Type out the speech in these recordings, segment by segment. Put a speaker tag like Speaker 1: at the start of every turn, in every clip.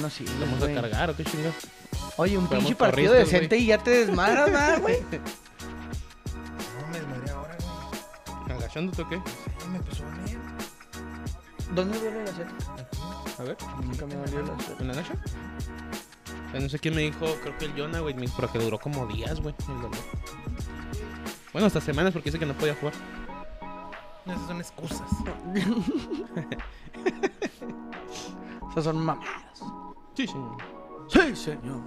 Speaker 1: no sirves,
Speaker 2: Vamos a
Speaker 1: güey.
Speaker 2: cargar, ¿o qué chingados?
Speaker 1: Oye, un
Speaker 2: Jugamos
Speaker 1: pinche partido
Speaker 2: carritos,
Speaker 1: decente y ya te desmadras, nada, güey.
Speaker 3: No, me desmayé ahora, güey.
Speaker 2: ¿Agachándote o qué?
Speaker 3: Ay, Me empezó a doler.
Speaker 1: ¿Dónde duele la seta?
Speaker 3: Aquí.
Speaker 2: A ver,
Speaker 1: Nunca me dolió la seta.
Speaker 2: ¿en la nacha? Eh, No sé quién me dijo, creo que el Jonah, güey, me dijo, pero que duró como días, güey, el dolor. Bueno, hasta semanas porque dice que no podía jugar.
Speaker 3: No, esas son excusas.
Speaker 1: Esas son mamadas.
Speaker 2: Sí, señor.
Speaker 1: Sí, señor.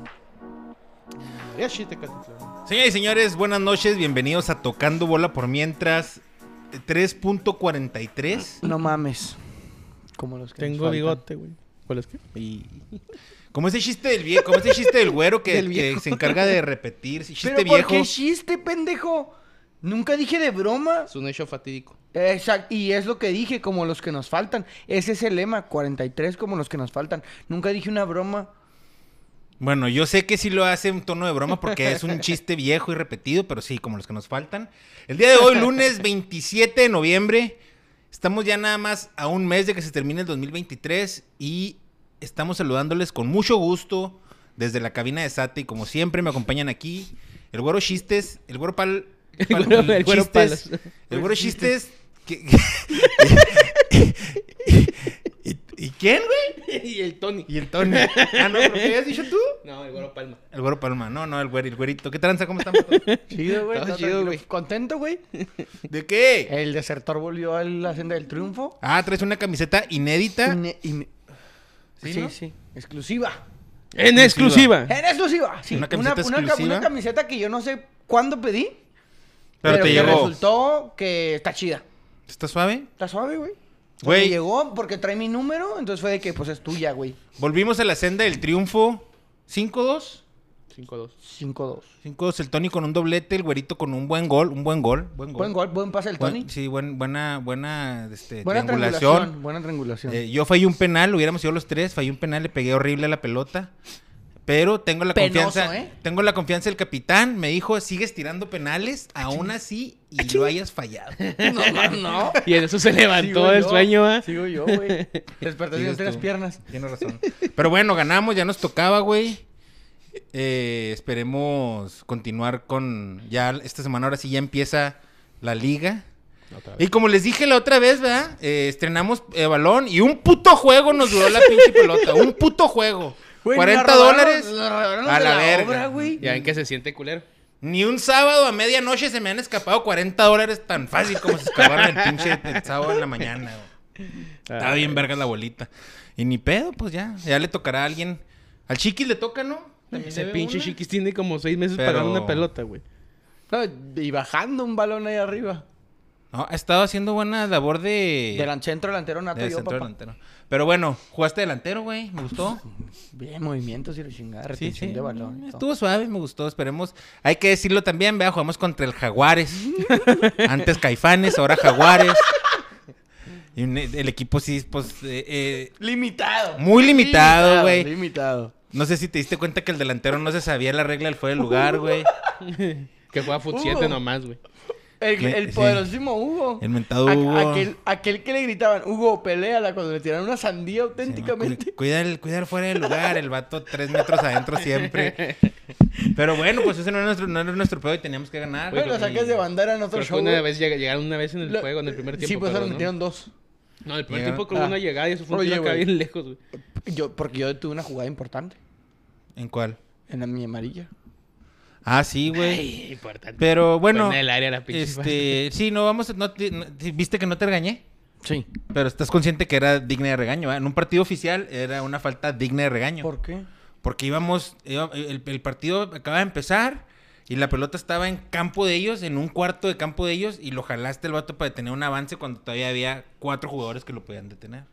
Speaker 2: Ya sí te Catitlán.
Speaker 3: Señoras y señores, buenas noches. Bienvenidos a Tocando Bola por Mientras eh, 3.43.
Speaker 1: No mames. Como los que nos
Speaker 2: Tengo
Speaker 1: faltan.
Speaker 2: bigote, güey. ¿Cuál es qué? Y...
Speaker 3: Como ese chiste del viejo, como ese chiste del güero que,
Speaker 2: Del
Speaker 3: que
Speaker 2: viejo.
Speaker 3: se encarga de repetir. sí, Chiste
Speaker 1: ¿Pero
Speaker 3: viejo.
Speaker 1: por qué chiste, pendejo? Nunca dije de broma.
Speaker 2: Es un hecho fatídico.
Speaker 1: Exacto, y es lo que dije, como los que nos faltan. Ese es el lema, 43 como los que nos faltan. Nunca dije una broma.
Speaker 3: Bueno, yo sé que sí lo hace en tono de broma porque es un chiste viejo y repetido, pero sí, como los que nos faltan. El día de hoy, lunes 27 de noviembre, estamos ya nada más a un mes de que se termine el 2023 y estamos saludándoles con mucho gusto desde la cabina de Sate y como siempre me acompañan aquí el güero Chistes, el güero Pal...
Speaker 2: El
Speaker 3: Pal-
Speaker 2: güero- el güero
Speaker 3: Chistes,
Speaker 2: Palos.
Speaker 3: El güero Chistes... que- ¿Y, y quién, güey?
Speaker 2: y el Tony.
Speaker 3: Y el Tony. Ah, no, ¿pero qué habías dicho tú?
Speaker 2: No, el güero Palma.
Speaker 3: El güero Palma, no, no, el güero, el güerito. ¿Qué tranza? ¿Cómo están? vatos?
Speaker 1: Chido, güey.
Speaker 2: Todo
Speaker 1: todo
Speaker 2: chido,
Speaker 1: tranquilo.
Speaker 2: güey.
Speaker 1: Contento, güey.
Speaker 3: ¿De qué?
Speaker 1: El desertor volvió a la senda del triunfo.
Speaker 3: Ah, traes una camiseta inédita.
Speaker 1: Ine- ine-
Speaker 3: Ah. ¿Sí,
Speaker 1: sí,
Speaker 3: no?
Speaker 1: sí. Exclusiva.
Speaker 2: En
Speaker 3: Exclusiva.
Speaker 2: exclusiva.
Speaker 1: En exclusiva. Sí.
Speaker 3: Una camiseta
Speaker 1: ca-
Speaker 3: exclusiva.
Speaker 1: una camiseta que yo no sé cuándo pedí.
Speaker 3: Pero, te
Speaker 1: que
Speaker 3: llegó.
Speaker 1: resultó que está chida.
Speaker 3: ¿Está suave?
Speaker 1: Está suave, güey.
Speaker 3: Güey.
Speaker 1: Me llegó porque trae mi número, entonces fue de que pues es tuya, güey.
Speaker 3: Volvimos a la senda del triunfo. 5-2.
Speaker 2: 5-2.
Speaker 1: 5-2.
Speaker 3: 5-2. El Tony con un doblete, el güerito con un buen gol. Un buen gol. Buen gol.
Speaker 1: Buen gol, buen pase del
Speaker 3: Buen-
Speaker 1: Tony.
Speaker 3: sí, buen- buena, buena este,
Speaker 1: Buena
Speaker 3: triangulación.
Speaker 1: triangulación. Buena triangulación.
Speaker 3: Eh, yo fallé un penal, hubiéramos sido los tres. Fallé un penal, le pegué horrible a la pelota. Pero tengo la
Speaker 1: Penoso,
Speaker 3: confianza.
Speaker 1: ¿eh?
Speaker 3: Tengo la confianza del capitán. Me dijo, sigues tirando penales, aún así,
Speaker 1: Ah,
Speaker 3: y lo hayas fallado.
Speaker 1: No, no, no.
Speaker 2: Y en eso se levantó el sueño, ¿ah?
Speaker 1: Sigo yo, güey. Desperté
Speaker 3: Sigues
Speaker 1: sin las
Speaker 3: tú.
Speaker 1: piernas.
Speaker 3: Tienes razón. Pero bueno, ganamos, ya nos tocaba, güey. Eh, esperemos continuar con. Ya esta semana, ahora sí, ya empieza la liga.
Speaker 2: Otra
Speaker 3: Y como les dije la otra vez, ¿verdad? Eh, estrenamos eh, balón y un puto juego nos duró la pinche pelota. Un puto juego.
Speaker 1: Güey,
Speaker 3: 40
Speaker 1: la robaron-
Speaker 3: dólares.
Speaker 1: la robaron
Speaker 3: a
Speaker 1: de
Speaker 3: la,
Speaker 1: la
Speaker 3: verga.
Speaker 1: obra, güey.
Speaker 2: Ya ven que se siente culero.
Speaker 3: Ni un sábado a medianoche se me han escapado 40 dólares tan fácil como se escaparon el pinche el sábado en la mañana. güey. Estaba bien verga la bolita. Y ni pedo, pues ya. Ya le tocará a alguien. Al Chiquis le toca, ¿no? También
Speaker 2: Ese
Speaker 3: debe
Speaker 2: pinche
Speaker 3: una.
Speaker 2: chiquis tiene como seis meses
Speaker 3: Pero-
Speaker 2: pagando una pelota, güey.
Speaker 1: No, y bajando un balón ahí arriba.
Speaker 3: No, ha estado haciendo buena labor de.
Speaker 1: Del centro delantero nato
Speaker 3: de
Speaker 1: yo,
Speaker 3: centro
Speaker 1: papá.
Speaker 3: delantero. Pero bueno, jugaste delantero, güey. Me gustó.
Speaker 1: Bien, movimientos y la chingada,
Speaker 3: Sí,
Speaker 1: retención
Speaker 3: sí.
Speaker 1: de balón. y todo.
Speaker 3: Estuvo suave, me gustó. Esperemos. Hay que decirlo también, vea, jugamos contra el Jaguares. Antes Caifanes, ahora Jaguares. Y un- el equipo sí, pues. eh, eh,
Speaker 1: Limitado.
Speaker 3: Muy limitado, güey.
Speaker 1: Limitado.
Speaker 3: no sé si te diste cuenta que el delantero no se sabía la regla del fuera de lugar, güey.
Speaker 2: Que juega fut 7
Speaker 1: Hugo.
Speaker 2: nomás, güey.
Speaker 1: El,
Speaker 3: Me-
Speaker 1: el
Speaker 3: sí.
Speaker 1: poderosísimo Hugo.
Speaker 3: El mentado
Speaker 1: Aqu-
Speaker 3: Hugo.
Speaker 1: Aquel, aquel que le gritaban, Hugo, peleala cuando le tiraron una sandía
Speaker 3: Sí, no,
Speaker 1: auténticamente.
Speaker 3: cu- cuida, el, cuida el fuera del lugar, el vato tres metros adentro siempre. Pero bueno, pues ese no era nuestro, no era nuestro pedo y teníamos que ganar.
Speaker 1: Bueno, lo saques de bandera en otro
Speaker 2: Creo que
Speaker 1: show.
Speaker 2: una
Speaker 1: güey.
Speaker 2: vez llega- llegaron una vez en el
Speaker 1: Lo-
Speaker 2: juego, en el primer tiempo.
Speaker 1: Sí, pues ahora
Speaker 2: perdón,
Speaker 1: metieron dos.
Speaker 2: ¿no? No, en el primer
Speaker 3: Llegaron-
Speaker 2: tiempo creo que una
Speaker 1: Ah.
Speaker 2: llegada y eso fue un
Speaker 1: Oye,
Speaker 2: tiro acá
Speaker 1: güey.
Speaker 2: bien lejos, güey.
Speaker 1: Yo, porque yo tuve una jugada importante
Speaker 3: ¿En cuál?
Speaker 1: en la mi amarilla.
Speaker 3: Ah, sí, güey.
Speaker 2: Ay, importante.
Speaker 3: Pero bueno,
Speaker 2: Fuera del área la pinche
Speaker 3: este, sí, no vamos, a- no, te- no- sí, viste que no te regañé,
Speaker 1: Sí.
Speaker 3: pero estás consciente que era digna de regaño. ¿va? En un partido oficial era una falta digna de regaño.
Speaker 1: ¿Por qué?
Speaker 3: Porque íbamos, iba- el, el partido acaba de empezar y la pelota estaba en campo de ellos, en un cuarto de campo de ellos, y lo jalaste el vato para detener un avance cuando todavía había cuatro jugadores que lo podían detener.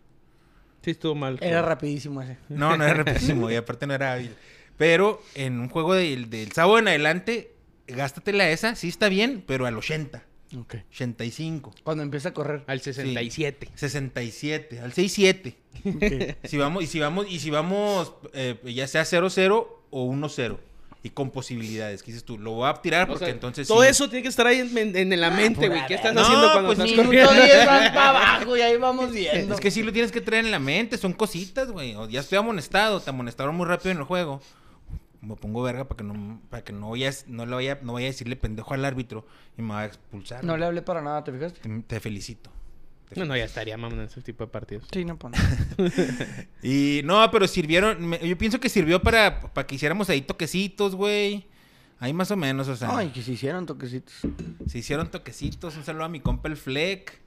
Speaker 2: Sí, estuvo mal.
Speaker 1: Era rapidísimo ese.
Speaker 3: No, no era rapidísimo y aparte no era hábil. Pero en un juego del, del sábado en adelante, gástatela esa, sí está bien, pero al 80,
Speaker 1: Ok.
Speaker 3: 85,
Speaker 1: Cuando empieza a correr.
Speaker 2: Al 67.
Speaker 3: 67, al 67.
Speaker 1: Ok.
Speaker 3: Si vamos, y si vamos, y si vamos, eh, ya sea 0-0 o 1-0. y con posibilidades. ¿Qué dices tú? Lo voy a tirar porque entonces.
Speaker 2: todo
Speaker 3: sí.
Speaker 2: eso tiene que estar ahí en, en-
Speaker 1: Ah,
Speaker 2: en la mente, güey. ¿Qué estás
Speaker 3: No,
Speaker 2: haciendo cuando
Speaker 3: pues
Speaker 2: estás
Speaker 1: Minuto
Speaker 2: corriendo?
Speaker 1: 10 vas para abajo y ahí vamos viendo.
Speaker 3: Es que sí lo tienes que traer en la mente, son cositas, güey. O Ya estoy amonestado, te amonestaron muy rápido en el juego. Me pongo verga para que no, para que no vaya, no le vaya, no vaya a decirle pendejo al árbitro y me va a expulsar.
Speaker 1: No
Speaker 3: güey.
Speaker 1: le hablé para nada, ¿te fijaste?
Speaker 3: te, te felicito. Te
Speaker 2: No, no, ya estaría, mamón, en ese tipo de partidos.
Speaker 1: Sí, no, pone.
Speaker 3: Y no, pero sirvieron. me- yo pienso que sirvió para, para que hiciéramos ahí toquecitos, güey. Ahí más o menos, o sea.
Speaker 1: Ay, que se hicieron toquecitos.
Speaker 3: Se hicieron toquecitos. Un saludo a mi compa el Fleck.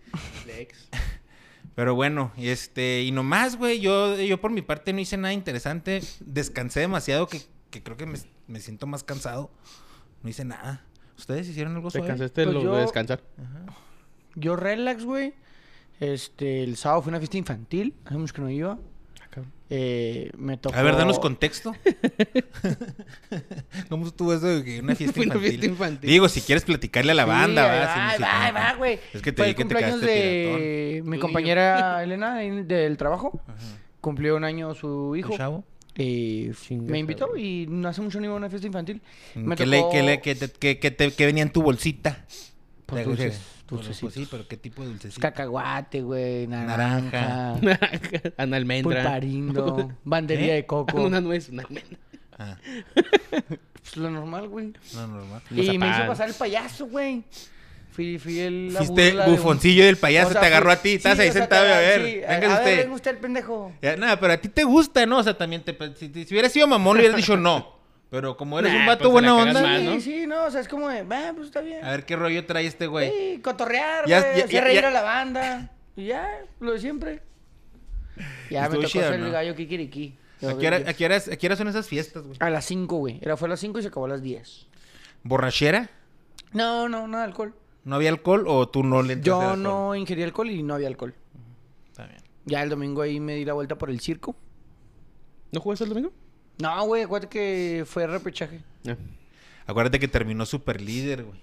Speaker 3: Pero bueno, y este, y nomás, güey, yo, yo por mi parte no hice nada interesante. Descansé demasiado, que, que creo que me, me siento más cansado. No hice nada. ¿Ustedes hicieron algo
Speaker 2: Te
Speaker 3: suave?
Speaker 2: cansaste
Speaker 1: Pues
Speaker 2: lo
Speaker 1: yo-
Speaker 2: de descansar.
Speaker 1: Yo relax, güey. Este, el sábado fue una fiesta infantil. Hace mucho que no iba. Eh, me tocó...
Speaker 3: A ver, danos contexto. ¿Cómo estuvo eso de que una fiesta
Speaker 2: Fue una
Speaker 3: infantil?
Speaker 2: fiesta infantil.
Speaker 3: Digo, si quieres platicarle a la banda, va.
Speaker 1: va.
Speaker 3: si no, si
Speaker 1: va,
Speaker 3: no.
Speaker 1: va, güey.
Speaker 3: Es que te
Speaker 1: Fue
Speaker 3: dije
Speaker 1: el
Speaker 3: que te
Speaker 1: cumpleaños
Speaker 3: quedaste
Speaker 1: de mi
Speaker 2: Tu
Speaker 1: compañera Elena de- del trabajo.
Speaker 3: Ajá.
Speaker 1: Cumplió un año su
Speaker 3: ¿Tu
Speaker 1: hijo.
Speaker 3: chavo?
Speaker 1: Y
Speaker 2: Chinga
Speaker 1: me invitó
Speaker 2: madre.
Speaker 1: y no hace mucho no iba a una fiesta infantil. Me
Speaker 3: ¿Qué, le,
Speaker 1: tocó-
Speaker 3: qué, le, qué te- qué- qué te- qué venía en tu bolsita?
Speaker 1: Pues
Speaker 3: Te-
Speaker 1: dulces,
Speaker 3: Pues, pues sí,
Speaker 1: dulcecitos.
Speaker 3: pero ¿qué tipo de dulces?
Speaker 1: Cacahuate, güey, naranja,
Speaker 3: pues Naranja.
Speaker 2: Ana almendra.
Speaker 1: pulparindo, bandería
Speaker 3: ¿Eh?
Speaker 1: de coco.
Speaker 2: Una nuez, una almendra.
Speaker 3: Ah,
Speaker 1: Pues lo normal, güey.
Speaker 3: no, normal.
Speaker 1: Y me hizo
Speaker 2: zapatos.
Speaker 1: pasar el payaso, güey. Fui, fui el. la
Speaker 3: Fuiste
Speaker 1: burla de un-
Speaker 3: bufoncillo del payaso,
Speaker 1: O sea,
Speaker 3: te agarró
Speaker 1: fui-
Speaker 3: a ti,
Speaker 1: sí,
Speaker 3: estás ahí
Speaker 1: o sea,
Speaker 3: sentado,
Speaker 1: te
Speaker 3: a
Speaker 1: agarró-
Speaker 3: ver,
Speaker 1: sí,
Speaker 3: véngase
Speaker 1: a ver,
Speaker 3: usted.
Speaker 1: venga usted el pendejo.
Speaker 3: Ya, Nada, pero a ti te gusta, ¿no? O sea, también te... pues, Si, si- si hubieras sido mamón, le hubieras dicho no. Pero como eres
Speaker 2: Nah,
Speaker 3: un vato
Speaker 2: pues,
Speaker 3: buena
Speaker 2: se la cagas
Speaker 3: onda...
Speaker 2: más,
Speaker 1: Sí,
Speaker 2: ¿no?
Speaker 1: sí, no, o sea, es como de, va, pues está bien.
Speaker 3: A ver qué rollo trae este güey.
Speaker 1: Sí, cotorrear,
Speaker 3: Ya-
Speaker 1: güey,
Speaker 3: ya-
Speaker 1: hacer
Speaker 3: ya-
Speaker 1: reír
Speaker 3: ya-
Speaker 1: a la banda. Y ya, lo de siempre. Ya me
Speaker 3: Estuvo
Speaker 1: tocó
Speaker 3: chida,
Speaker 1: hacer
Speaker 3: ¿no?
Speaker 1: el gallo kikiriki.
Speaker 3: ¿A qué, hora, a qué horas- a qué horas son esas fiestas, güey?
Speaker 1: A las 5, güey. Era fue a las 5 y se acabó a las 10.
Speaker 3: ¿Borrachera?
Speaker 1: No, no, nada de alcohol.
Speaker 3: ¿No había alcohol o tú no le entraste al
Speaker 1: Yo
Speaker 3: alcohol?
Speaker 1: no ingerí alcohol y no había alcohol.
Speaker 3: Está bien.
Speaker 1: Ya el domingo ahí me di la vuelta por el circo.
Speaker 2: ¿No jugaste el domingo?
Speaker 1: No, güey, acuérdate que fue repechaje.
Speaker 2: No.
Speaker 3: Acuérdate que terminó super líder, güey.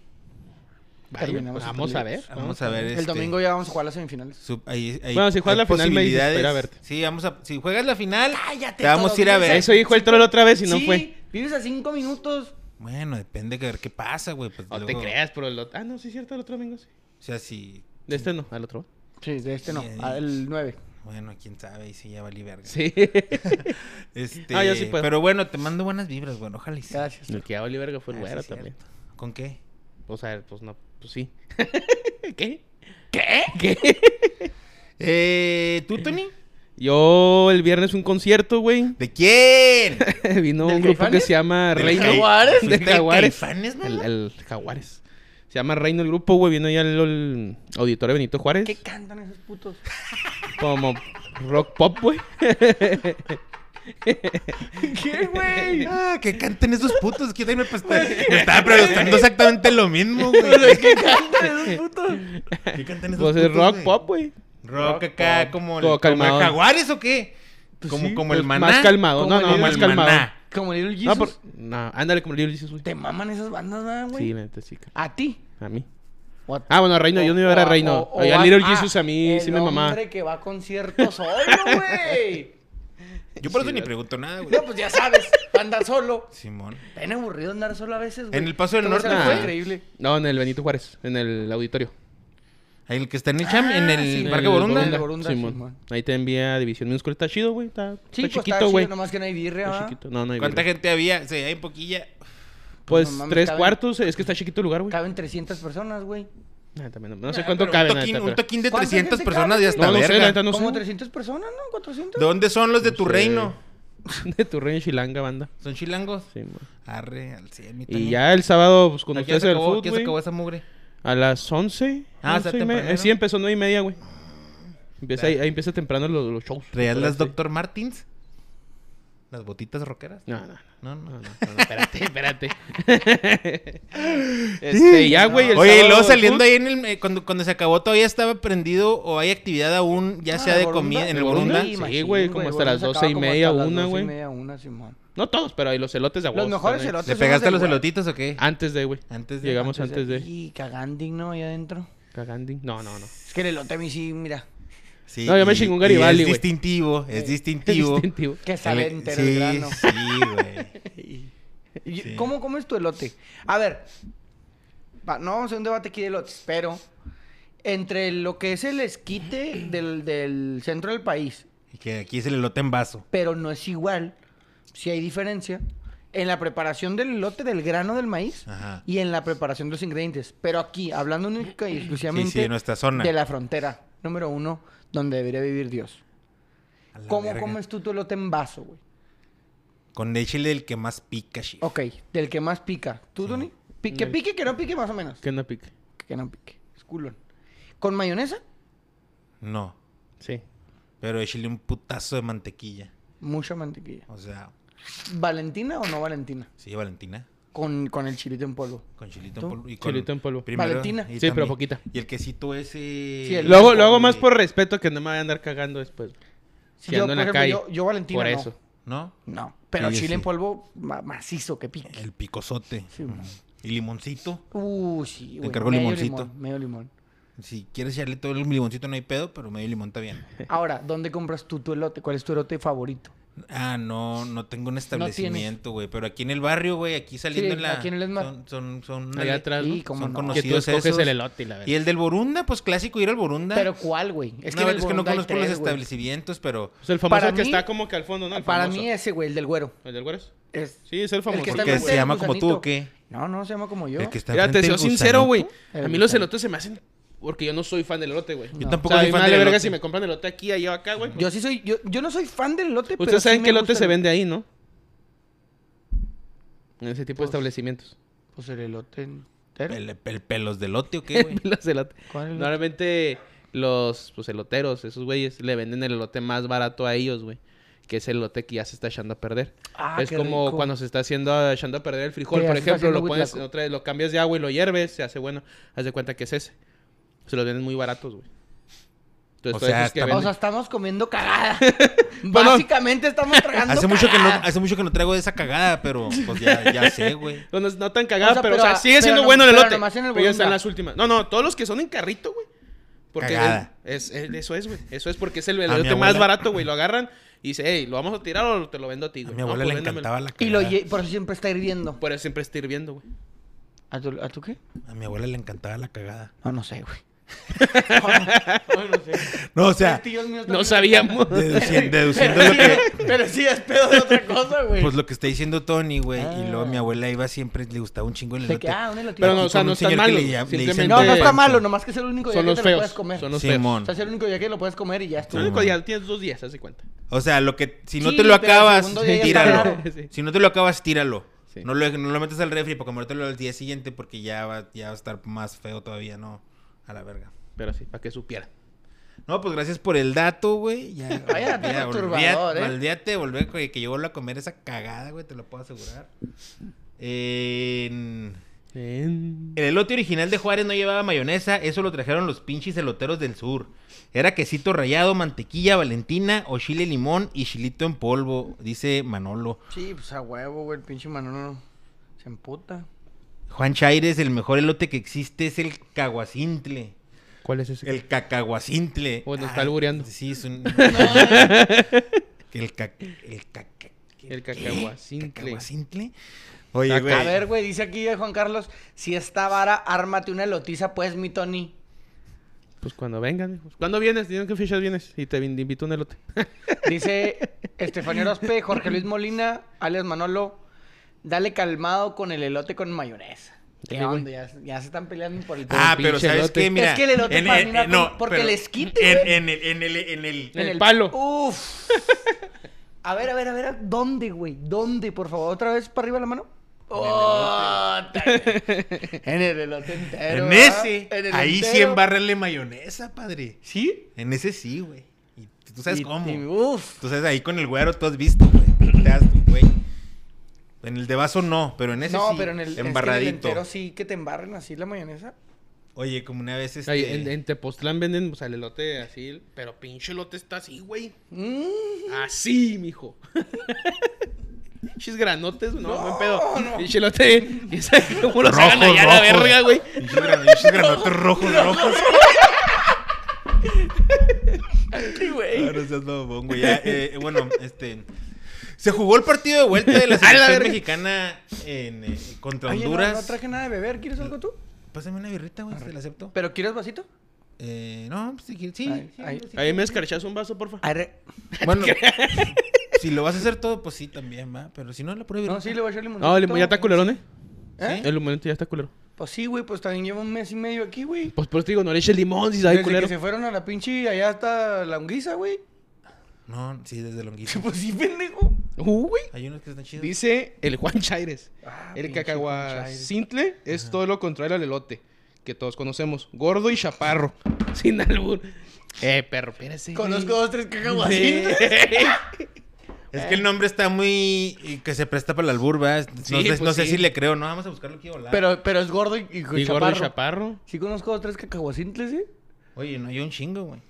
Speaker 2: Vaya,
Speaker 1: Terminamos
Speaker 2: vamos a ver.
Speaker 3: Vamos a ver
Speaker 1: Ah, El
Speaker 3: este,
Speaker 1: domingo ya vamos a jugar las semifinales.
Speaker 3: su- ahí- ahí-
Speaker 2: Bueno, si juegas la final,
Speaker 3: hay
Speaker 2: me dices,
Speaker 3: posibilidades.
Speaker 2: espera, a verte.
Speaker 3: Sí, vamos a... Si juegas la final,
Speaker 1: Cállate,
Speaker 3: te vamos a ir a
Speaker 1: todo,
Speaker 3: ver.
Speaker 2: Eso dijo el troll otra vez y no
Speaker 1: sí,
Speaker 2: fue.
Speaker 1: vives a 5 minutos.
Speaker 3: Bueno, depende que ver qué pasa, güey. pues,
Speaker 2: No te
Speaker 3: luego-
Speaker 2: creas, pero el otro. Ah, no, sí, es cierto, el otro domingo sí.
Speaker 3: O sea, si.
Speaker 2: De este no, al otro.
Speaker 1: Sí, de este no,
Speaker 3: Sí.
Speaker 1: al 9.
Speaker 3: Bueno, quién sabe, y si ya valí verga.
Speaker 2: Sí.
Speaker 3: Este,
Speaker 2: Ah, yo sí puedo.
Speaker 3: Pero bueno, te mando buenas vibras, bueno, ojalá y sí.
Speaker 1: Gracias.
Speaker 2: el que a Oliver fue el
Speaker 3: Ah, sí,
Speaker 2: güero
Speaker 3: es cierto.
Speaker 2: Pues también.
Speaker 3: ¿Con qué?
Speaker 2: O sea, pues no, pues sí. ¿Qué? ¿Qué? ¿Qué?
Speaker 3: Eh, ¿Tú, Tony?
Speaker 2: Yo el viernes un concierto, güey.
Speaker 3: ¿De quién?
Speaker 2: Vino
Speaker 1: ¿Del
Speaker 2: un grupo que
Speaker 1: Caifanes?
Speaker 2: se llama
Speaker 3: ¿Del
Speaker 2: Reino.
Speaker 3: Cai-
Speaker 1: Jaguares?
Speaker 2: De
Speaker 3: ¿Fuiste al
Speaker 2: Jaguares.
Speaker 3: Caifanes,
Speaker 2: El,
Speaker 3: mamá?
Speaker 2: el Jaguares. Se llama Reino el grupo, güey. Vino ya el, auditorio Benito Juárez.
Speaker 1: ¿Qué cantan esos putos?
Speaker 2: Como rock pop, güey.
Speaker 1: ¿Qué, güey?
Speaker 3: Ah, que canten esos putos. Que me, pasta- me estaba preguntando exactamente lo mismo, güey.
Speaker 1: ¿Qué cantan esos putos?
Speaker 3: ¿Qué cantan esos
Speaker 2: Pues es
Speaker 3: putos,
Speaker 2: rock
Speaker 3: güey?
Speaker 2: pop, güey.
Speaker 3: Rock
Speaker 1: Rock
Speaker 3: acá,
Speaker 1: pop.
Speaker 3: como, el,
Speaker 2: Todo
Speaker 3: como el
Speaker 2: calmado.
Speaker 3: Jaguares o qué?
Speaker 2: Pues
Speaker 3: como
Speaker 2: sí,
Speaker 3: como el
Speaker 2: pues
Speaker 3: maná.
Speaker 2: Más calmado.
Speaker 1: Como
Speaker 2: No, no,
Speaker 1: el
Speaker 2: más
Speaker 3: Little
Speaker 2: calmado.
Speaker 3: Maná.
Speaker 1: Como Little Jesus.
Speaker 2: No, Ah, por... no, ándale como el libro dices, güey.
Speaker 1: Te maman esas bandas, ¿verdad, güey.
Speaker 2: Sí, la neta, sí. cabrón.
Speaker 1: A ti.
Speaker 2: A mí.
Speaker 1: O a-
Speaker 2: Ah, bueno, Reino, yo no iba a ver a
Speaker 1: o-
Speaker 2: Reino.
Speaker 1: o- o
Speaker 2: Oye,
Speaker 1: a-
Speaker 2: a Little
Speaker 1: ah,
Speaker 2: Jesus a mí sí me
Speaker 1: El
Speaker 2: mamá.
Speaker 1: hombre que va a conciertos solo, güey.
Speaker 3: Yo por eso
Speaker 2: Sí,
Speaker 3: ni
Speaker 2: la-
Speaker 3: pregunto nada, güey.
Speaker 1: No, pues ya sabes, andar solo.
Speaker 3: Simón.
Speaker 1: Tan aburrido andar solo a veces, güey.
Speaker 3: En el Paso del
Speaker 1: Te vas a
Speaker 3: Norte,
Speaker 1: la- fue
Speaker 2: ¿no?
Speaker 1: increíble.
Speaker 2: Ah. No, en el Benito Juárez, en el auditorio.
Speaker 3: Ahí el que está
Speaker 2: Ah,
Speaker 3: en el cham, en el
Speaker 1: Ah, sí,
Speaker 3: Parque
Speaker 2: el
Speaker 3: Borunda.
Speaker 1: Borunda. Borunda,
Speaker 2: Simón.
Speaker 1: Simón.
Speaker 2: Ahí te envía División Minúscula. Está chido, güey. Está,
Speaker 1: Sí,
Speaker 2: está
Speaker 1: pues está
Speaker 2: chiquito, güey.
Speaker 1: Nomás que no hay birria,
Speaker 2: Está
Speaker 1: ¿va?
Speaker 2: chiquito. No, no hay
Speaker 3: ¿Cuánta
Speaker 2: birria.
Speaker 3: gente había? Sí, hay poquilla.
Speaker 2: Pues
Speaker 1: No mames,
Speaker 2: tres
Speaker 1: caben-
Speaker 2: cuartos. Es que está chiquito el lugar, güey.
Speaker 1: Caben 300 personas, güey.
Speaker 2: Ah, también no, no sé
Speaker 3: Ah,
Speaker 2: cuánto
Speaker 3: pero
Speaker 2: cabe,
Speaker 3: un
Speaker 2: la
Speaker 3: toquín,
Speaker 2: neta,
Speaker 3: un
Speaker 2: pero-
Speaker 3: toquín de
Speaker 1: ¿Cuánta
Speaker 3: 300
Speaker 1: gente
Speaker 3: personas
Speaker 1: cabe,
Speaker 3: ya
Speaker 1: güey?
Speaker 2: No,
Speaker 3: está
Speaker 2: no sé, la
Speaker 3: verga.
Speaker 2: neta, no sé.
Speaker 1: Como
Speaker 2: güey.
Speaker 1: 300 personas, ¿no? 400.
Speaker 3: ¿De dónde son los de
Speaker 2: No
Speaker 3: tu
Speaker 2: sé.
Speaker 3: reino?
Speaker 2: De tu reino Chilanga, banda.
Speaker 3: ¿Son chilangos?
Speaker 2: Sí, güey.
Speaker 3: Arre, al 100, mi
Speaker 2: Y
Speaker 3: Tony.
Speaker 2: ya el sábado, pues con
Speaker 3: ¿A qué
Speaker 2: ustedes
Speaker 3: se
Speaker 2: en el
Speaker 3: acabó-
Speaker 2: fútbol.
Speaker 3: qué se acabó esa mugre?
Speaker 2: A las 11.
Speaker 3: Ah, o
Speaker 2: once
Speaker 3: sea,
Speaker 2: y media.
Speaker 3: temprano.
Speaker 2: Eh, Sí, empezó 9 y media, güey. Empieza ahí, ahí empieza temprano los, los shows.
Speaker 3: ¿Traías las
Speaker 2: doctoras?
Speaker 3: Dr. Martins? ¿Las botitas rockeras?
Speaker 2: No, no, no.
Speaker 3: No, no.
Speaker 2: No, no, no, espérate, espérate. este, ya, güey. el
Speaker 3: Oye, y
Speaker 2: sábado
Speaker 3: luego
Speaker 2: del
Speaker 3: saliendo
Speaker 2: fut-
Speaker 3: ahí en el... eh, cuando, cuando se acabó todavía estaba prendido o hay actividad aún, ya
Speaker 1: Ah,
Speaker 3: sea de
Speaker 1: Borunda.
Speaker 3: comida en el
Speaker 2: ¿El Borunda?
Speaker 3: Borunda.
Speaker 2: Sí,
Speaker 1: machín,
Speaker 2: güey, como hasta las
Speaker 1: se acaba
Speaker 2: 12 y
Speaker 1: como hasta
Speaker 2: media,
Speaker 1: las
Speaker 2: una,
Speaker 1: 12 y
Speaker 2: güey.
Speaker 1: media, una, Simón.
Speaker 2: No todos, pero ahí los elotes de
Speaker 1: Los mejores elotes. Ah. son
Speaker 3: ¿Le
Speaker 1: los
Speaker 3: pegaste a
Speaker 1: del
Speaker 3: los
Speaker 1: Guar-
Speaker 3: elotitos o qué?
Speaker 2: Antes de, güey.
Speaker 3: Antes de-
Speaker 2: Llegamos antes de.
Speaker 1: Y caganding, ¿no? Ahí adentro.
Speaker 2: Cagandín. No, no, no.
Speaker 1: Es que el elote a mí sí, mira.
Speaker 3: Sí,
Speaker 2: No, yo me
Speaker 3: y-
Speaker 2: chingué un
Speaker 3: y
Speaker 2: Garibaldi,
Speaker 3: Es
Speaker 2: güey.
Speaker 3: distintivo, es
Speaker 2: Es
Speaker 3: distintivo.
Speaker 2: distintivo.
Speaker 1: Que sale
Speaker 3: El-
Speaker 1: entero
Speaker 3: sí,
Speaker 1: el grano.
Speaker 3: Sí, güey.
Speaker 1: Y-
Speaker 3: Sí.
Speaker 1: ¿Cómo comes tu elote? A ver, va, no vamos a un debate aquí de elotes, pero entre lo que es el esquite del, del centro del país,
Speaker 3: Y que aquí es el elote en vaso.
Speaker 1: pero no es igual, si hay diferencia, en la preparación del elote del grano del maíz
Speaker 3: Ajá.
Speaker 1: y en la preparación de los ingredientes. Pero aquí, hablando única y exclusivamente
Speaker 3: de nuestra zona.
Speaker 1: de la frontera, número uno, donde debería vivir Dios.
Speaker 3: A la
Speaker 1: ¿Cómo
Speaker 3: verga.
Speaker 1: comes tú tu elote en vaso, güey?
Speaker 3: Con el chile del que más pica, chico.
Speaker 1: Ok, del que más pica. ¿Tú, Tony? Pi- Que
Speaker 2: Del-
Speaker 1: pique, que no pique, más o menos.
Speaker 2: Que no pique.
Speaker 1: Que no pique. Es culón. ¿Con mayonesa?
Speaker 3: No.
Speaker 2: Sí.
Speaker 3: Pero échale un putazo de mantequilla.
Speaker 1: Mucha mantequilla.
Speaker 3: O sea,
Speaker 1: ¿Valentina o no Valentina?
Speaker 3: sí, Valentina.
Speaker 1: Con, con el chilito en polvo.
Speaker 3: Con chilito
Speaker 1: ¿Tú?
Speaker 3: en polvo. Y con...
Speaker 2: Chilito en polvo.
Speaker 1: Valentina.
Speaker 3: y
Speaker 2: Sí, pero poquita.
Speaker 3: Y el quesito ese.
Speaker 1: Sí, el-
Speaker 2: Lo hago, lo
Speaker 3: blanco,
Speaker 2: hago más
Speaker 3: güey.
Speaker 2: por respeto que no me voy a andar cagando después.
Speaker 1: Si
Speaker 2: Que
Speaker 1: yo,
Speaker 2: ando
Speaker 1: por
Speaker 2: en la
Speaker 1: ejemplo,
Speaker 2: calle.
Speaker 1: yo- yo Valentina
Speaker 2: Por
Speaker 1: no.
Speaker 2: eso.
Speaker 3: ¿No?
Speaker 1: No. Pero
Speaker 3: Sí,
Speaker 1: chile
Speaker 3: sí.
Speaker 1: en polvo ma- macizo, que pique.
Speaker 3: El picosote.
Speaker 1: Sí, güey.
Speaker 3: Y limoncito.
Speaker 1: Uh, sí, güey.
Speaker 3: encargo
Speaker 1: Medio
Speaker 3: limoncito.
Speaker 1: limón, medio limón.
Speaker 3: Si quieres echarle todo el limoncito, no hay pedo, pero medio limón está bien.
Speaker 1: Ahora, ¿dónde compras tú tu elote? ¿Cuál es tu elote favorito?
Speaker 3: Ah, no, no tengo un
Speaker 1: tienes.
Speaker 3: establecimiento, güey. pero aquí en el barrio, güey, aquí saliendo
Speaker 1: Sí,
Speaker 3: en la.
Speaker 1: aquí en el Esmar.
Speaker 3: Son, son, son-
Speaker 2: Allá atrás,
Speaker 1: Sí,
Speaker 2: ¿no?
Speaker 1: cómo
Speaker 3: son
Speaker 1: no.
Speaker 2: Que tú
Speaker 3: conocidos
Speaker 2: escoges
Speaker 3: esos.
Speaker 2: el elote, la
Speaker 3: Y
Speaker 2: verdad.
Speaker 3: el del Borunda, pues clásico ir al Borunda.
Speaker 1: ¿Pero cuál, güey?
Speaker 3: es
Speaker 1: Es
Speaker 3: que,
Speaker 1: que, en el
Speaker 3: es que no
Speaker 1: Borondá hay
Speaker 3: conozco
Speaker 1: tres,
Speaker 3: los
Speaker 1: güey.
Speaker 3: establecimientos, pero.
Speaker 2: O sea, el famoso
Speaker 1: Para
Speaker 2: que
Speaker 1: mí-
Speaker 2: está como que al fondo, ¿no? El
Speaker 1: Para
Speaker 2: famoso.
Speaker 1: mí ese, güey, el del güero.
Speaker 2: ¿El del Güeres?
Speaker 1: Es-
Speaker 2: Sí, es el famoso.
Speaker 1: que está
Speaker 3: Porque
Speaker 1: enfrente
Speaker 3: se
Speaker 1: del
Speaker 3: llama como tú o
Speaker 1: gusanito.
Speaker 3: qué.
Speaker 1: No, no, se llama como yo.
Speaker 3: El que está
Speaker 2: Mira, te
Speaker 3: enfrente
Speaker 2: soy
Speaker 3: del
Speaker 2: sincero,
Speaker 3: gusanito.
Speaker 2: güey.
Speaker 1: El
Speaker 2: A mí los
Speaker 1: gusanito.
Speaker 2: elotes se me hacen... Porque yo no soy fan del elote, güey.
Speaker 3: Yo
Speaker 1: No.
Speaker 3: tampoco
Speaker 2: o sea,
Speaker 3: soy
Speaker 2: mi
Speaker 3: fan
Speaker 2: madre
Speaker 3: del
Speaker 2: verga
Speaker 3: elote.
Speaker 2: si me compran elote aquí, allá, acá, güey.
Speaker 1: Yo sí soy, yo, yo no soy fan del elote, pero
Speaker 2: Ustedes
Speaker 1: sí
Speaker 2: saben
Speaker 1: me
Speaker 2: que el
Speaker 1: gusta
Speaker 2: elote se
Speaker 1: el-
Speaker 2: vende ahí, ¿no? En ese tipo de establecimientos.
Speaker 1: Pues el elote entero.
Speaker 3: El, el pelos de lote o qué, güey.
Speaker 2: Los elote-
Speaker 1: ¿Cuál elote?
Speaker 2: Normalmente los pues, eloteros, esos güeyes, le venden el elote más barato a ellos, güey. Que es el elote que ya se está echando a perder.
Speaker 1: Ah,
Speaker 2: es
Speaker 1: qué
Speaker 2: como
Speaker 1: rico.
Speaker 2: cuando se está haciendo a- echando a perder el frijol,
Speaker 1: Que ya
Speaker 2: por
Speaker 1: se está
Speaker 2: ejemplo, lo
Speaker 1: haciendo
Speaker 2: pones
Speaker 1: huitlaco.
Speaker 2: otra vez, lo cambias de agua y lo hierves, se hace bueno. Haz de cuenta que es ese. Se los venden muy baratos, güey. Entonces,
Speaker 3: O
Speaker 2: todos
Speaker 3: sea,
Speaker 2: esos que
Speaker 3: está-
Speaker 1: O
Speaker 2: venden-
Speaker 1: sea, estamos comiendo cagada.
Speaker 2: Bueno.
Speaker 1: Básicamente estamos tragando
Speaker 3: Hace mucho, que no,
Speaker 1: cagada.
Speaker 3: hace mucho que no traigo esa cagada, pero pues ya, ya sé, güey.
Speaker 2: No, no- no tan cagada,
Speaker 1: O sea,
Speaker 2: pero,
Speaker 1: pero-
Speaker 2: o sea, sigue
Speaker 1: pero
Speaker 2: siendo
Speaker 1: no-
Speaker 2: bueno el
Speaker 1: pero
Speaker 2: elote.
Speaker 1: nomás en el
Speaker 2: Pero ya están
Speaker 1: Borunda.
Speaker 2: las últimas. No, no, todos los que son en carrito, güey. Porque
Speaker 3: Cagada.
Speaker 2: Es, es- eso es, güey. Eso es porque es el
Speaker 3: mi
Speaker 2: elote más
Speaker 3: abuela-
Speaker 2: barato, güey. Lo agarran y dice, hey, ¿lo vamos a tirar o te lo vendo a ti,
Speaker 3: A
Speaker 2: güey?
Speaker 3: mi
Speaker 2: No,
Speaker 3: abuela
Speaker 2: pues
Speaker 3: le
Speaker 2: véndamelo.
Speaker 3: encantaba la
Speaker 1: Y lo
Speaker 3: cagada.
Speaker 1: lle- por eso siempre está hirviendo.
Speaker 2: Por eso siempre está hirviendo, güey.
Speaker 1: ¿A tu, a tu qué?
Speaker 3: A mi abuela le encantaba la cagada.
Speaker 1: No, no sé, güey.
Speaker 3: No, o sea,
Speaker 1: Este
Speaker 2: No sabíamos.
Speaker 3: deduciendo, deduciendo
Speaker 1: Pero,
Speaker 3: lo que,
Speaker 1: sí- pero sí es pedo de otra cosa, güey.
Speaker 3: Pues lo que está diciendo Tony, güey.
Speaker 1: Ah.
Speaker 3: Y luego mi abuela iba siempre, le gustaba un chingo el
Speaker 1: De
Speaker 3: elote.
Speaker 1: que, ah, un elotito.
Speaker 2: Pero no,
Speaker 3: Aquí
Speaker 2: o sea,
Speaker 3: con
Speaker 2: no
Speaker 3: un
Speaker 2: están
Speaker 3: señor que
Speaker 2: malos.
Speaker 3: le llam- le dicen
Speaker 2: Simplemente
Speaker 1: no, no está
Speaker 3: Pancho.
Speaker 1: malo, nomás que es el único día
Speaker 2: son
Speaker 1: que
Speaker 2: los
Speaker 1: te lo puedes
Speaker 2: feos.
Speaker 1: comer.
Speaker 2: Son los
Speaker 3: Simón.
Speaker 2: feos.
Speaker 1: O sea, es el único día que lo puedes comer y ya
Speaker 2: Son
Speaker 1: estuvo.
Speaker 2: el único
Speaker 3: Simón.
Speaker 2: día, tienes dos días, haz de cuenta.
Speaker 3: O sea, lo que si no
Speaker 1: Sí,
Speaker 3: te lo
Speaker 1: pero el
Speaker 3: acabas,
Speaker 1: segundo día ya está
Speaker 3: tíralo.
Speaker 1: raro.
Speaker 2: Sí.
Speaker 3: Si no te lo acabas, tíralo.
Speaker 2: Sí.
Speaker 3: No, lo, no lo metas al refri para comértelo al día siguiente porque ya va, ya va a estar más feo todavía, ¿no? A la verga.
Speaker 2: Pero sí, para que supiera.
Speaker 3: No, pues gracias por el dato, güey. Ya,
Speaker 1: Vaya dato
Speaker 3: ya,
Speaker 1: perturbador,
Speaker 3: olvídate-
Speaker 1: ¿eh?
Speaker 3: olvídate de volver que, que yo vuelvo a comer esa cagada, güey, te lo puedo asegurar. En- El elote original de Juárez no llevaba mayonesa, eso lo trajeron los pinches eloteros del sur. Era quesito rallado, mantequilla, valentina o chile limón y chilito en polvo, dice Manolo.
Speaker 1: Sí, pues a huevo, güey. El pinche Manolo se emputa.
Speaker 3: Juan Chaires, el mejor elote que existe es el caguacintle.
Speaker 2: ¿Cuál es ese?
Speaker 3: El cacaguacintle.
Speaker 2: Bueno, está
Speaker 3: Ay,
Speaker 2: albureando.
Speaker 3: Sí, es un... el ca... El ca...
Speaker 2: El cacahuacintle.
Speaker 3: cacahuacintle. Oye, güey.
Speaker 1: A ver, güey, dice aquí eh, Juan Carlos, si está vara, ármate una elotiza, pues, mi Tony.
Speaker 2: Pues cuando vengan, hijos. ¿Cuándo vienes? Dime qué fechas vienes y te in- invito un elote.
Speaker 1: Dice Estefanía Orozpe, Jorge Luis Molina, alias Manolo, dale calmado con el elote con mayonesa. ¿Qué
Speaker 2: Dale, güey.
Speaker 1: onda? Ya, ya se están peleando por el...
Speaker 3: Ah,
Speaker 2: pinche
Speaker 3: pero ¿sabes
Speaker 2: elote.
Speaker 3: qué? Mira,
Speaker 1: Es que el elote
Speaker 3: en
Speaker 1: para
Speaker 3: el-
Speaker 1: mí va
Speaker 3: eh,
Speaker 1: con- porque
Speaker 3: pero
Speaker 1: les quite,
Speaker 3: en,
Speaker 1: güey.
Speaker 3: en el, en el, en el-
Speaker 2: el palo.
Speaker 1: Uf. A ver, a ver, a ver, ¿dónde, güey? ¿Dónde? Por favor, otra vez para arriba la mano. Oh, ta- en el elote entero.
Speaker 3: en
Speaker 1: ¿verdad?
Speaker 3: ese,
Speaker 1: ¿ah? En el
Speaker 3: ahí sí
Speaker 1: entero.
Speaker 3: embárrale mayonesa, padre.
Speaker 1: ¿Sí?
Speaker 3: En ese sí, güey. Y tú sabes
Speaker 1: Y-
Speaker 3: cómo.
Speaker 1: y- uf.
Speaker 3: Tú sabes, ahí con el güero tú has visto, güey. Te has- güey. En el de vaso no, pero en ese
Speaker 1: no,
Speaker 3: sí.
Speaker 1: pero en el, es que en el
Speaker 3: embarradito.
Speaker 1: entero sí que te embarren así la mayonesa.
Speaker 3: Oye, como una vez este...
Speaker 2: Ahí, en, en Tepoztlán venden, o sea, el elote así, pero pinche elote está así, güey.
Speaker 1: Mm.
Speaker 2: Así, mijo. Pinches granotes, no,
Speaker 1: No,
Speaker 2: buen pedo.
Speaker 1: no.
Speaker 2: Pinche elote, ¿quién sabe cómo lo
Speaker 3: Rojo,
Speaker 2: sacan allá a la
Speaker 3: rojo.
Speaker 2: verga, güey?
Speaker 3: Pinches gran- pinches granotes rojos, rojos.
Speaker 1: Sí, güey.
Speaker 3: Ah, no seas babón, güey. Ya, eh, bueno, este... Se jugó el partido de vuelta de la
Speaker 2: A la
Speaker 3: selección
Speaker 2: verga.
Speaker 3: mexicana en, eh, contra
Speaker 1: Oye, no-
Speaker 3: Honduras.
Speaker 1: No, traje nada de beber. ¿Quieres algo tú?
Speaker 3: Pásame una birrita, güey, te la acepto.
Speaker 1: ¿Pero quieres vasito?
Speaker 3: Eh, no, si quieres, sí.
Speaker 1: Ay,
Speaker 3: sí,
Speaker 1: ay.
Speaker 3: sí.
Speaker 2: Ahí me escarchas un vaso, porfa.
Speaker 1: Arre.
Speaker 3: Bueno, si lo vas a hacer todo, pues sí, también va. Pero si no, la prueba.
Speaker 1: No, sí, le voy a echar limoncito.
Speaker 2: No, el limo- ya está culerón, ¿eh?
Speaker 1: ¿Eh?
Speaker 2: El limonito ya está culero.
Speaker 1: Pues sí, güey, pues también llevo un mes y medio aquí, güey.
Speaker 2: Pues por eso te digo, no le eches limón si sabe
Speaker 1: Desde
Speaker 2: culero.
Speaker 1: que se fueron a la pinche allá hasta la honguiza, güey.
Speaker 3: No, sí, desde longuito.
Speaker 1: Pues sí, pendejo.
Speaker 2: Uy.
Speaker 3: Hay unos que están chidos.
Speaker 2: Dice el Juan Chaires.
Speaker 1: Ah,
Speaker 2: el
Speaker 1: pinche
Speaker 2: cacahuacintle es todo lo contrario al elote, que todos conocemos. Gordo y chaparro, sin albur. Eh, perro, espérese.
Speaker 1: Conozco dos, tres
Speaker 2: Sí.
Speaker 1: cacahuacitos.
Speaker 3: Es que el nombre está muy. y que se presta para el albur, ¿verdad? No,
Speaker 2: Sí,
Speaker 3: sé,
Speaker 2: pues
Speaker 3: no sé
Speaker 2: sí.
Speaker 3: si le creo, no. Vamos a buscarlo aquí a volar.
Speaker 1: Pero, pero es gordo y, y
Speaker 2: Y gordo y chaparro.
Speaker 1: Sí conozco dos, tres cacahuacintles, ¿eh?
Speaker 3: Oye, no hay un chingo, güey.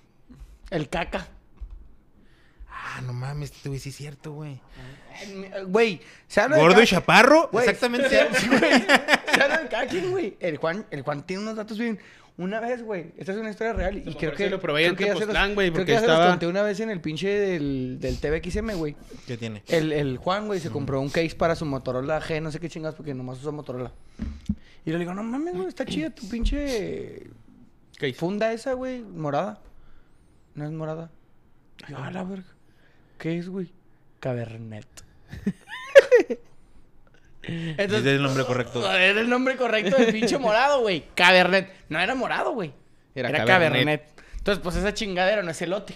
Speaker 1: El caca.
Speaker 3: Ah, no mames, este güey, sí es cierto, güey.
Speaker 1: Ay, mi- eh, Güey, se habla de
Speaker 3: Gordo
Speaker 1: cada-
Speaker 3: y chaparro.
Speaker 1: Güey,
Speaker 3: Exactamente.
Speaker 1: pues. sí, güey. Se habla de cada quien, güey. El Juan, el Juan tiene unos datos bien. Una vez, güey, esta es una historia real y
Speaker 2: Como
Speaker 1: creo
Speaker 2: por
Speaker 1: que
Speaker 2: eso lo probé
Speaker 1: creo
Speaker 2: en
Speaker 1: que ya se los-
Speaker 2: Tepoztlán, güey,
Speaker 1: creo
Speaker 2: porque
Speaker 1: que ya se los
Speaker 2: estaba-
Speaker 1: conté una vez en el pinche del, del TVXM, güey.
Speaker 3: ¿Qué tiene?
Speaker 1: El, el Juan, güey, se compró un case para su Motorola G, no sé qué chingas, porque nomás usa Motorola. Y le digo, no mames, güey, está chida tu pinche
Speaker 2: ¿Qué hizo?
Speaker 1: funda esa, güey, morada. No es morada. Y yo, a la verga. ¿Qué es, güey? Cabernet.
Speaker 3: Ese es
Speaker 1: Entonces,
Speaker 3: el nombre correcto.
Speaker 1: era el nombre correcto del pinche morado, güey. Cabernet. No era morado, güey.
Speaker 2: Era
Speaker 1: Era,
Speaker 2: Cabernet.
Speaker 1: Cabernet. Entonces, pues esa chingadera no es elote.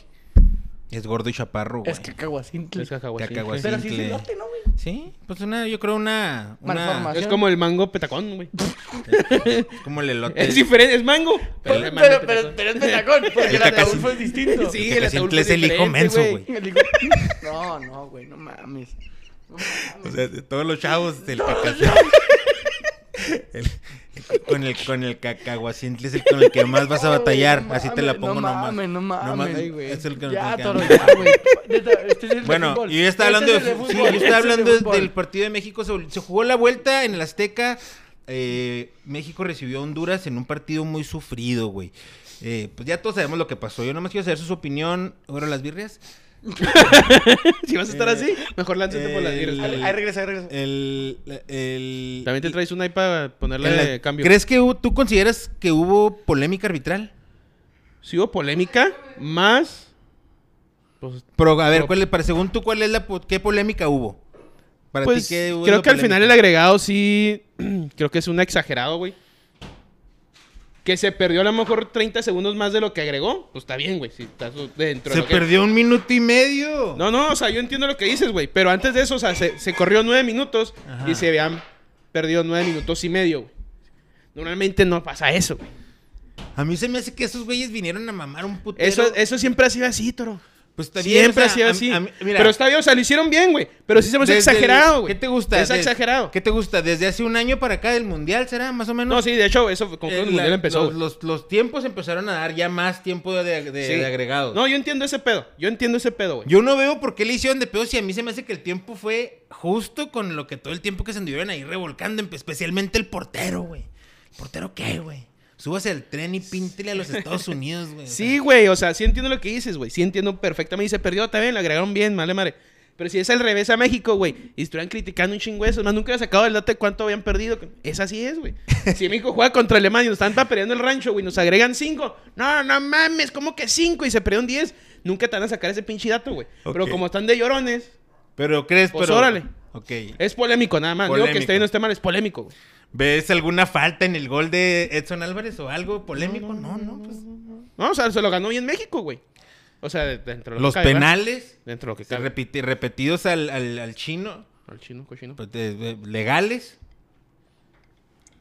Speaker 3: Es gordo y chaparro, Oh, güey.
Speaker 1: Es cacahuacintle.
Speaker 2: Es cacahuacintle.
Speaker 3: Cacahuacintle.
Speaker 1: Pero sí es
Speaker 3: simple.
Speaker 1: elote, ¿no, güey?
Speaker 3: Sí, pues una, yo creo una. una
Speaker 1: Malformación.
Speaker 2: Es como el mango petacón, güey.
Speaker 3: es como el elote.
Speaker 2: es diferente, es mango.
Speaker 1: Pero,
Speaker 2: es mango
Speaker 1: pero, pero,
Speaker 2: petacón.
Speaker 1: pero es petacón, porque
Speaker 3: El
Speaker 1: el ataúd
Speaker 3: cacahuacintle.
Speaker 1: fue distinto.
Speaker 2: Sí,
Speaker 3: el
Speaker 2: el ataúd
Speaker 3: simple
Speaker 2: es
Speaker 3: es el hijo
Speaker 2: diferente,
Speaker 3: menso,
Speaker 2: güey.
Speaker 3: güey.
Speaker 1: Le digo, No, no, güey, no mames.
Speaker 3: O sea, de todos los chavos del caca- el- el- con el con el cacahuacintle es el con el que más vas a batallar,
Speaker 1: No
Speaker 3: así te la
Speaker 1: mames, no
Speaker 3: pongo nomás.
Speaker 1: mames, no mames,
Speaker 3: Nomás-
Speaker 1: güey.
Speaker 3: es el que-
Speaker 1: Ya,
Speaker 3: el que-
Speaker 1: toro, ya, güey. Neta, este es el de
Speaker 3: Bueno,
Speaker 1: fútbol.
Speaker 3: y yo estaba
Speaker 1: Este
Speaker 3: hablando, de,
Speaker 1: es el
Speaker 3: sí,
Speaker 1: fútbol,
Speaker 3: yo
Speaker 1: este es
Speaker 3: estaba hablando
Speaker 1: el de fútbol.
Speaker 3: del partido de México. Se, se jugó la vuelta en el Azteca. eh, México recibió a Honduras en un partido muy sufrido, güey. Eh, pues ya todos sabemos lo que pasó. Yo nada más quiero saber su opinión. ¿Ahora las birrias?
Speaker 2: Si vas a estar así, mejor lánzate por las
Speaker 3: el-
Speaker 2: birras.
Speaker 1: Ahí regresa, ahí regresa.
Speaker 3: El, el-
Speaker 2: También te traes una ahí para ponerle
Speaker 3: en la-
Speaker 2: de cambio.
Speaker 3: ¿Crees que hubo- tú consideras que hubo polémica arbitral?
Speaker 2: Si hubo polémica, más. Pues
Speaker 3: Pero, a ver,
Speaker 2: No.
Speaker 3: ¿cuál es- para, según tú, ¿cuál es la po- qué polémica hubo? Para
Speaker 2: Pues
Speaker 3: ti, ¿qué hubo
Speaker 2: creo
Speaker 3: la
Speaker 2: que al final el
Speaker 3: polémica?
Speaker 2: agregado sí. creo que es un exagerado, güey. Que se perdió a lo mejor 30 segundos más de lo que agregó. Pues está bien, güey. Si estás dentro de
Speaker 3: se
Speaker 2: lo que-
Speaker 3: perdió un minuto y medio.
Speaker 2: No, no, o sea, yo entiendo lo que dices, güey. Pero antes de eso, o sea, se, se corrió nueve minutos
Speaker 3: Ajá.
Speaker 2: y se habían perdido nueve minutos y medio, güey. Normalmente no pasa eso, güey.
Speaker 3: A mí se me hace que esos güeyes vinieron a mamar un putero.
Speaker 2: Eso, eso siempre ha sido así, toro.
Speaker 3: Pues está bien,
Speaker 2: Siempre
Speaker 3: o
Speaker 2: ha sido
Speaker 3: sea, a-
Speaker 2: así.
Speaker 3: a mí- mira,
Speaker 2: pero está bien, o sea, lo hicieron bien, güey. Pero sí se me hace
Speaker 3: desde el-
Speaker 2: exagerado, güey.
Speaker 3: ¿Qué te gusta?
Speaker 2: Es
Speaker 3: Des-
Speaker 2: exagerado.
Speaker 3: ¿Qué te gusta? ¿Desde hace un año para acá del mundial será más o menos?
Speaker 2: No, sí, de hecho, eso fue como
Speaker 3: Eh,
Speaker 2: que el
Speaker 3: la-
Speaker 2: mundial empezó.
Speaker 3: los,
Speaker 2: güey.
Speaker 3: los- los tiempos empezaron a dar ya más tiempo de, de,
Speaker 2: Sí.
Speaker 3: de agregados.
Speaker 2: No, yo entiendo ese pedo. Yo entiendo ese pedo, güey.
Speaker 3: Yo no veo por qué le hicieron de pedo si a mí se me hace que el tiempo fue justo con lo que todo el tiempo que se anduvieron ahí revolcando, empe- especialmente el portero, güey. ¿El portero qué, güey? Súbase al tren y píntele a los Estados Unidos, güey. o
Speaker 2: Sí,
Speaker 3: sea.
Speaker 2: güey. O sea, sí entiendo lo que dices, güey. Sí entiendo perfectamente. Y se perdió también. Lo agregaron bien, male madre. Pero si es al revés a México, güey. Y estuvieran criticando un chingo eso. Más nunca había sacado el dato de cuánto habían perdido. Es así es, güey. Si México juega contra Alemania y nos están peleando el rancho, güey. Nos agregan cinco. No, no mames. ¿Cómo que cinco? Y se perdieron diez. Nunca te van a sacar ese pinche dato, güey. Pero
Speaker 3: Ok.
Speaker 2: como están de llorones,
Speaker 3: Pero crees,
Speaker 2: Pues
Speaker 3: pero.
Speaker 2: órale.
Speaker 3: Ok.
Speaker 2: es polémico nada más. Digo que
Speaker 3: Polémico.
Speaker 2: esté bien o esté mal, es polémico, güey.
Speaker 3: ¿Ves alguna falta en el gol de Edson Álvarez o algo polémico? No, no, pues.
Speaker 2: No, o sea, se lo ganó bien México, güey. O sea, de- dentro de lo
Speaker 3: Los
Speaker 2: que cabe, ¿verdad?
Speaker 3: penales
Speaker 2: Dentro de lo que
Speaker 3: se
Speaker 2: cabe.
Speaker 3: repite- repetidos al, al- al chino,
Speaker 2: Al chino, cochino.
Speaker 3: pues, de- de- legales.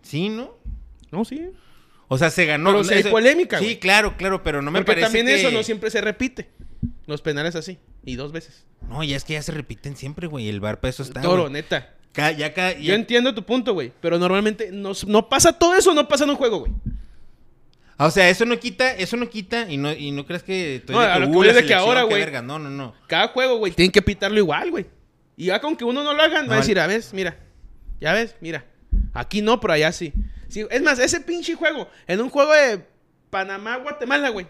Speaker 3: Sí, ¿no?
Speaker 2: No, sí.
Speaker 3: O sea, se ganó.
Speaker 2: Pero sí hay
Speaker 3: Eso-
Speaker 2: polémica,
Speaker 3: Sí,
Speaker 2: güey.
Speaker 3: claro, claro, pero no me
Speaker 2: Porque
Speaker 3: parece
Speaker 2: también
Speaker 3: que...
Speaker 2: eso no siempre se repite. Los penales así. Y dos veces.
Speaker 3: No, ya es que ya se repiten siempre, güey. El bar para eso está.
Speaker 2: Toro,
Speaker 3: güey.
Speaker 2: neta.
Speaker 3: Ca- ya ca-
Speaker 2: Yo
Speaker 3: ya-
Speaker 2: entiendo tu punto, güey. Pero normalmente no, no pasa todo eso, no pasa en un juego, güey.
Speaker 3: Ah, O sea, eso no quita, eso no quita y no, y no crees que estoy
Speaker 2: No,
Speaker 3: de
Speaker 2: a lo que
Speaker 3: "Uh,
Speaker 2: voy
Speaker 3: la
Speaker 2: es de que
Speaker 3: selección,
Speaker 2: ahora,
Speaker 3: qué
Speaker 2: güey".
Speaker 3: verga". No, no, no.
Speaker 2: Cada juego, güey, tienen que pitarlo igual, güey. Y ya con que uno no lo hagan,
Speaker 3: No,
Speaker 2: va a
Speaker 3: al-
Speaker 2: decir, a ver, mira. Ya ves, mira. Aquí no, pero allá sí. Sí, Es más, ese pinche juego, en un juego de Panamá, Guatemala, güey.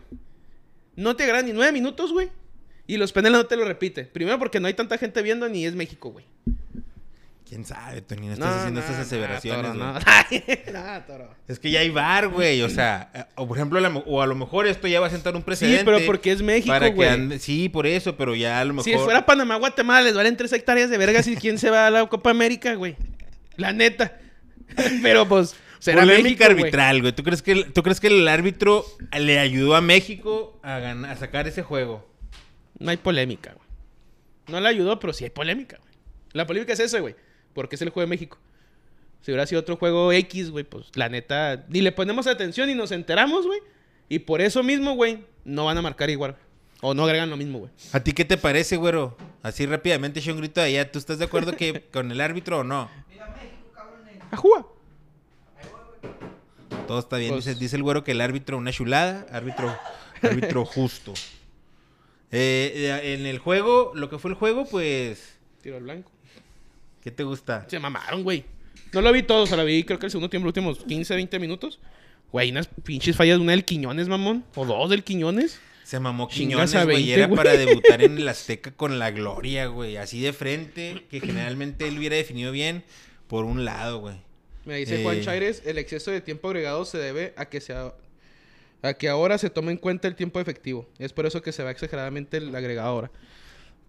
Speaker 2: No te agarran ni nueve minutos, güey. Y los penales no te lo repite. Primero porque no hay tanta gente viendo ni es México, güey.
Speaker 3: ¿Quién sabe, Tony? No estás haciendo esas aseveraciones, güey.
Speaker 2: no, no, toro.
Speaker 3: Es que ya hay bar, güey. O sea, eh, o por ejemplo, a la mo- o a lo mejor esto ya va a sentar un
Speaker 2: Sí,
Speaker 3: precedente.
Speaker 2: pero porque es México,
Speaker 3: para que
Speaker 2: güey.
Speaker 3: ande- Sí, por eso, pero ya a lo mejor.
Speaker 2: Si fuera Panamá, Guatemala, les valen tres hectáreas de verga si quién se va a la Copa América, güey. La neta. Pero pues, será
Speaker 3: Polémica
Speaker 2: México, güey.
Speaker 3: arbitral, güey. ¿Tú crees, que el, ¿Tú crees que el árbitro le ayudó a México a, ganar, a sacar ese juego?
Speaker 2: No hay polémica, güey. No la ayudó, pero sí hay polémica, güey. La polémica es esa, güey. Porque es el juego de México. Si hubiera sido otro juego X, güey, pues la neta. Ni le ponemos atención y nos enteramos, güey. Y por eso mismo, güey, no van a marcar igual. O no agregan lo mismo, güey.
Speaker 3: ¿A ti qué te parece, güero? Así rápidamente, echa un grito de allá. ¿Tú estás de acuerdo que con el árbitro o no?
Speaker 2: ¡Ajúa!
Speaker 3: Todo está bien.
Speaker 2: Pues-
Speaker 3: Dice, dice el güero que el árbitro, una chulada. Árbitro, árbitro justo. Eh, eh, en el juego, lo que fue el juego, pues.
Speaker 2: Tiro al blanco.
Speaker 3: ¿Qué te gusta?
Speaker 2: Se mamaron, güey. No lo vi todo, o sea, lo vi creo que el segundo tiempo, los últimos 15, 20 minutos. Güey, unas pinches fallas, una del Quiñones, mamón. O dos del Quiñones.
Speaker 3: Se mamó
Speaker 2: Chingas
Speaker 3: Quiñones,
Speaker 2: a
Speaker 3: güey.
Speaker 2: 20,
Speaker 3: Era
Speaker 2: güey.
Speaker 3: para debutar en el Azteca con la gloria, güey. Así de frente, que generalmente él hubiera definido bien por un lado, güey.
Speaker 2: Me dice
Speaker 3: Eh.
Speaker 2: Juan Chaires, el exceso de tiempo agregado se debe a que sea a que ahora se tome en cuenta el tiempo efectivo. Es por eso que se va exageradamente el agregado ahora.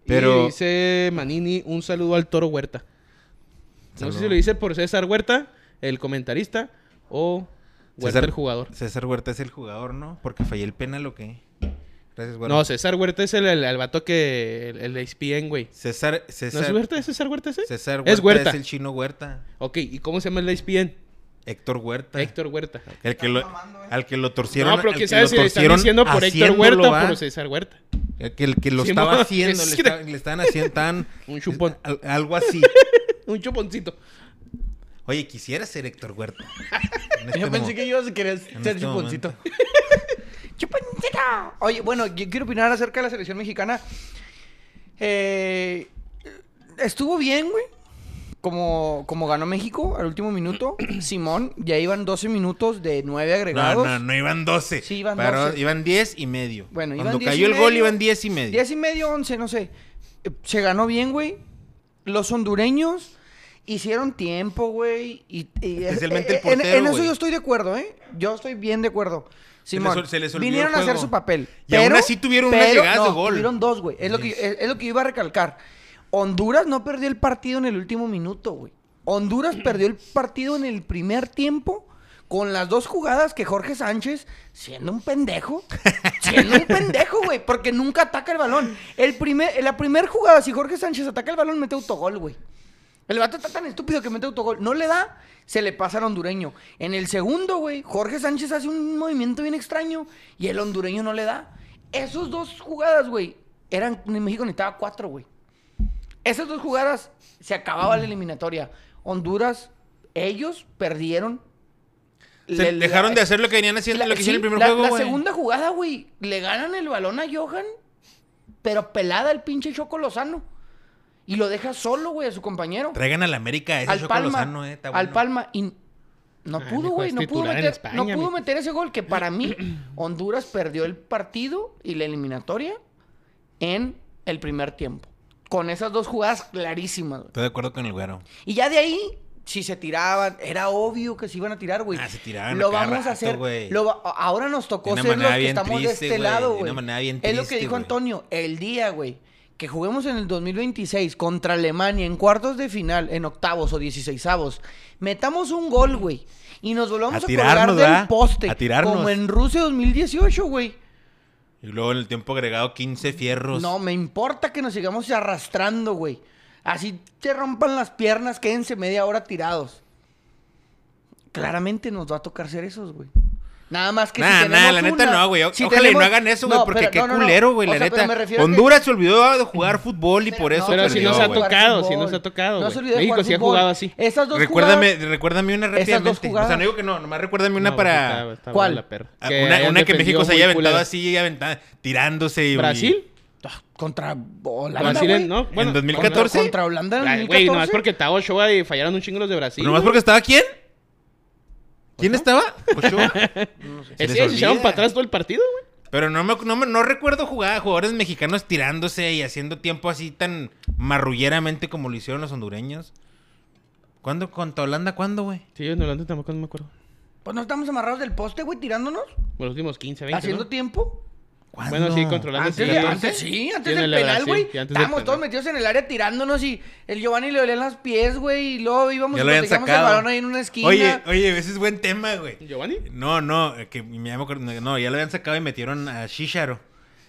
Speaker 3: Pero-
Speaker 2: Y dice Manini, un saludo al Toro Huerta. No sé
Speaker 3: Saludo.
Speaker 2: si lo dice por César Huerta, el comentarista, o Huerta
Speaker 3: César-
Speaker 2: el jugador.
Speaker 3: César Huerta es el jugador, ¿no? Porque fallé el penal o qué. Gracias, güero.
Speaker 2: No, César Huerta es el, el, el vato que... el, E el ESPN, güey.
Speaker 3: César,
Speaker 2: ¿No
Speaker 3: César,
Speaker 2: es Huerta? ¿Es César Huerta ese?
Speaker 3: César Huerta
Speaker 2: Es
Speaker 3: es,
Speaker 2: Huerta.
Speaker 3: el chino Huerta.
Speaker 2: Ok, ¿y cómo se llama el ESPN?
Speaker 3: Héctor Huerta.
Speaker 2: Héctor Huerta.
Speaker 3: El que lo, al que lo torcieron.
Speaker 2: Eh. No, pero
Speaker 3: al
Speaker 2: quién
Speaker 3: que
Speaker 2: sabe
Speaker 3: lo
Speaker 2: si le están
Speaker 3: torcieron
Speaker 2: diciendo por Héctor
Speaker 3: haciéndolo,
Speaker 2: Huerta
Speaker 3: ¿va?
Speaker 2: o por César Huerta.
Speaker 3: El que, el que lo
Speaker 2: Sí,
Speaker 3: estaba
Speaker 2: mo-
Speaker 3: haciendo, le,
Speaker 2: es-
Speaker 3: estaba- le estaban haciendo tan...
Speaker 2: Un chupón.
Speaker 3: al- algo así.
Speaker 2: Un chuponcito.
Speaker 3: Oye, quisiera ser Héctor Huerta. En este
Speaker 1: Yo pensé
Speaker 3: momento.
Speaker 1: que yo quería
Speaker 3: En
Speaker 1: ser
Speaker 3: este
Speaker 1: chuponcito.
Speaker 3: momento.
Speaker 1: ¡Chuponcito! Oye, bueno, yo quiero opinar acerca de la selección mexicana. Eh, estuvo bien, güey. Como, como ganó México al último minuto, Simón, ya iban 12 minutos de 9
Speaker 3: No,
Speaker 1: agregados.
Speaker 3: no, no, iban 12.
Speaker 1: Sí, iban
Speaker 3: Paró-
Speaker 1: 12.
Speaker 3: Iban 10 y medio.
Speaker 1: Bueno, iban
Speaker 3: Cuando
Speaker 1: 10 y
Speaker 3: cayó el gol
Speaker 1: medio.
Speaker 3: iban 10 y medio.
Speaker 1: 10 y medio, 11, no sé. Eh, Se ganó bien, güey. Los hondureños hicieron tiempo, güey. Y, y-
Speaker 3: Especialmente
Speaker 1: eh,
Speaker 3: el portero,
Speaker 1: En, en eso
Speaker 3: güey.
Speaker 1: yo estoy de acuerdo, ¿eh? Yo estoy bien de acuerdo.
Speaker 3: les
Speaker 1: Simón,
Speaker 3: ol- se les olvidó
Speaker 1: vinieron a
Speaker 3: el
Speaker 1: hacer
Speaker 3: juego.
Speaker 1: su papel.
Speaker 3: Y aún así tuvieron unas llegadas de gol.
Speaker 1: Tuvieron dos, güey. Es, lo que yo- es, es lo que yo iba a recalcar. Honduras no perdió el partido en el último minuto, güey. Honduras perdió el partido en el primer tiempo con las dos jugadas que Jorge Sánchez, siendo un pendejo, siendo un pendejo, güey, porque nunca ataca el balón. El primer, la primera jugada, si Jorge Sánchez ataca el balón, mete autogol, güey. El vato está tan estúpido que mete autogol. No le da, se le pasa al hondureño. En el segundo, güey, Jorge Sánchez hace un movimiento bien extraño y el hondureño no le da. Esos dos jugadas, güey, eran. En México necesitaba cuatro, güey. Esas dos jugadas se acababa la eliminatoria. Honduras, ellos perdieron.
Speaker 3: Se-
Speaker 1: Le-
Speaker 3: dejaron de
Speaker 1: la-
Speaker 3: hacer lo que venían haciendo,
Speaker 1: la-
Speaker 3: lo que hicieron
Speaker 1: sí,
Speaker 3: en el primer
Speaker 1: la-
Speaker 3: juego,
Speaker 1: La
Speaker 3: güey.
Speaker 1: segunda jugada, güey, le ganan el balón a Johan, pero pelada el pinche Choco Lozano. Y lo deja solo, güey, a su compañero.
Speaker 3: Traigan al América a ese
Speaker 1: Al
Speaker 3: Choco
Speaker 1: Palma.
Speaker 3: Lozano, eh, está
Speaker 1: Al
Speaker 3: bueno.
Speaker 1: Palma. Y no
Speaker 2: Ah,
Speaker 1: pudo,
Speaker 2: mijo,
Speaker 1: güey.
Speaker 2: es
Speaker 1: No pudo,
Speaker 2: titular en
Speaker 1: meter,
Speaker 2: España,
Speaker 1: no pudo
Speaker 2: mijo.
Speaker 1: meter ese gol que para mí Honduras perdió el partido y la eliminatoria en el primer tiempo. Con esas dos jugadas clarísimas, güey.
Speaker 3: Estoy de acuerdo con el güero.
Speaker 1: Y ya de ahí, si se tiraban, era obvio que se iban a tirar, güey.
Speaker 3: Ah, se tiraban
Speaker 1: Lo
Speaker 3: a cada
Speaker 1: vamos
Speaker 3: rato,
Speaker 1: a hacer.
Speaker 3: güey.
Speaker 1: lo va- ahora nos tocó
Speaker 3: De una
Speaker 1: ser los
Speaker 3: manera
Speaker 1: que
Speaker 3: bien
Speaker 1: estamos
Speaker 3: triste,
Speaker 1: de este
Speaker 3: güey,
Speaker 1: lado,
Speaker 3: de
Speaker 1: güey.
Speaker 3: una manera bien
Speaker 1: es lo que
Speaker 3: triste,
Speaker 1: dijo
Speaker 3: güey.
Speaker 1: Antonio, el día, güey. Que juguemos en el 2026 contra Alemania en cuartos de final, en octavos o dieciséisavos. Metamos un gol, güey. Y nos volvamos
Speaker 3: A
Speaker 1: a, colgar
Speaker 3: tirarnos,
Speaker 1: del
Speaker 3: ¿verdad?
Speaker 1: poste.
Speaker 3: A tirarnos.
Speaker 1: Como en Rusia 2018, güey.
Speaker 3: Y luego en el tiempo agregado 15 fierros.
Speaker 1: No, me importa que nos sigamos arrastrando, güey. Así te rompan las piernas, quédense media hora tirados. Claramente nos va a tocar ser esos, güey. Nada más que
Speaker 3: Nah,
Speaker 1: si
Speaker 3: nah,
Speaker 1: tenemos
Speaker 3: la neta
Speaker 1: una-
Speaker 3: no, güey. O-
Speaker 1: si
Speaker 3: Ojalá y
Speaker 1: tenemos-
Speaker 3: no hagan eso, güey,
Speaker 1: No,
Speaker 3: porque
Speaker 1: pero-
Speaker 3: qué
Speaker 1: no, no, no.
Speaker 3: culero, güey,
Speaker 1: O
Speaker 3: la
Speaker 1: sea, pero me
Speaker 3: neta.
Speaker 1: refiero a que-
Speaker 3: Honduras se olvidó de jugar fútbol y por
Speaker 1: Pero
Speaker 3: eso
Speaker 1: no,
Speaker 2: Pero si
Speaker 1: perdió,
Speaker 2: no se ha
Speaker 1: güey.
Speaker 2: tocado, si no
Speaker 1: Fútbol.
Speaker 2: se ha tocado.
Speaker 1: No
Speaker 2: güey.
Speaker 1: se olvidó de
Speaker 2: México
Speaker 1: jugar
Speaker 2: sí ha
Speaker 1: fútbol.
Speaker 2: jugado así.
Speaker 1: Esas dos
Speaker 3: Recuérdame,
Speaker 1: jugadas-
Speaker 3: recuérdame una
Speaker 1: Esas dos
Speaker 3: rápidamente. O sea,
Speaker 1: jugadas.
Speaker 3: no digo que no, nomás recuérdame una
Speaker 2: No,
Speaker 3: para...
Speaker 2: está- está
Speaker 1: ¿Cuál?
Speaker 2: buena la perra.
Speaker 3: Ah,
Speaker 2: Que
Speaker 3: una
Speaker 2: hayan
Speaker 3: una que México
Speaker 2: defendido
Speaker 3: se
Speaker 2: muy
Speaker 3: haya aventado
Speaker 2: culero.
Speaker 3: así, aventado, tirándose. güey.
Speaker 2: ¿Brasil?
Speaker 1: Ah, Contra Holanda,
Speaker 2: Brasil,
Speaker 1: güey.
Speaker 2: en- ¿no?
Speaker 3: ¿En 2014?
Speaker 1: Contra, contra Holanda en
Speaker 2: Ay,
Speaker 1: 2014.
Speaker 2: Güey, nomás porque Tao Ochoa y fallaron un chingo los de Brasil.
Speaker 3: ¿Nomás porque estaba quién? ¿Quién estaba? ¿Ochoa?
Speaker 2: Ese-
Speaker 3: les
Speaker 2: se echaron
Speaker 3: olvida.
Speaker 2: para atrás todo el partido, güey.
Speaker 3: Pero no, me, no, me- no recuerdo jugar a jugadores mexicanos tirándose y haciendo tiempo así tan marrulleramente como lo hicieron los hondureños. ¿Cuándo? ¿Contra Holanda cuándo, güey?
Speaker 2: Sí, en Holanda tampoco no me acuerdo.
Speaker 1: Pues no estamos amarrados del poste, güey, tirándonos,
Speaker 2: Los últimos 15, 20.
Speaker 1: haciendo
Speaker 2: ¿no?
Speaker 1: tiempo.
Speaker 3: ¿Cuándo?
Speaker 2: Bueno, sí, contra Holanda.
Speaker 1: Antes, de-
Speaker 2: sí,
Speaker 1: antes sí,
Speaker 2: Y
Speaker 1: antes
Speaker 2: en
Speaker 1: del
Speaker 2: el
Speaker 1: penal,
Speaker 2: Brasil,
Speaker 1: güey.
Speaker 2: y antes del
Speaker 1: Estábamos todos
Speaker 2: penal.
Speaker 1: metidos en el área tirándonos y el Giovanni le dolían las pies, güey. Y luego íbamos
Speaker 3: Ya
Speaker 1: y
Speaker 3: lo habían
Speaker 1: protegíamos el
Speaker 3: sacado.
Speaker 1: balón ahí en una esquina.
Speaker 3: Oye, oye, ese es buen tema, güey.
Speaker 2: ¿Giovanni?
Speaker 3: No, no, eh, que me llamo, no, ya lo habían sacado y metieron a Shisharo.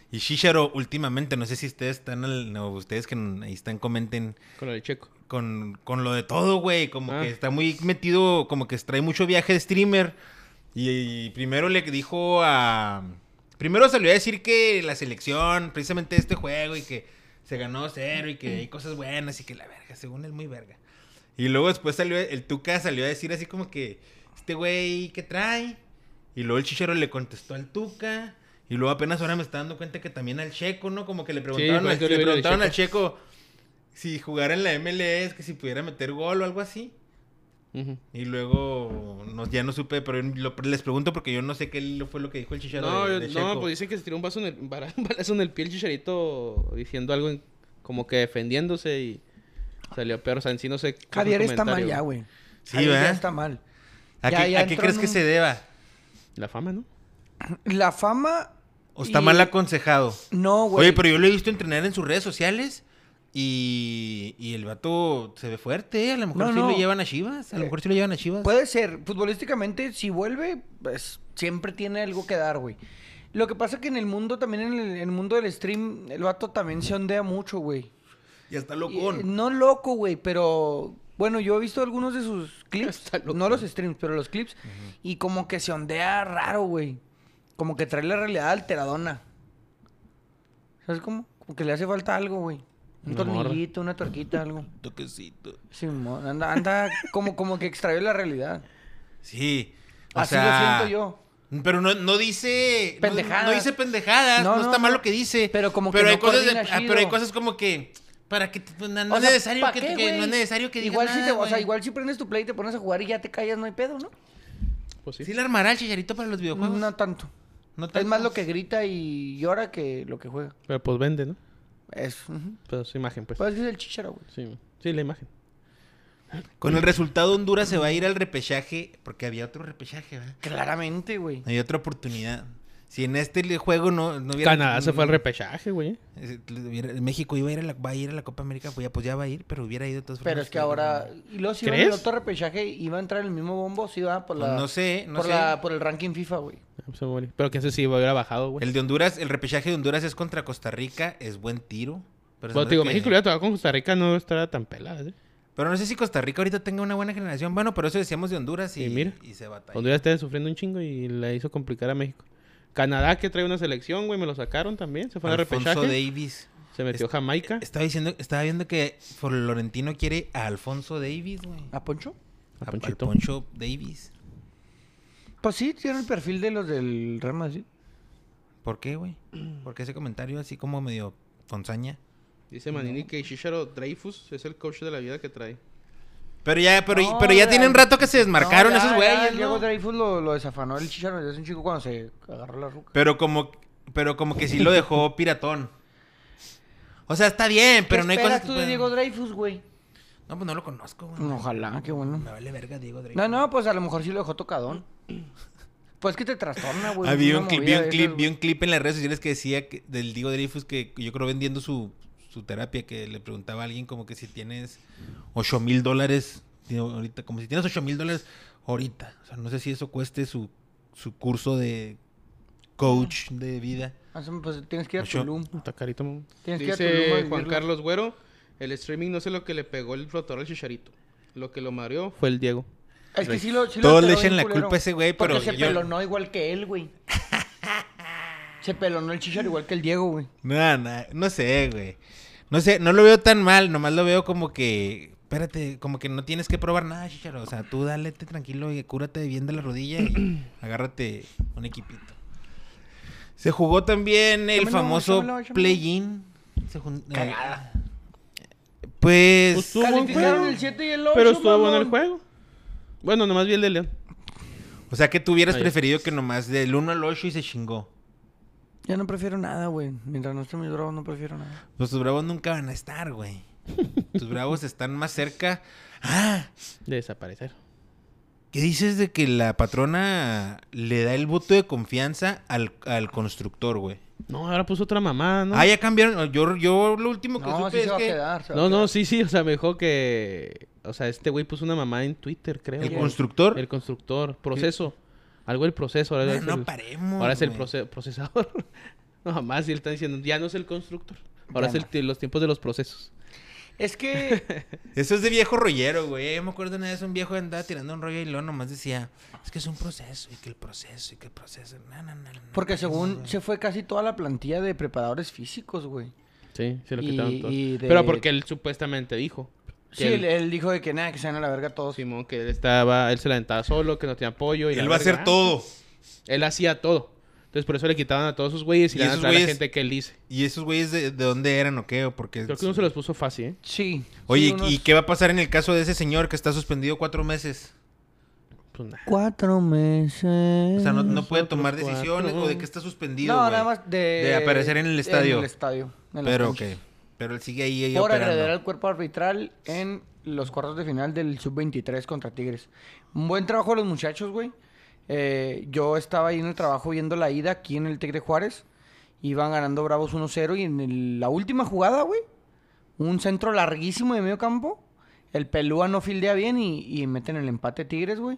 Speaker 3: Y Shisharo últimamente, no sé si ustedes están, al- no, ustedes que n- ahí están, comenten
Speaker 2: Con lo de Checo.
Speaker 3: con, con lo de todo, güey. Como
Speaker 2: Ah.
Speaker 3: que está muy metido, como que trae mucho viaje de streamer. Y, y primero le dijo a... Primero salió a decir que la selección, precisamente este juego, y que se ganó cero, y que hay cosas buenas, y que la verga, según él, muy verga. Y luego después salió, el Tuca salió a decir así como que, este güey, ¿qué trae? Y luego el Chichero le contestó al Tuca. Y luego apenas ahora me está dando cuenta que también al Checo, ¿no? Como que le preguntaron,
Speaker 2: por
Speaker 3: al-
Speaker 2: eso
Speaker 3: le
Speaker 2: le digo lo de
Speaker 3: preguntaron al Checo si jugara en la MLS, que si pudiera meter gol o algo así.
Speaker 2: Ujú.
Speaker 3: Y luego no- ya no supe, pero lo- les pregunto porque yo no sé qué lo- fue lo que dijo el Chichero
Speaker 2: No,
Speaker 3: de, de
Speaker 2: no,
Speaker 3: Checo.
Speaker 2: pues dicen que se tiró un, vaso en el, un bara- un balazo en el pie el chicharito diciendo algo en- como que defendiéndose y salió peor. O sea, en sí no sé. qué fue el
Speaker 1: Javier está mal
Speaker 2: comentario,
Speaker 1: ya, güey.
Speaker 3: Sí,
Speaker 1: Javier ya
Speaker 3: ¿verdad?
Speaker 1: está mal.
Speaker 3: ¿A,
Speaker 1: ya-
Speaker 3: qué,
Speaker 1: ya
Speaker 3: a qué
Speaker 1: entró
Speaker 3: crees
Speaker 1: en
Speaker 3: que
Speaker 1: un-
Speaker 3: se deba?
Speaker 2: La fama, ¿no?
Speaker 1: La fama.
Speaker 3: ¿O está
Speaker 1: y-
Speaker 3: mal aconsejado?
Speaker 1: No, güey.
Speaker 3: Oye, pero yo lo he visto entrenar en sus redes sociales y, y el vato se ve fuerte, ¿eh? A lo mejor
Speaker 1: No,
Speaker 3: sí
Speaker 1: no.
Speaker 3: lo llevan a Chivas. A lo
Speaker 1: Eh,
Speaker 3: mejor sí lo llevan a Chivas.
Speaker 1: Puede ser. Futbolísticamente, si vuelve, pues siempre tiene algo que dar, güey. Lo que pasa que en el mundo, también en el, en el mundo del stream, el vato también se ondea mucho, güey.
Speaker 3: Y está
Speaker 1: Eh, No loco, güey, pero bueno, yo he visto algunos de sus clips,
Speaker 2: Está loco.
Speaker 1: no los streams, pero los clips, y como que se ondea raro, güey. Como que trae la realidad alteradona. ¿Sabes cómo? Como que le hace falta algo, güey. Un
Speaker 2: Una morra.
Speaker 1: tornillito, una torquita, algo.
Speaker 3: Toquecito.
Speaker 1: Sí, mo- anda, anda como, como que extravió la realidad.
Speaker 3: Sí. O
Speaker 1: Así
Speaker 3: sea,
Speaker 1: lo siento yo.
Speaker 3: Pero no, no dice. no-
Speaker 1: Pendejadas.
Speaker 3: No, dice pendejadas. No,
Speaker 1: No, no,
Speaker 3: está mal
Speaker 1: no.
Speaker 3: lo que dice.
Speaker 1: Pero como que
Speaker 3: pero
Speaker 1: no
Speaker 3: hay cosas de-
Speaker 1: coordina
Speaker 3: ah,
Speaker 1: chido.
Speaker 3: Pero hay cosas como que. Para que. pues, No, no
Speaker 1: O
Speaker 3: es
Speaker 1: sea,
Speaker 3: necesario
Speaker 1: ¿pa'
Speaker 3: que,
Speaker 1: qué,
Speaker 3: que- no
Speaker 1: güey?
Speaker 3: es necesario que diga
Speaker 1: igual si te,
Speaker 3: nada,
Speaker 1: O sea,
Speaker 3: güey.
Speaker 1: igual si prendes tu play y te pones a jugar y ya te callas, no hay pedo, ¿no?
Speaker 2: Pues sí.
Speaker 3: Sí, le armará el chicharito para los videojuegos.
Speaker 1: No tanto.
Speaker 3: No
Speaker 1: Es más lo
Speaker 3: tantos.
Speaker 1: que grita y llora que lo que juega.
Speaker 2: Pero pues vende, ¿no?
Speaker 1: Es, ujú.
Speaker 2: Pero su imagen, pues.
Speaker 1: Pues es el chicharo, güey.
Speaker 2: Sí, sí, la imagen.
Speaker 3: Con el resultado, Honduras se va a ir al repechaje. Porque había otro repechaje, ¿verdad?
Speaker 1: Claramente, güey.
Speaker 3: Había otra oportunidad. Si en este le- juego no, no hubiera.
Speaker 2: Canadá se fue al repechaje, güey.
Speaker 3: Eh, hubiera- México iba a ir a la, va a ir a la Copa América, pues ya, pues ya va a ir, pero hubiera ido de todas
Speaker 1: Pero
Speaker 3: formas,
Speaker 1: es que
Speaker 3: sí,
Speaker 1: ahora. ¿Y los iba en el
Speaker 2: ¿Crees?
Speaker 1: otro repechaje? ¿Iba a entrar en el mismo bombo? Sí, va por
Speaker 3: Pues
Speaker 1: la.
Speaker 3: no sé, no
Speaker 1: por,
Speaker 3: sé.
Speaker 1: La, por el ranking FIFA, güey.
Speaker 2: Se me vale. Pero quién sé si hubiera bajado, güey.
Speaker 3: El de Honduras, el repechaje de Honduras es contra Costa Rica, es buen tiro. Pero, se
Speaker 2: Bueno, te
Speaker 3: me
Speaker 2: digo,
Speaker 3: hace que-
Speaker 2: México hubiera tocado con Costa Rica, no estará tan pelada, ¿eh?
Speaker 3: pero no sé si Costa Rica ahorita tenga una buena generación. Bueno, pero eso decíamos de Honduras y,
Speaker 2: Y mira,
Speaker 3: y se batalla.
Speaker 2: Honduras está sufriendo un chingo y le hizo complicar a México. Canadá, que trae una selección, güey, me lo sacaron también. Se fue al
Speaker 3: Alfonso
Speaker 2: repechaje.
Speaker 3: Davis.
Speaker 2: Se metió
Speaker 3: Es-
Speaker 2: Jamaica.
Speaker 3: Estaba diciendo, estaba viendo que Florentino quiere a Alfonso Davis, güey.
Speaker 1: ¿A Poncho?
Speaker 2: A
Speaker 3: A- al
Speaker 2: Ponchito.
Speaker 3: Poncho Davis.
Speaker 1: Pues sí, tiene el perfil de los del Real Madrid.
Speaker 3: ¿Por qué, güey? ¿Por qué ese comentario así como medio fonzaña?
Speaker 2: Dice Manini que Shisharo Dreyfus es el coach de la vida que trae.
Speaker 3: Pero ya, pero,
Speaker 1: No,
Speaker 3: pero ya
Speaker 1: ya-
Speaker 3: tienen rato que se desmarcaron
Speaker 1: No, ya,
Speaker 3: esos
Speaker 1: ya,
Speaker 3: güeyes, ¿no?
Speaker 1: Diego Dreyfus lo, lo desafanó el chicharo desde un chico cuando se agarró la ruca.
Speaker 3: Pero como, pero como que sí lo dejó piratón. O sea, está bien, pero
Speaker 1: ¿Qué
Speaker 3: no hay
Speaker 1: esperas
Speaker 3: cosas que
Speaker 1: tú de
Speaker 3: puedan-
Speaker 1: Diego Dreyfus, güey?
Speaker 3: No, pues no lo conozco, güey.
Speaker 1: Ojalá, qué bueno.
Speaker 3: Me vale verga Diego Dreyfus.
Speaker 1: No, no, pues a lo mejor sí lo dejó tocadón. Pues que te trastorna, güey.
Speaker 3: Ah, vi
Speaker 1: una
Speaker 3: un clip, vi
Speaker 1: movida
Speaker 3: un
Speaker 1: de
Speaker 3: clip,
Speaker 1: esas,
Speaker 3: vi
Speaker 1: güey.
Speaker 3: un clip en las redes sociales que decía que, del Diego Dreyfus que yo creo vendiendo su, su terapia, que le preguntaba a alguien como que si tienes 8 mil dólares digo, ahorita, como si tienes 8 mil dólares ahorita. O sea, no sé si eso cueste su, su curso de coach de vida.
Speaker 1: Hazme, Pues tienes que ir a
Speaker 3: Ocho.
Speaker 1: Tulum.
Speaker 2: Está carito, mo.
Speaker 1: Tienes que ir a Tulum a
Speaker 2: Dice
Speaker 1: vivirlo.
Speaker 2: Juan Carlos Güero, el streaming no sé lo que le pegó el rotor al Chicharito. Lo que lo mareó fue el Diego.
Speaker 1: Es que sí lo, sí lo
Speaker 3: Todos le
Speaker 1: alteró
Speaker 3: echan
Speaker 1: bien
Speaker 3: la
Speaker 1: culero.
Speaker 3: culpa a ese güey,
Speaker 1: Porque
Speaker 3: pero
Speaker 1: se
Speaker 3: yo-
Speaker 1: pelonó igual que él, güey. se pelonó el chichar igual que el Diego, güey.
Speaker 3: No, no, no sé, güey. No sé, no lo veo tan mal, nomás lo veo como que, espérate, como que no tienes que probar nada, Chicharo. O sea, tú dale tranquilo y cúrate bien de la rodilla y agárrate un equipito. Se jugó también el
Speaker 1: Échamelo,
Speaker 3: famoso
Speaker 1: échamelo, échamelo.
Speaker 3: play-in. Se jun- eh,
Speaker 1: Cagada.
Speaker 3: Pues,
Speaker 2: Pues Tuvo buen
Speaker 1: Calificaron
Speaker 2: juego.
Speaker 1: el 7 y el 8,
Speaker 2: Pero estuvo bueno el juego. Bueno, nomás vi el de León.
Speaker 3: o sea, que tú hubieras
Speaker 2: Ahí.
Speaker 3: preferido que nomás del 1 al 8 y se chingó.
Speaker 1: Ya no prefiero nada, güey. Mientras no estén mis bravos, no prefiero nada.
Speaker 3: Pues tus bravos nunca van a estar, güey. Tus bravos están más cerca. Ah,
Speaker 2: De desaparecer.
Speaker 3: ¿qué dices de que la patrona le da el voto de confianza al, al constructor, güey?
Speaker 2: No, ahora puso otra mamá, ¿no?
Speaker 3: Ah, ya cambiaron. Yo, yo lo último que
Speaker 1: No,
Speaker 3: supe
Speaker 1: sí
Speaker 3: es
Speaker 1: se va
Speaker 3: que
Speaker 1: a quedar. se va
Speaker 2: no,
Speaker 1: a
Speaker 2: no,
Speaker 1: quedar.
Speaker 2: sí, sí. O sea, me dijo que. O sea, este güey puso una mamá en Twitter, creo.
Speaker 3: el
Speaker 2: güey.
Speaker 3: constructor.
Speaker 2: El constructor. Proceso. Algo del proceso. Ahora
Speaker 3: Ah,
Speaker 2: es
Speaker 3: no
Speaker 2: el,
Speaker 3: paremos.
Speaker 2: ahora es el
Speaker 3: güey.
Speaker 2: proce- procesador. no, más. Y él está diciendo, ya no es el constructor. Ahora
Speaker 1: Ya
Speaker 2: es el
Speaker 1: no.
Speaker 2: ti- los tiempos de los procesos.
Speaker 1: Es que.
Speaker 3: Eso es de viejo rollero, güey. Yo me acuerdo una vez un viejo andaba tirando un rollo y luego nomás decía, es que es un proceso, y que el proceso, y que el proceso. Na, na, na, na,
Speaker 1: Porque
Speaker 3: na,
Speaker 1: según
Speaker 3: na".
Speaker 1: se fue casi toda la plantilla de preparadores físicos, güey.
Speaker 2: Sí, se lo
Speaker 1: Y-
Speaker 2: quitaron todo.
Speaker 1: y de-
Speaker 2: Pero porque él supuestamente dijo. que
Speaker 1: Sí,
Speaker 2: él-
Speaker 1: él, él dijo de que nada, que se van a la verga todos.
Speaker 2: Simón, que él estaba, él se la aventaba solo, que no tenía apoyo. Y la
Speaker 3: Él va a
Speaker 2: verga.
Speaker 3: hacer todo.
Speaker 2: Él hacía todo. Entonces por eso le quitaban a todos sus güeyes y,
Speaker 3: Y
Speaker 2: le daban
Speaker 3: esos
Speaker 2: a toda la
Speaker 3: güeyes-
Speaker 2: gente que él dice.
Speaker 3: ¿Y esos güeyes de, de dónde eran o qué? ¿O porque
Speaker 2: Creo que uno se los puso fácil, ¿eh?
Speaker 1: Sí.
Speaker 3: Oye,
Speaker 1: sí, unos
Speaker 3: ¿y qué va a pasar en el caso de ese señor que está suspendido cuatro meses?
Speaker 2: Pues nada.
Speaker 1: Cuatro meses.
Speaker 3: O sea, no, no puede
Speaker 2: Nosotros
Speaker 3: tomar decisiones
Speaker 2: cuatro.
Speaker 3: o de que está suspendido.
Speaker 1: Mm, No,
Speaker 3: güey.
Speaker 1: nada más de...
Speaker 3: de aparecer en el estadio.
Speaker 1: En el estadio. en las
Speaker 3: Pero, ok.
Speaker 1: canchas.
Speaker 3: Pero él sigue ahí, ahí
Speaker 1: Por
Speaker 3: operando.
Speaker 1: agredir al cuerpo arbitral en los cuartos de final del Sub-23 contra Tigres. Un buen trabajo de los muchachos, güey. Eh, yo estaba ahí en el trabajo viendo la ida aquí en el Tigre Juárez. Iban ganando Bravos 1-0 y en el- la última jugada, güey, un centro larguísimo de medio campo. El Pelúa no fildea bien y, y meten el empate Tigres, güey.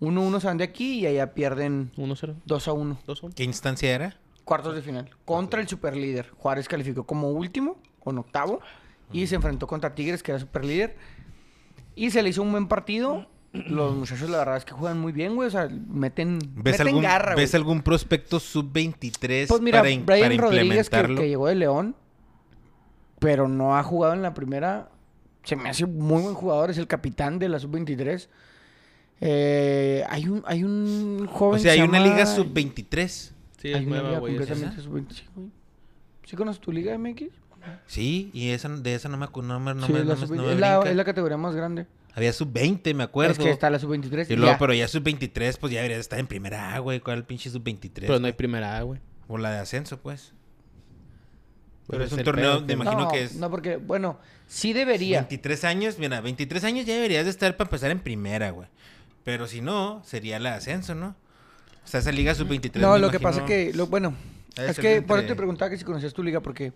Speaker 1: 1-1 se van de aquí y allá pierden
Speaker 2: 1-0.
Speaker 1: 2-1.
Speaker 2: 2-1.
Speaker 3: ¿Qué instancia era?
Speaker 1: Cuartos de final. Contra el superlíder. Juárez calificó como último, con octavo. Y se enfrentó contra Tigres, que era superlíder. Y se le hizo un buen partido. Los muchachos, la verdad es que juegan muy bien, güey. O sea, meten,
Speaker 3: ¿Ves,
Speaker 1: meten
Speaker 3: algún,
Speaker 1: garra, güey.
Speaker 3: ¿ves algún prospecto sub-23
Speaker 1: Pues mira,
Speaker 3: para, in- para
Speaker 1: Brian Rodríguez, que,
Speaker 3: implementarlo?
Speaker 1: que llegó de León, pero no ha jugado en la primera. Se me hace muy buen jugador. Es el capitán de la sub-23. Eh, hay, un, hay un joven.
Speaker 3: O sea,
Speaker 1: que
Speaker 3: hay
Speaker 1: se
Speaker 3: una
Speaker 1: llama-
Speaker 3: liga sub-23.
Speaker 2: Sí,
Speaker 1: hay
Speaker 2: es
Speaker 1: una
Speaker 2: nueva,
Speaker 1: liga
Speaker 2: güey. esa.
Speaker 1: completamente sub-25, güey. ¿Sí conoces tu liga MX?
Speaker 3: Sí, y esa, de esa no me acu- no me- no
Speaker 1: sí,
Speaker 3: me-
Speaker 1: es
Speaker 3: no
Speaker 1: la,
Speaker 3: me-
Speaker 1: sub-
Speaker 3: no me
Speaker 1: es la-
Speaker 3: brinca.
Speaker 1: es la categoría más grande.
Speaker 3: Había sub-20, me acuerdo.
Speaker 1: Es que está la sub-23.
Speaker 3: Y luego,
Speaker 1: ya.
Speaker 3: pero ya sub-23, pues ya debería estar en primera, A, güey. ¿Cuál pinche sub-23?
Speaker 2: Pero no hay primera A, güey.
Speaker 3: O la de ascenso, pues. Pero
Speaker 2: Pues
Speaker 3: es un
Speaker 2: el
Speaker 3: torneo
Speaker 2: pedo
Speaker 3: de
Speaker 2: que-
Speaker 3: imagino
Speaker 1: no,
Speaker 3: que es-
Speaker 1: No, porque, bueno, sí debería.
Speaker 3: 23 años, mira, 23 años ya deberías de estar para empezar en primera, güey. Pero si no, sería la de ascenso, ¿no? O sea, esa liga sub-23.
Speaker 1: No,
Speaker 3: me
Speaker 1: lo que
Speaker 3: imagino-
Speaker 1: pasa que, lo, bueno,
Speaker 3: Ha de
Speaker 1: es
Speaker 3: ser
Speaker 1: que
Speaker 3: entre-
Speaker 1: por eso te preguntaba que si conocías tu liga, porque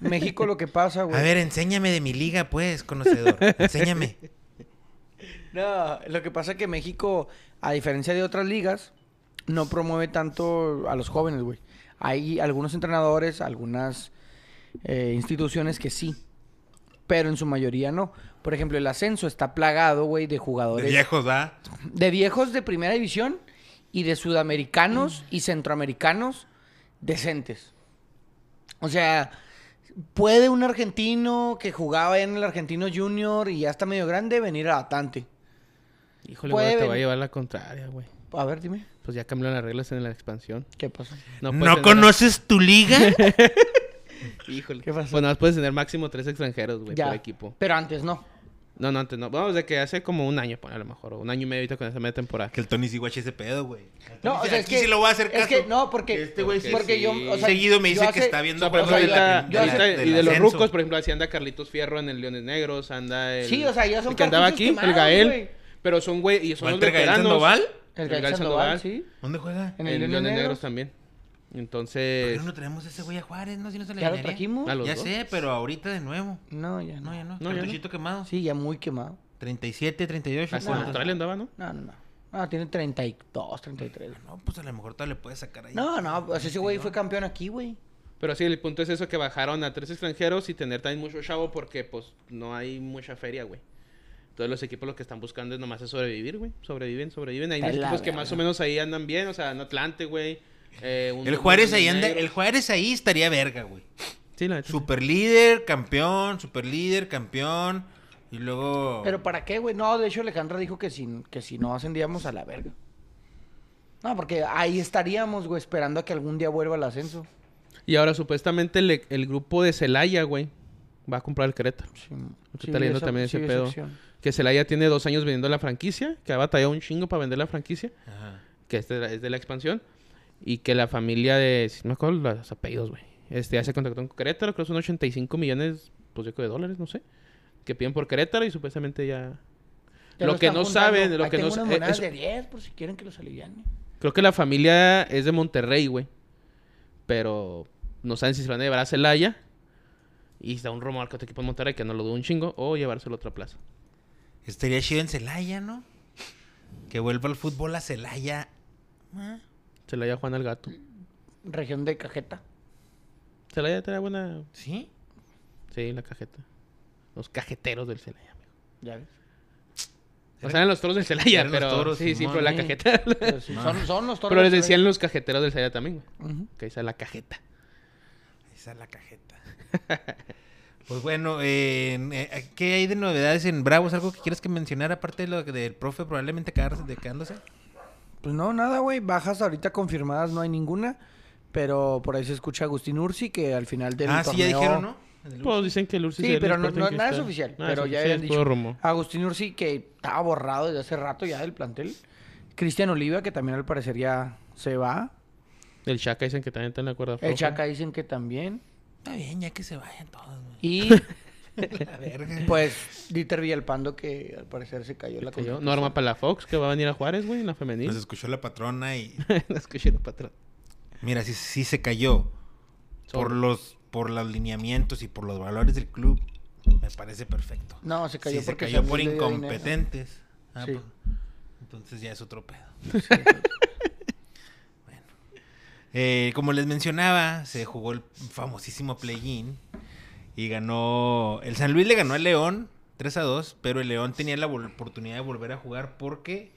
Speaker 1: México lo que pasa, güey.
Speaker 3: A ver, enséñame de mi liga, pues, conocedor. Enséñame.
Speaker 1: No, lo que pasa es que México, a diferencia de otras ligas, no promueve tanto a los jóvenes, güey. Hay algunos entrenadores, algunas eh, instituciones que sí, pero en su mayoría no. Por ejemplo, el ascenso está plagado, güey, de
Speaker 3: De
Speaker 1: jugadores.
Speaker 3: viejos, ¿va?
Speaker 1: de viejos de primera división y de sudamericanos y centroamericanos decentes. O sea, puede un argentino que jugaba en el Argentino Junior y ya está medio grande venir a Atante.
Speaker 2: Híjole, güey, te
Speaker 1: Pueden.
Speaker 2: va a llevar la contraria, güey.
Speaker 1: A ver, dime.
Speaker 2: Pues ya cambiaron las reglas en la expansión.
Speaker 1: ¿Qué pasó?
Speaker 3: ¿No,
Speaker 2: puedes tener-
Speaker 3: conoces tu liga?
Speaker 2: Híjole.
Speaker 1: ¿Qué pasó?
Speaker 2: Pues nada más puedes tener máximo tres extranjeros, güey, por equipo.
Speaker 1: Pero antes no.
Speaker 2: No, no, antes no. Vamos, de que hace como un año, pues, a lo mejor. o Un año y medio ahorita con esa media temporada.
Speaker 3: que el Tony sí guache ese pedo, güey. El Tony
Speaker 1: No, o
Speaker 3: dice,
Speaker 1: sea, es
Speaker 3: "Aquí
Speaker 1: que.
Speaker 3: sí lo voy a hacer
Speaker 1: Es
Speaker 3: caso".
Speaker 1: que no, porque.
Speaker 3: Este güey sí-
Speaker 1: Porque
Speaker 2: sí.
Speaker 1: yo. O sea,
Speaker 3: seguido me
Speaker 1: yo
Speaker 3: dice que
Speaker 1: hace-
Speaker 3: está
Speaker 2: O
Speaker 3: viendo
Speaker 2: sea, por
Speaker 1: o sea,
Speaker 2: ejemplo,
Speaker 3: de la-
Speaker 2: ahorita,
Speaker 1: yo
Speaker 3: de la-
Speaker 2: ahorita-
Speaker 3: del
Speaker 2: y de los
Speaker 3: ascenso.
Speaker 2: rucos, por ejemplo, así anda Carlitos Fierro en el Leones Negros, anda el...
Speaker 1: Sí, o sea, ya son
Speaker 2: el que andaba aquí,
Speaker 1: cartuchos
Speaker 2: el
Speaker 1: quemados,
Speaker 2: Gael.
Speaker 1: güey.
Speaker 2: Pero son, güey, y son los
Speaker 3: ¿Walter Gael
Speaker 2: veteranos.
Speaker 3: Sandoval?
Speaker 1: El Gael Sandoval, sí.
Speaker 3: ¿Dónde juega?
Speaker 1: En
Speaker 2: En
Speaker 1: el
Speaker 2: el
Speaker 1: Leones
Speaker 2: Leones
Speaker 1: Negros.
Speaker 2: Negros también.
Speaker 3: ¿Por qué
Speaker 2: Entonces...
Speaker 3: no traemos a ese güey a Juárez? No, si no se le
Speaker 1: Ya lo
Speaker 3: dañaría.
Speaker 1: trajimos.
Speaker 2: A los
Speaker 3: Ya
Speaker 2: dos.
Speaker 3: sé, pero ahorita de nuevo.
Speaker 1: No, ya
Speaker 3: No,
Speaker 1: no.
Speaker 3: ya no.
Speaker 2: No, ya
Speaker 3: Cartuchito quemado.
Speaker 1: Sí, ya muy quemado.
Speaker 3: 37, 38.
Speaker 2: Hasta
Speaker 1: No.
Speaker 2: en Australia andaba, ¿no?
Speaker 1: No, no, no. Ah, tiene 32, 33.
Speaker 3: No, pues a lo mejor todavía le puedes sacar ahí.
Speaker 1: No, no, o sea, ese güey fue campeón aquí, güey.
Speaker 2: Pero sí, el punto es eso que bajaron a tres extranjeros y tener también mucho chavo porque pues no hay mucha feria, güey. Entonces los equipos lo que están buscando es nomás es sobrevivir, güey. Sobreviven, sobreviven. Hay
Speaker 1: Está
Speaker 2: unos
Speaker 1: la
Speaker 2: equipos que
Speaker 1: verga.
Speaker 2: más o menos ahí andan bien, o sea, en Atlante, güey. eh, un-
Speaker 3: El Juárez
Speaker 2: un-
Speaker 3: ahí
Speaker 2: un
Speaker 3: anda,
Speaker 2: negro.
Speaker 3: el Juárez ahí estaría verga, güey.
Speaker 2: Sí, la neta, sí.
Speaker 3: Super líder, campeón, super líder, campeón. Y luego.
Speaker 1: Pero ¿para qué, güey? No, de hecho, Alejandra dijo que si, que si no ascendíamos a la verga. No, porque ahí estaríamos, güey, esperando a que algún día vuelva el ascenso.
Speaker 2: Y ahora supuestamente el, el grupo de Celaya, güey, va a comprar el Querétaro.
Speaker 1: Sí,
Speaker 2: Ahorita
Speaker 1: sí,
Speaker 2: está leyendo
Speaker 1: esa-
Speaker 2: también
Speaker 1: sí,
Speaker 2: ese
Speaker 1: esa
Speaker 2: pedo.
Speaker 1: opción.
Speaker 2: Que Celaya tiene dos años vendiendo la franquicia, que ha batallado un chingo para vender la franquicia,
Speaker 3: Ajá.
Speaker 2: que es de la, es de la expansión. Y que la familia de. si No me acuerdo los apellidos, güey. Este, ya se contactó con Querétaro, creo que son 85 millones, pues yo creo, de dólares, no sé. Que piden por Querétaro y supuestamente ya.
Speaker 1: Ya
Speaker 2: Lo que
Speaker 1: están
Speaker 2: no saben,
Speaker 1: juntando.
Speaker 2: lo
Speaker 1: Ahí
Speaker 2: que no
Speaker 1: tengo unas
Speaker 2: sa- eh,
Speaker 1: monedas
Speaker 2: eso-
Speaker 1: de 10 por si quieren que los aliviane.
Speaker 2: Creo que la familia es de Monterrey, güey. Pero no saben si se van a llevar a Celaya. Y da un rumor que otro equipo en Monterrey, que no lo dudo un chingo, o llevárselo a otra plaza.
Speaker 3: Estaría chido en Celaya, ¿no? Que vuelva el fútbol a Celaya. Ah.
Speaker 2: Celaya Juan al gato.
Speaker 1: Región de cajeta.
Speaker 2: Celaya trae buena.
Speaker 3: ¿Sí?
Speaker 2: Sí, la cajeta. Los cajeteros del Celaya, amigo.
Speaker 1: Ya ves.
Speaker 2: O sea, eran los toros del Celaya,
Speaker 3: Eran los
Speaker 2: pero.
Speaker 3: toros,
Speaker 2: sí, sí,
Speaker 3: Simón,
Speaker 2: pero la
Speaker 3: eh.
Speaker 2: cajeta.
Speaker 1: Pero sí, son, son los toros.
Speaker 2: pero les
Speaker 1: de-
Speaker 2: decían los cajeteros del Celaya también, güey.
Speaker 1: Ujú.
Speaker 2: Que esa es la cajeta.
Speaker 3: Esa es la cajeta. Pues bueno, eh, en- eh, ¿qué hay de novedades en Bravos? ¿Algo que quieras que mencionar aparte de lo que- del profe probablemente quedarse, de quedándose?
Speaker 1: Pues no, nada, güey. Bajas ahorita confirmadas no hay ninguna. Pero por ahí se escucha a Agustín Ursi que al final del
Speaker 3: ah, sí, ya
Speaker 1: torneo-
Speaker 3: dijeron, ¿no? En el
Speaker 2: Pues dicen que el Ursi
Speaker 1: Sí,
Speaker 2: se dio el
Speaker 1: pero no,
Speaker 2: Sporting
Speaker 1: no-
Speaker 2: que
Speaker 1: nada es
Speaker 2: está-
Speaker 1: oficial.
Speaker 2: nada es
Speaker 1: pero ya
Speaker 2: oficial,
Speaker 1: habían
Speaker 2: es
Speaker 1: dicho.
Speaker 2: puro rumor.
Speaker 1: Agustín Ursi que estaba borrado desde hace rato ya del plantel. Cristian Oliva que también al parecer ya se va.
Speaker 2: El Chaca dicen que también está en la cuerda floja.
Speaker 1: El Chaca dicen que también.
Speaker 3: Está bien, ya que se vayan todos, güey.
Speaker 1: Y
Speaker 3: La verga.
Speaker 1: pues Dieter Villalpando que al parecer se cayó la
Speaker 2: Que yo-
Speaker 1: constitución.
Speaker 2: Norma Palafox, que va a venir a Juárez, güey, en la femenil.
Speaker 3: Nos escuchó la patrona y...
Speaker 2: La escuché la patrón.
Speaker 3: Mira, sí, sí se cayó. Por
Speaker 2: Sobre.
Speaker 3: los, por los lineamientos y por los valores del club, me parece perfecto.
Speaker 1: No, se cayó
Speaker 3: Sí, se
Speaker 1: porque
Speaker 3: cayó
Speaker 1: San
Speaker 3: por
Speaker 1: Luis le dio dinero.
Speaker 3: incompetentes. Ah,
Speaker 1: Sí.
Speaker 3: pues, entonces ya es otro pedo. Bueno. Eh, como les mencionaba, se jugó el famosísimo play-in y ganó. El San Luis le ganó al León 3 a 2, pero el León tenía la vol- oportunidad de volver a jugar porque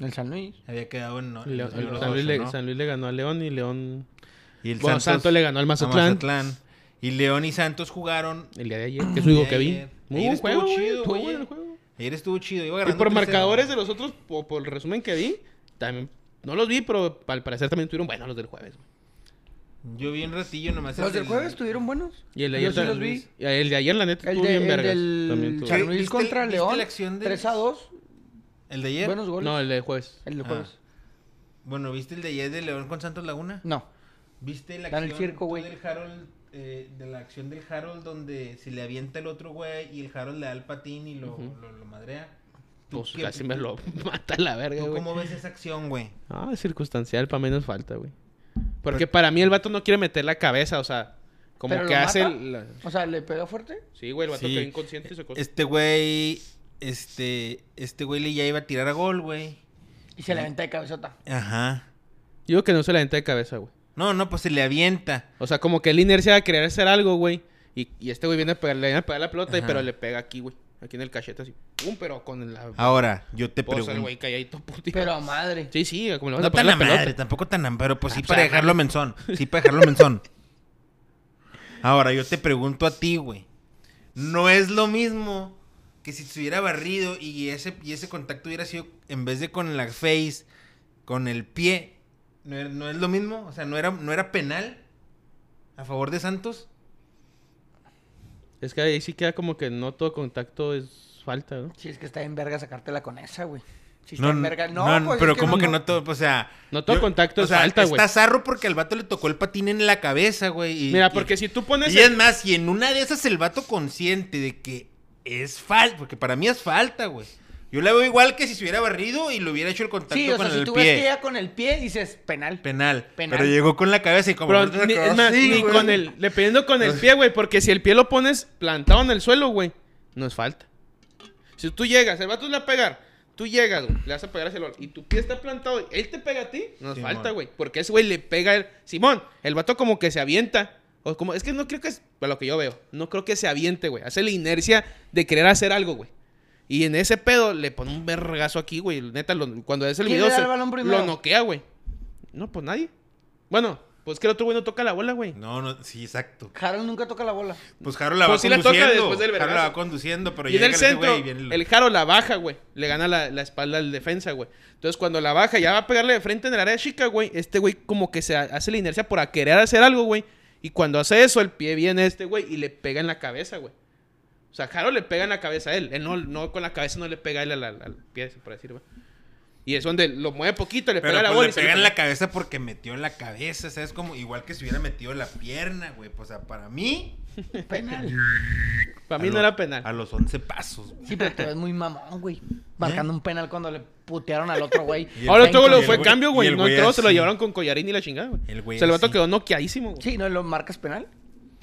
Speaker 1: El San Luis.
Speaker 3: había quedado en. no- en
Speaker 2: León-
Speaker 3: los primeros
Speaker 2: San, Luis
Speaker 3: ocho,
Speaker 2: le,
Speaker 3: ¿no?
Speaker 2: San Luis le ganó a León y León
Speaker 3: Y el
Speaker 2: Bueno, Santos le ganó al
Speaker 3: a
Speaker 2: Mazatlán.
Speaker 3: Y León y Santos jugaron.
Speaker 2: el día de ayer. Que es lo único que vi.
Speaker 3: Ayer.
Speaker 2: Muy
Speaker 3: Ayer
Speaker 2: buen
Speaker 3: estuvo
Speaker 2: juego, güey,
Speaker 3: chido,
Speaker 2: estuvo
Speaker 3: güey.
Speaker 2: bueno el juego.
Speaker 3: Ayer estuvo chido. Iba
Speaker 2: Y
Speaker 3: ganando
Speaker 2: por
Speaker 3: 3-0.
Speaker 2: marcadores de los otros, o por el resumen que vi, también no los vi, pero al parecer también estuvieron buenos los del jueves. güey.
Speaker 3: Yo vi un ratillo nomás.
Speaker 1: Los
Speaker 3: el
Speaker 1: del jueves estuvieron buenos.
Speaker 2: Y el de
Speaker 1: Yo
Speaker 2: ayer
Speaker 1: sí los vi.
Speaker 2: y El de ayer, la neta,
Speaker 1: El,
Speaker 2: estuvo
Speaker 1: de-
Speaker 2: bien
Speaker 1: el
Speaker 2: vergas. También
Speaker 1: del
Speaker 2: estuvo-
Speaker 1: San Luis
Speaker 3: ¿Viste-
Speaker 1: contra
Speaker 3: viste
Speaker 1: León.
Speaker 3: la acción del-
Speaker 1: 3 a 2.
Speaker 3: ¿El de ayer?
Speaker 1: Buenos goles.
Speaker 2: No, el de jueves.
Speaker 1: el de
Speaker 3: Ah.
Speaker 1: jueves.
Speaker 3: Bueno, ¿viste el de ayer de León con Santos Laguna?
Speaker 1: No.
Speaker 3: ¿Viste la
Speaker 1: Está en
Speaker 3: acción
Speaker 1: el circo,
Speaker 3: tú
Speaker 1: güey.
Speaker 3: del Harold, eh, de la acción del Harold donde se le avienta el otro güey y el Harold le da el patín y lo, lo, lo madrea? ¿Tú
Speaker 2: Pues
Speaker 3: qué-
Speaker 2: casi me lo mata la
Speaker 1: Eh,
Speaker 2: verga,
Speaker 3: ¿Tú
Speaker 2: güey.
Speaker 3: cómo ves esa acción, güey?
Speaker 2: Ah, es circunstancial, para menos falta, güey. Porque para mí el vato no quiere meter la cabeza, o sea, como
Speaker 1: ¿Pero
Speaker 2: que
Speaker 1: lo
Speaker 2: hace.
Speaker 1: mata?
Speaker 2: la-
Speaker 1: O sea, ¿le pegó fuerte?
Speaker 2: Sí, güey, el vato
Speaker 3: Sí.
Speaker 2: quedó inconsciente y se cosa.
Speaker 3: Este güey, este, este güey le ya iba a tirar a gol, güey.
Speaker 1: Y se le aventa de cabezota.
Speaker 3: Ajá.
Speaker 2: Yo creo que no se la gente de cabeza, güey.
Speaker 3: No, no, pues se le avienta.
Speaker 2: O sea, como que la inercia de querer hacer algo, güey. Y, y este güey viene a pegar, le viene a pegar la pelota, y,
Speaker 3: Ajá.
Speaker 2: pero le pega aquí, güey. Aquí en el cachete, así. ¡Pum! Pero con la.
Speaker 3: Ahora, yo te
Speaker 2: posa, el
Speaker 3: pregunto.
Speaker 2: güey calladito, puto.
Speaker 1: Pero a madre.
Speaker 2: Sí, sí, como le vas
Speaker 3: No
Speaker 2: a pegar
Speaker 3: tan
Speaker 2: la
Speaker 3: a
Speaker 2: pelota.
Speaker 3: madre, tampoco tan a... Pero pues sí
Speaker 2: Ah, pues,
Speaker 3: para
Speaker 2: ah,
Speaker 3: dejarlo menzón. Sí para dejarlo menzón. Ahora, yo te pregunto a ti, güey. No es lo mismo que si se hubiera barrido y ese, y ese contacto hubiera sido, en vez de con la face, con el pie. ¿No, era- no es lo mismo? O sea, ¿no era, ¿no era penal a favor de Santos?
Speaker 2: Es que ahí sí queda como que no todo contacto es falta, ¿no?
Speaker 1: Sí, es que está en verga sacártela con esa, güey. Sí, está
Speaker 3: No,
Speaker 1: en verga. No, pues, es
Speaker 3: pero como que no,
Speaker 1: no-
Speaker 3: todo, o sea...
Speaker 2: No todo contacto
Speaker 3: o
Speaker 2: es
Speaker 3: sea,
Speaker 2: falta, güey.
Speaker 3: Está zarro porque al vato le tocó el patín en la cabeza, güey. y-
Speaker 2: Mira,
Speaker 3: y-
Speaker 2: porque si tú pones.
Speaker 3: Y es
Speaker 2: el-
Speaker 3: más, y en una de esas el vato consciente de que es falta, porque para mí es falta, güey. Yo la veo igual que si se hubiera barrido y le hubiera hecho el contacto
Speaker 1: Sí, o
Speaker 3: con
Speaker 1: sea, si
Speaker 3: el
Speaker 1: tú ves
Speaker 3: pie.
Speaker 1: que llega con el pie, dices penal.
Speaker 3: Penal.
Speaker 1: Penal.
Speaker 3: Pero llegó con la cabeza y como...
Speaker 2: Pero
Speaker 3: ahorita se
Speaker 2: ni,
Speaker 3: acordó,
Speaker 2: es más,
Speaker 3: sí,
Speaker 2: ni
Speaker 3: güey.
Speaker 2: con el. Le pidiendo con el pie, güey. Porque si el pie lo pones plantado en el suelo, güey, no es falta. Si tú llegas, el vato le va a pegar. Tú llegas, güey, le vas a pegar hacia el balón. Y tu pie está plantado y él te pega a ti. No es
Speaker 3: Simón.
Speaker 2: falta, güey. Porque ese güey le pega el. Simón, el vato como que se avienta. O como, es que no creo que es. Para lo que yo veo. No creo que se aviente, güey. Hace la inercia de querer hacer algo, güey. Y en ese pedo le pone un vergazo aquí, güey. Neta, lo- cuando es el
Speaker 1: ¿Quién
Speaker 2: video.
Speaker 1: le da
Speaker 2: se-
Speaker 1: el balón
Speaker 2: lo
Speaker 1: primero?
Speaker 2: noquea, güey. No, pues nadie. Bueno, pues que el otro güey no toca la bola, güey.
Speaker 3: No, no, sí, exacto.
Speaker 1: Harold nunca toca la bola.
Speaker 3: Pues Jaro la
Speaker 2: Pues
Speaker 3: va
Speaker 2: sí la toca
Speaker 3: conduciendo.
Speaker 2: después del
Speaker 3: Jaro la
Speaker 2: vergazo.
Speaker 3: va conduciendo, pero
Speaker 2: y en
Speaker 3: llega
Speaker 2: el
Speaker 3: ese
Speaker 2: centro,
Speaker 3: güey y viene el-
Speaker 2: el Jaro la baja, güey. Le gana la, la espalda al defensa, güey. Entonces, cuando la baja, ya va a pegarle de frente en el área chica, güey. Este güey como que se ha- hace la inercia por a querer hacer algo, güey. Y cuando hace eso, el pie viene este, güey, y le pega en la cabeza, güey. O sea, Jaro le pega en la cabeza a él. Él no, no con la cabeza no le pega a él al, al- al pie, por decir, güey. Y es donde lo mueve poquito, le
Speaker 3: Pero
Speaker 2: pega la
Speaker 3: pues
Speaker 2: bola. y
Speaker 3: le
Speaker 2: se
Speaker 3: pega en
Speaker 2: le-
Speaker 3: la cabeza porque metió la cabeza, ¿sabes? Como igual que si hubiera metido la pierna, güey. Pues, o sea, para mí...
Speaker 1: Penal.
Speaker 2: Para
Speaker 3: a
Speaker 2: mí no
Speaker 3: lo-
Speaker 2: era penal.
Speaker 3: A los 11 pasos, güey.
Speaker 1: Sí, pero tú eres muy mamón, güey. Marcando un penal cuando le putearon al otro güey.
Speaker 3: Y el-
Speaker 2: Ahora
Speaker 1: Ven
Speaker 2: luego
Speaker 1: con-
Speaker 2: lo
Speaker 3: y el
Speaker 2: fue
Speaker 3: güey-
Speaker 2: cambio,
Speaker 3: y
Speaker 2: güey.
Speaker 3: el
Speaker 2: No
Speaker 3: güey
Speaker 2: entró, se lo
Speaker 3: así.
Speaker 2: llevaron con collarín y la chingada, güey.
Speaker 3: El güey
Speaker 2: Se lo
Speaker 3: así.
Speaker 2: quedó noqueadísimo, güey.
Speaker 1: Sí, no lo marcas penal.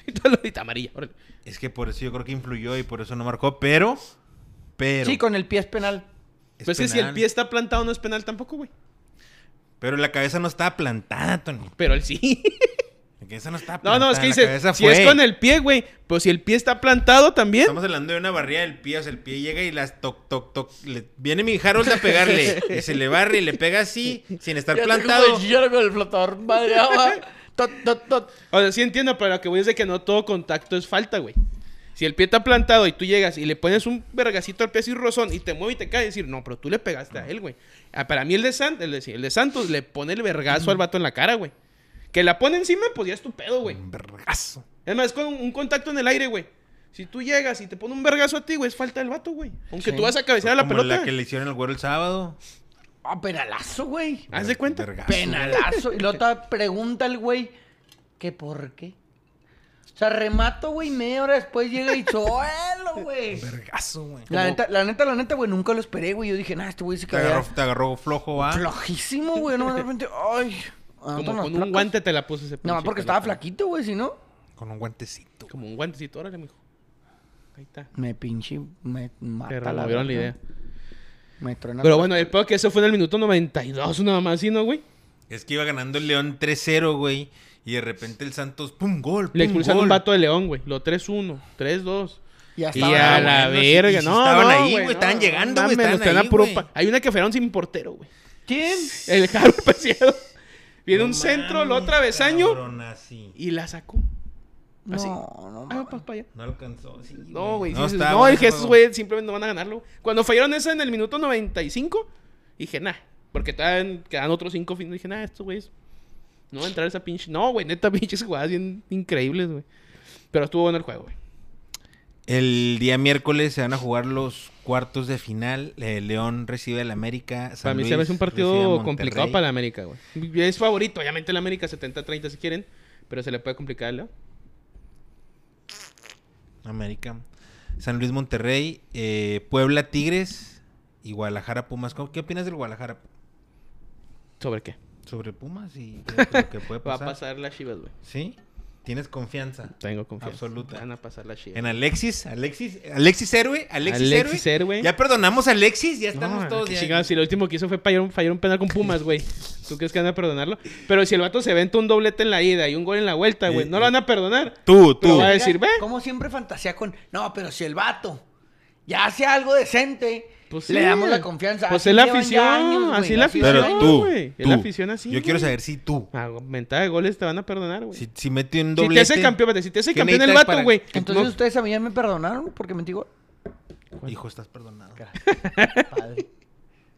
Speaker 2: Y todo lo ahorita amarilla. órale.
Speaker 3: Es que por eso yo creo que influyó y por eso no marcó, pero... Pero...
Speaker 1: Sí, con el pie es penal.
Speaker 2: Pero
Speaker 3: es
Speaker 2: pues es que si el
Speaker 3: penal.
Speaker 2: pie está plantado no es penal tampoco, güey.
Speaker 3: Pero la cabeza no estaba plantada, Tony.
Speaker 2: Pero él sí.
Speaker 3: La cabeza no estaba
Speaker 2: No,
Speaker 3: plantada.
Speaker 2: no, es que
Speaker 3: la
Speaker 2: dice,
Speaker 3: cabeza
Speaker 2: si
Speaker 3: fue.
Speaker 2: es con el pie, güey, pues si el pie está plantado también.
Speaker 3: Estamos hablando de una barrida del pie, o sea, el pie llega y las toc, toc, toc. le- viene mi Harold a pegarle. y se le barre y le pega así, sin estar plantado.
Speaker 1: Yo con el flotador madreaba. Tot, tot, tot.
Speaker 2: O sea, sí entiendo, pero lo que voy es de que no todo contacto es falta, güey. Si el pie está plantado y tú llegas y le pones un vergacito al pie así rozón y te mueve y te cae, decir, no, pero tú le pegaste a él, güey. Ah, Para mí el de, San- el, de, sí, el de Santos le pone el vergazo al vato en la cara, güey. Que la pone encima, pues ya es tu pedo, güey.
Speaker 3: Un vergazo.
Speaker 2: Es más, es con un contacto en el aire, güey. Si tú llegas y te pone un vergazo a ti, güey, es falta del vato, güey. Aunque
Speaker 1: Sí.
Speaker 2: tú vas a cabecear a la
Speaker 3: Como
Speaker 2: pelota.
Speaker 3: la que le hicieron al güero el sábado.
Speaker 1: Ah, penalazo, güey.
Speaker 2: Haz de cuenta.
Speaker 3: Vergazo.
Speaker 1: Penalazo. Y la otra pregunta el güey, ¿qué por qué? O sea, remato, güey, media hora después llega y suelo, güey.
Speaker 3: Vergazo, güey.
Speaker 1: La neta, la neta, la neta, güey, nunca lo esperé, güey. Yo dije, nah, este güey se
Speaker 3: Te agarró, Ah.
Speaker 1: quedó
Speaker 3: te agarró flojo, va.
Speaker 1: flojísimo, güey. No, de repente, ay.
Speaker 2: Como
Speaker 1: anota
Speaker 2: con
Speaker 1: las
Speaker 2: un
Speaker 1: placas.
Speaker 2: guante te la puse ese
Speaker 1: Nada más
Speaker 2: pinche
Speaker 1: porque estaba
Speaker 2: pelota.
Speaker 1: flaquito, güey, si no.
Speaker 3: Con un guantecito.
Speaker 2: Como un guantecito, órale, mijo. Ahí está.
Speaker 1: Me pinche, me
Speaker 2: Te
Speaker 1: mata la,
Speaker 2: removieron
Speaker 1: verga.
Speaker 2: la idea.
Speaker 1: Me truena.
Speaker 2: Pero bueno, el peor que eso fue en el minuto 92, una mamá así, ¿no, güey?
Speaker 3: Es que iba ganando el León 3-0, güey. Y de repente el Santos, pum, gol. Pum,
Speaker 2: Le expulsaron
Speaker 3: gol.
Speaker 2: un vato de León, güey. Lo 3-1, 3-2.
Speaker 1: ya
Speaker 2: Y
Speaker 1: estaba.
Speaker 2: a
Speaker 1: güey.
Speaker 2: la
Speaker 3: bueno, sí,
Speaker 2: verga,
Speaker 3: sí
Speaker 2: no,
Speaker 3: estaban
Speaker 2: no,
Speaker 3: ahí, güey,
Speaker 2: no,
Speaker 3: estaban
Speaker 2: no,
Speaker 3: llegando, güey,
Speaker 2: mames,
Speaker 3: estaban
Speaker 2: los tenían
Speaker 3: ahí,
Speaker 2: a puro
Speaker 3: güey.
Speaker 2: pa- Hay una que fueron sin portero, güey.
Speaker 1: ¿Quién?
Speaker 2: El Harold Preciado. Viene
Speaker 3: No
Speaker 2: un centro, lo
Speaker 3: mames,
Speaker 2: otra vez año
Speaker 3: cabrón, así.
Speaker 2: y la sacó. Así.
Speaker 1: No, no,
Speaker 2: Ah,
Speaker 1: mames.
Speaker 2: pa- pa' allá.
Speaker 3: No alcanzó. sí,
Speaker 2: No, güey. sí,
Speaker 3: No,
Speaker 2: dices, No,
Speaker 3: estaba bueno
Speaker 2: el
Speaker 3: ese
Speaker 2: Jesús,
Speaker 3: juego.
Speaker 2: güey, simplemente no van a ganarlo. Cuando fallaron esa en el minuto 95, dije, nah. Porque estaban, quedan otros cinco fines. Dije, nah, estos güeyes. No va a entrar esa pinche. No, güey, neta, pinches jugadas bien increíbles, güey. Pero estuvo bueno el juego, güey.
Speaker 3: El día miércoles se van a jugar los cuartos de final. Eh, León recibe al América. San
Speaker 2: para mí
Speaker 3: Luis
Speaker 2: se me hace un
Speaker 3: recibe a
Speaker 2: partido
Speaker 3: Monterrey.
Speaker 2: complicado para la América, güey. Es favorito, obviamente la América 70-30 si quieren, pero se le puede complicar, ¿no?
Speaker 3: América. San Luis Monterrey, eh, Puebla Tigres y Guadalajara Pumas. ¿Cómo- ¿Qué opinas del Guadalajara?
Speaker 2: ¿Sobre qué?
Speaker 3: Sobre Pumas y lo que puede
Speaker 2: Va a
Speaker 3: pasar.
Speaker 2: pasar las Chivas, güey.
Speaker 3: ¿Sí? ¿Tienes confianza?
Speaker 2: Tengo confianza.
Speaker 3: Absoluta.
Speaker 2: Van a pasar las Chivas.
Speaker 3: En Alexis, Alexis, Alexis Héroe, Alexis,
Speaker 2: Alexis
Speaker 3: Héroe.
Speaker 2: Héroe.
Speaker 3: Ya perdonamos a Alexis, ya estamos
Speaker 2: No,
Speaker 3: todos.
Speaker 2: qué
Speaker 3: ya-
Speaker 2: chingados, si lo último que hizo fue fallar un, fallar un penal con Pumas, güey. ¿Tú crees que van a perdonarlo? Pero si el vato se aventa un doblete en la ida y un gol en la vuelta, güey,
Speaker 3: Eh,
Speaker 2: no lo van a perdonar.
Speaker 3: Tú,
Speaker 2: Pero
Speaker 3: tú.
Speaker 2: va a decir, ve.
Speaker 1: Como siempre fantasea con, no, pero si el vato ya hace algo decente,
Speaker 2: Pues
Speaker 1: le
Speaker 2: sí.
Speaker 1: damos la confianza.
Speaker 2: Pues
Speaker 1: Así
Speaker 2: es la
Speaker 1: llevan ya
Speaker 2: afición,
Speaker 1: güey,
Speaker 2: así es la afición.
Speaker 3: Pero
Speaker 2: No,
Speaker 3: tú,
Speaker 2: güey, es
Speaker 3: tú.
Speaker 2: la afición así,
Speaker 3: Yo quiero
Speaker 2: güey.
Speaker 3: saber si tú,
Speaker 2: A ventaja de goles te van a perdonar, güey.
Speaker 3: si, si mete un
Speaker 2: Si
Speaker 3: doble.
Speaker 2: te hace campeón, espérate, si te hace
Speaker 3: ¿qué
Speaker 2: campeón el
Speaker 3: necesitas
Speaker 2: vato,
Speaker 3: para-
Speaker 2: güey.
Speaker 1: Entonces
Speaker 2: no-
Speaker 1: ustedes a mí ya me perdonaron porque me digo,
Speaker 3: Hijo, estás perdonado.
Speaker 1: padre,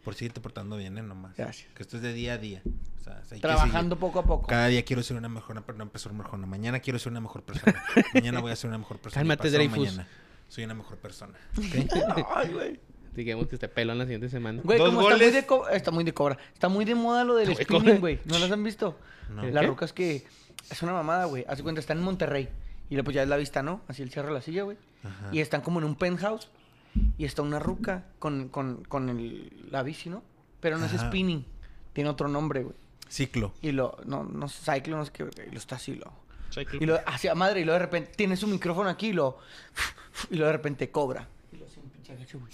Speaker 3: Por seguirte portando bien, eh, nomás.
Speaker 1: Gracias.
Speaker 3: Que esto es de día a día. O sea, hay que
Speaker 1: trabajando poco a poco.
Speaker 3: seguir. Cada día quiero ser una mejor per- una persona, mejor persona. Mañana quiero ser una mejor persona. mañana voy a ser una mejor persona. y
Speaker 2: Cálmate,
Speaker 3: pasado
Speaker 2: Dreyfus.
Speaker 3: Mañana soy una mejor persona.
Speaker 1: Ay, güey.
Speaker 2: Digamos que te pelan la siguiente semana.
Speaker 1: Güey,
Speaker 3: Dos
Speaker 1: como
Speaker 3: goles.
Speaker 1: está muy, de co- está muy de cobra. Está muy de moda lo del
Speaker 2: Está muy
Speaker 1: spinning,
Speaker 2: cobra.
Speaker 1: güey. ¿No las han visto?
Speaker 3: No.
Speaker 1: La
Speaker 2: ¿Qué?
Speaker 1: ruca es que es una mamada, güey. Hace cuenta, está en Monterrey. Y luego pues ya es la vista, ¿no? Así el cierre de la silla, güey.
Speaker 3: Ajá.
Speaker 1: Y están como en un penthouse. Y está una ruca con, con, con el, la bici, ¿no? Pero no es
Speaker 3: Ajá.
Speaker 1: spinning. Tiene otro nombre, güey.
Speaker 3: Ciclo.
Speaker 1: Y lo, no, no, sé, cyclo, no sé qué, y lo está así, lo.
Speaker 2: Cyclo.
Speaker 1: Y lo, hacia madre, y lo de repente, tiene su micrófono aquí, y lo. Y lo de repente cobra. Y lo hace un pinche agacho, güey.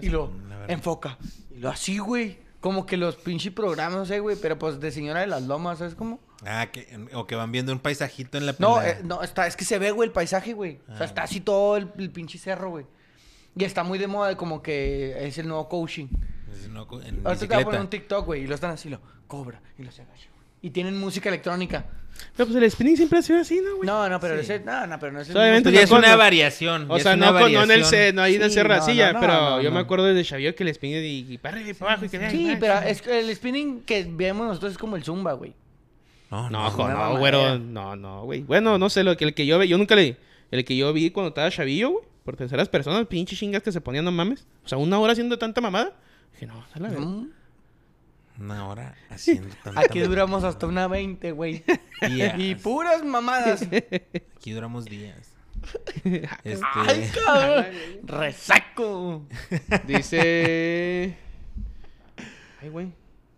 Speaker 1: Y lo
Speaker 3: la verdad.
Speaker 1: enfoca. Y lo así, güey. Como que los pinches programas, no sé, güey, pero pues de señora de las lomas, ¿sabes cómo?
Speaker 3: Ah, que, o que van viendo un paisajito en la
Speaker 1: No,
Speaker 3: pelada.
Speaker 1: eh, no, está, es que se ve, güey, el paisaje, güey. o
Speaker 3: Ah.
Speaker 1: sea, está así todo el, el pinche cerro, güey. Y está muy de moda, de como que es el nuevo coaching.
Speaker 3: Es no, co- en
Speaker 1: Ahorita te voy a poner
Speaker 3: bicicleta.
Speaker 1: un TikTok, güey, y lo están así, lo cobra, y lo se agacha, güey. Y tienen música electrónica.
Speaker 2: Pero pues el spinning siempre ha sido así, ¿no, güey?
Speaker 1: No, no, pero ese, no, no, pero no es el
Speaker 2: Solamente
Speaker 3: Entonces ya es
Speaker 2: Una
Speaker 3: una
Speaker 2: cosa.
Speaker 3: variación.
Speaker 2: O
Speaker 3: ya
Speaker 2: sea,
Speaker 3: es una
Speaker 2: no, con- no en el
Speaker 3: variación.
Speaker 2: C, no ahí en el
Speaker 1: Sí,
Speaker 2: Cerro de la
Speaker 1: no,
Speaker 2: Silla,
Speaker 1: no, no,
Speaker 2: pero
Speaker 1: no,
Speaker 2: yo
Speaker 1: no.
Speaker 2: me acuerdo desde Xavier que el spinning y, y para arriba y para abajo y que
Speaker 1: Sí,
Speaker 2: ay,
Speaker 1: pero
Speaker 2: ay,
Speaker 1: es que el spinning que vemos nosotros es como el zumba, güey.
Speaker 3: No,
Speaker 2: Ah, No,
Speaker 3: no,
Speaker 2: jo,
Speaker 1: una
Speaker 2: no,
Speaker 1: mamadera.
Speaker 2: güero, no, no, güey. Bueno, no sé, lo que el que yo ve, yo nunca le el que yo vi cuando estaba chavillo, güey, por terceras personas, pinche chingas que se ponían, no mames. O sea, una hora haciendo tanta mamada, Dije, no, a la verga.
Speaker 1: Mm.
Speaker 3: Una hora haciendo tanta
Speaker 1: Aquí duramos hasta una 20, güey.
Speaker 3: Días.
Speaker 1: Y puras mamadas.
Speaker 3: Aquí duramos días. Este,
Speaker 1: ¡Ay, cabrón! ¡Resaco!
Speaker 2: Dice. Ay, güey.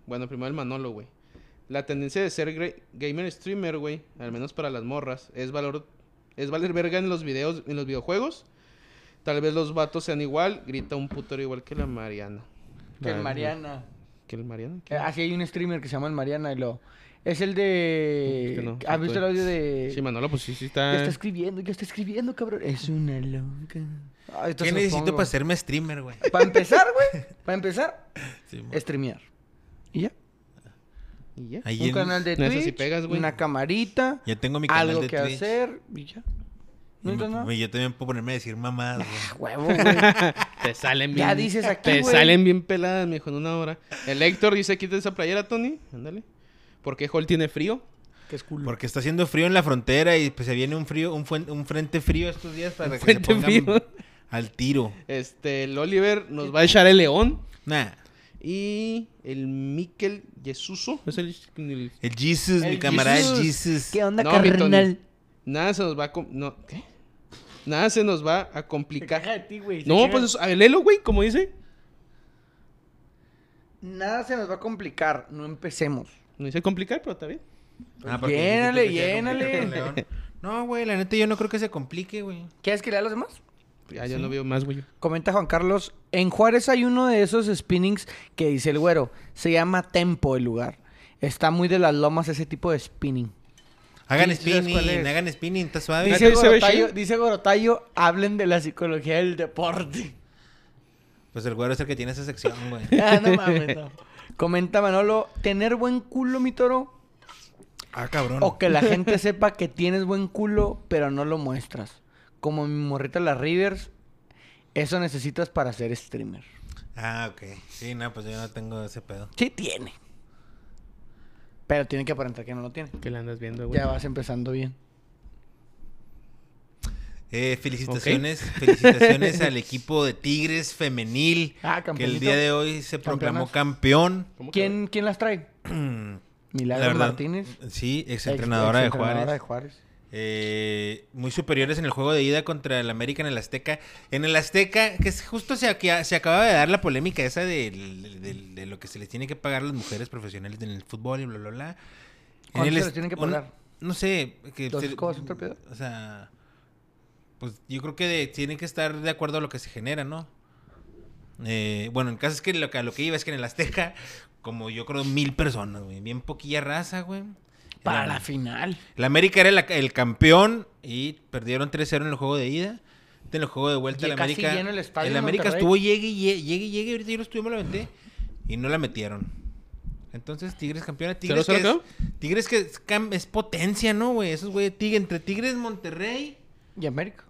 Speaker 2: Bueno, primero el Manolo, güey. La tendencia de ser gre- gamer streamer, güey, al menos para las morras, es valor es valer verga en los videos en los videojuegos. Tal vez los vatos sean igual, grita un putero igual que la Mariana.
Speaker 1: Que el
Speaker 2: Ay,
Speaker 1: Mariana.
Speaker 2: güey. Que el Mariana.
Speaker 1: Eh, Así hay un streamer que se llama el Mariana y lo... Es el de...
Speaker 2: Es que no,
Speaker 1: Eh, ¿Has
Speaker 2: no
Speaker 1: visto el
Speaker 2: puede.
Speaker 1: audio de...
Speaker 2: Sí, Manolo, pues sí, sí
Speaker 1: Ya
Speaker 2: está.
Speaker 1: está escribiendo, ya está escribiendo, cabrón. Es una loca. Ah, esto
Speaker 3: ¿Qué
Speaker 1: se los
Speaker 3: necesito
Speaker 1: pongo.
Speaker 3: para hacerme streamer, güey?
Speaker 1: Para empezar, güey. Para empezar,
Speaker 3: Sí, mo-
Speaker 1: streamear. Y ya.
Speaker 2: Y ya.
Speaker 3: Ahí
Speaker 1: Un
Speaker 3: en-
Speaker 1: canal de
Speaker 2: No, eso
Speaker 1: Twitch,
Speaker 2: sí pegas, güey.
Speaker 1: una camarita,
Speaker 3: Ya tengo mi canal
Speaker 1: algo
Speaker 3: de
Speaker 1: que
Speaker 3: Twitch.
Speaker 1: hacer y ya.
Speaker 3: Y
Speaker 1: ¿No
Speaker 3: me-
Speaker 1: entras nada?
Speaker 3: güey, yo también puedo ponerme a decir mamás, güey.
Speaker 1: Ah, Huevo, güey.
Speaker 2: Te salen bien.
Speaker 1: Ya dices aquí,
Speaker 2: Te
Speaker 1: güey.
Speaker 2: salen bien peladas, mijo, en una hora. El Héctor dice, quita esa playera, Tony. Ándale. ¿Por qué Hall tiene frío?
Speaker 1: Que es culo.
Speaker 3: Porque está haciendo frío en la frontera y pues se viene un frío, un, fuen- un frente frío estos días para que se
Speaker 2: frente
Speaker 3: pongan
Speaker 2: frío.
Speaker 3: al tiro.
Speaker 2: Este, el Oliver nos va a echar el león.
Speaker 3: Nah,
Speaker 2: Y el Miquel Yesuso. Es el, el-
Speaker 3: el Jesus,
Speaker 1: El
Speaker 3: mi camarada el
Speaker 1: Jesus.
Speaker 3: Jesus.
Speaker 1: ¿Qué onda,
Speaker 2: No, mi Tony.
Speaker 1: carnal?
Speaker 2: Nada se nos va a... com- No, ¿qué? Nada se nos va a complicar.
Speaker 1: de ti, güey. Se
Speaker 2: No,
Speaker 1: caga.
Speaker 2: pues a ver, léelo, güey, como dice.
Speaker 1: Nada se nos va a complicar. No empecemos.
Speaker 2: No dice complicar, pero está bien.
Speaker 3: Ah, porque
Speaker 1: Llénale,
Speaker 3: dijiste tú que se complica
Speaker 1: llénale.
Speaker 3: con León. No, güey, la neta yo no creo que se complique, güey.
Speaker 1: ¿Quieres que lea los demás?
Speaker 2: Ya, ya no veo más, güey.
Speaker 1: Comenta Juan Carlos, en Juárez hay uno de esos spinnings que dice el güero. Se llama Tempo el lugar. Está muy de las lomas ese tipo de spinning.
Speaker 3: Hagan
Speaker 1: Sí, sí, ¿sabes cuál
Speaker 3: spinning,
Speaker 1: es?
Speaker 3: hagan spinning, está suave.
Speaker 1: Dice
Speaker 2: ¿se ve
Speaker 1: Gorotayo,
Speaker 2: chido?
Speaker 1: dice Gorotayo, hablen de la psicología del deporte.
Speaker 3: Pues el güero es el que tiene esa sección, güey.
Speaker 1: Ah, no mames, no. Comenta Manolo, tener buen culo, mi toro,
Speaker 3: Ah, cabrón.
Speaker 1: o que la gente sepa que tienes buen culo, pero no lo muestras. Como mi morrita la Rivers, eso necesitas para ser streamer.
Speaker 3: Ah, ok. Sí, no, pues yo no tengo ese pedo.
Speaker 1: Sí tiene. Pero tiene que aparentar que no lo tiene.
Speaker 2: Que la andas viendo, güey.
Speaker 1: Ya vas empezando bien.
Speaker 3: Eh, felicitaciones, felicitaciones al equipo de Tigres femenil
Speaker 1: Ah,
Speaker 3: que el
Speaker 1: campeonito.
Speaker 3: día de hoy se proclamó campeón.
Speaker 2: ¿Cómo que
Speaker 1: ¿Quién, ¿Quién las trae? Milagro
Speaker 3: La verdad,
Speaker 1: Martínez.
Speaker 3: Sí, ex entrenadora de
Speaker 1: Exentrenadora
Speaker 3: Juárez. Eh, muy superiores en el juego de ida contra el América en el Azteca. En el Azteca, que es justo se, que se acababa de dar la polémica esa del- del- de, lo que se les tiene que pagar a las mujeres profesionales en el fútbol y bla, bla, bla. En
Speaker 1: ¿Cuánto
Speaker 3: el
Speaker 1: se
Speaker 3: est-
Speaker 1: les tienen que
Speaker 3: un-
Speaker 1: pagar?
Speaker 3: no sé. Que
Speaker 1: ¿Dos
Speaker 3: se-
Speaker 1: cosas, un torpedo?
Speaker 3: O sea, pues yo creo que de- tienen que estar de acuerdo a lo que se genera, ¿no? Eh, bueno, el caso es que lo, que a lo que iba es que en el Azteca, como yo creo, mil personas, güey. Bien poquilla raza, güey.
Speaker 1: Para
Speaker 3: Era-
Speaker 1: la final.
Speaker 3: el América era la- el campeón y perdieron 3-0 en el juego de ida. En el juego de vuelta,
Speaker 1: Y
Speaker 3: el
Speaker 1: casi
Speaker 3: América.
Speaker 1: lleno el estadio de
Speaker 3: América
Speaker 1: Monterrey.
Speaker 3: estuvo llegue y llegue, llegue, y llegue. Ahorita yo lo estuve, me lo aventé. Y no la metieron. Entonces, Tigres campeona. Tigres, que
Speaker 2: 0-0
Speaker 3: es, Tigres que es, cam- es potencia, ¿no, güey? Esos, güey, Tigres. Entre Tigres, Monterrey.
Speaker 1: Y América.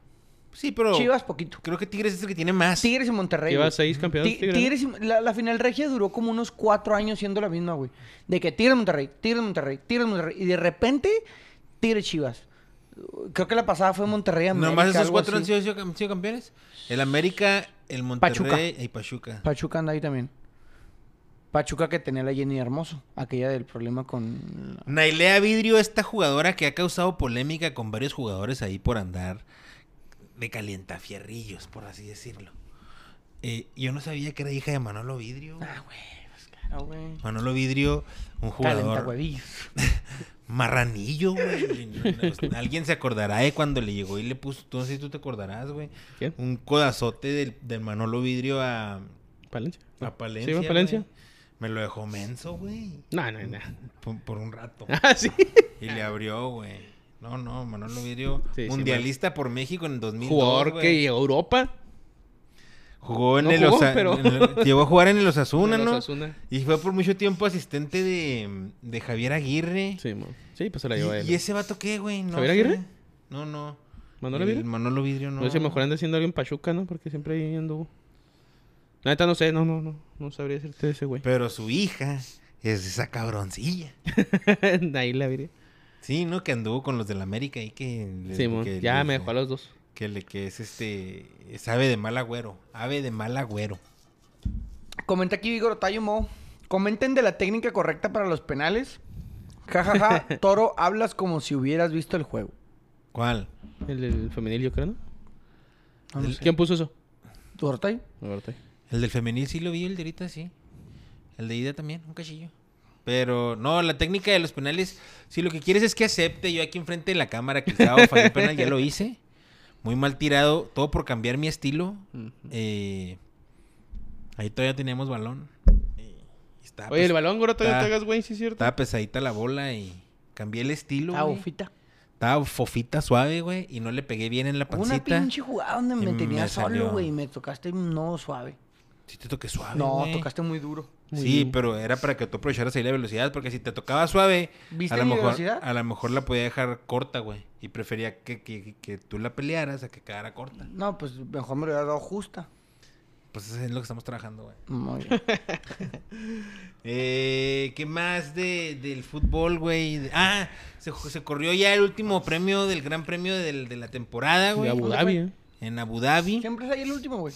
Speaker 3: Sí, pero.
Speaker 1: Chivas, poquito.
Speaker 3: Creo que Tigres es el que tiene más.
Speaker 1: Tigres y Monterrey.
Speaker 2: Lleva
Speaker 1: güey.
Speaker 2: seis campeones,
Speaker 1: Ti-
Speaker 2: Tigres, ¿no?
Speaker 1: Tigres y- la, la final regia duró como unos cuatro años siendo la misma, güey. De que Tigres Monterrey, Tigres Monterrey, Tigres Monterrey. Y de repente, Tigres Chivas. Creo que la pasada fue Monterrey América.
Speaker 3: Nomás esos
Speaker 1: algo
Speaker 3: cuatro han
Speaker 1: así.
Speaker 3: sido, han sido campeones. El América, el Monterrey y Pachuca.
Speaker 1: Pachuca anda ahí también. Pachuca que tenía la Jenny Hermoso. Aquella del problema con la-
Speaker 3: Nailea Vidrio, esta jugadora que ha causado polémica con varios jugadores ahí por andar de calientafierrillos, por así decirlo. Eh, yo no sabía que era hija de Manolo Vidrio. güey.
Speaker 1: Ah, güey, pues claro, güey.
Speaker 3: Manolo Vidrio, un jugador
Speaker 1: Calentahuevillos.
Speaker 3: marranillo, güey. Alguien se acordará de cuando le llegó y le puso, tú no sé si tú te acordarás, güey.
Speaker 2: ¿Quién?
Speaker 3: Un codazote del, del Manolo Vidrio a,
Speaker 2: Palencia.
Speaker 3: a
Speaker 2: No.
Speaker 3: Palencia.
Speaker 2: Sí, va a Palencia.
Speaker 3: güey. Mm. Me lo dejó menso, güey.
Speaker 2: No, no, no.
Speaker 3: Por, por un rato.
Speaker 2: Ah, sí.
Speaker 3: Y le abrió, güey. No, no, Manolo Vidrio.
Speaker 2: Sí, sí,
Speaker 3: mundialista por México en 2002.
Speaker 2: Jugador
Speaker 3: güey.
Speaker 2: que llegó a Europa.
Speaker 3: jugó en
Speaker 2: no
Speaker 3: el
Speaker 2: jugó,
Speaker 3: Osa-
Speaker 2: pero-
Speaker 3: en el- Llegó a jugar en el Osasuna,
Speaker 2: En el
Speaker 3: ¿no?
Speaker 2: Osasuna.
Speaker 3: Y fue por mucho tiempo asistente de, de Javier Aguirre.
Speaker 2: Sí, mo. sí, pues se la
Speaker 3: ¿Y,
Speaker 2: llevó a él.
Speaker 3: y ese vato qué, güey? No
Speaker 2: ¿Javier
Speaker 3: sé.
Speaker 2: Aguirre?
Speaker 3: No, no.
Speaker 2: ¿Manolo
Speaker 3: El
Speaker 2: Vidrio?
Speaker 3: Manolo Vidrio no.
Speaker 2: No sé si mejor anda haciendo algo en Pachuca, ¿no? Porque siempre ahí anduvo. La neta no sé, no, no, no. No sabría decirte de ese güey.
Speaker 3: Pero su hija es esa cabroncilla.
Speaker 2: Ahí la viré.
Speaker 3: Sí, ¿no? Que anduvo con los del América y que... les-
Speaker 2: Simón,
Speaker 3: que
Speaker 2: ya
Speaker 3: les-
Speaker 2: me dejó a los dos.
Speaker 3: Que, le, que es este... Es ave de mal agüero. Ave de mal agüero.
Speaker 1: Comenta aquí Vigor Otayo Mo. Comenten de la técnica correcta para los penales. Ja, ja, ja. Toro, hablas como si hubieras visto el juego.
Speaker 3: ¿Cuál?
Speaker 2: El del femenil, yo creo, ¿no?
Speaker 1: No, Ah, no
Speaker 2: El-
Speaker 1: sé.
Speaker 2: ¿Quién puso eso?
Speaker 1: ¿Tú, Otayo?
Speaker 2: A ver, ahorita.
Speaker 3: El del femenil sí lo vi, el de ahorita sí. El de Ida también, un cachillo. Pero no, la técnica de los penales, si lo que quieres es que acepte yo aquí enfrente de la cámara que el sábado fallé el penal, ya lo hice. Muy mal tirado, todo por cambiar mi estilo.
Speaker 2: Ujú.
Speaker 3: Eh, ahí todavía teníamos balón. Eh, estaba,
Speaker 2: Oye,
Speaker 3: pes-
Speaker 2: el balón, gordo, todavía
Speaker 3: está-
Speaker 2: te hagas, güey, sí es cierto.
Speaker 3: estaba pesadita la bola y cambié el estilo.
Speaker 1: Ah,
Speaker 3: güey.
Speaker 1: ufita.
Speaker 3: Estaba fofita suave, güey, y no le pegué bien en la
Speaker 1: Hubo Una
Speaker 3: pancita.
Speaker 1: pinche jugada donde
Speaker 3: y
Speaker 1: me tenía
Speaker 3: me salió.
Speaker 1: solo, güey, y me tocaste no suave.
Speaker 3: Sí te toqué suave,
Speaker 1: no,
Speaker 3: güey.
Speaker 1: tocaste muy duro.
Speaker 2: Muy
Speaker 3: Sí,
Speaker 2: bien.
Speaker 3: pero era para que tú aprovecharas ahí la velocidad, porque si te tocaba suave,
Speaker 1: ¿Viste
Speaker 3: a lo,
Speaker 1: mi
Speaker 3: mejor,
Speaker 1: velocidad?
Speaker 3: a lo mejor la podía dejar corta, güey. Y prefería que, que- que tú la pelearas a que quedara corta.
Speaker 1: No, pues mejor me lo hubiera dado justa.
Speaker 3: Pues eso es lo que estamos trabajando, güey.
Speaker 1: Muy bien.
Speaker 3: Eh, ¿Qué más de, del fútbol, güey? De- Ah, se, ju- se corrió ya el último premio del Gran Premio del- de la temporada,
Speaker 2: De
Speaker 3: güey.
Speaker 2: Abu Dhabi, ¿eh?
Speaker 3: En Abu Dhabi.
Speaker 1: Siempre es ahí el último, güey.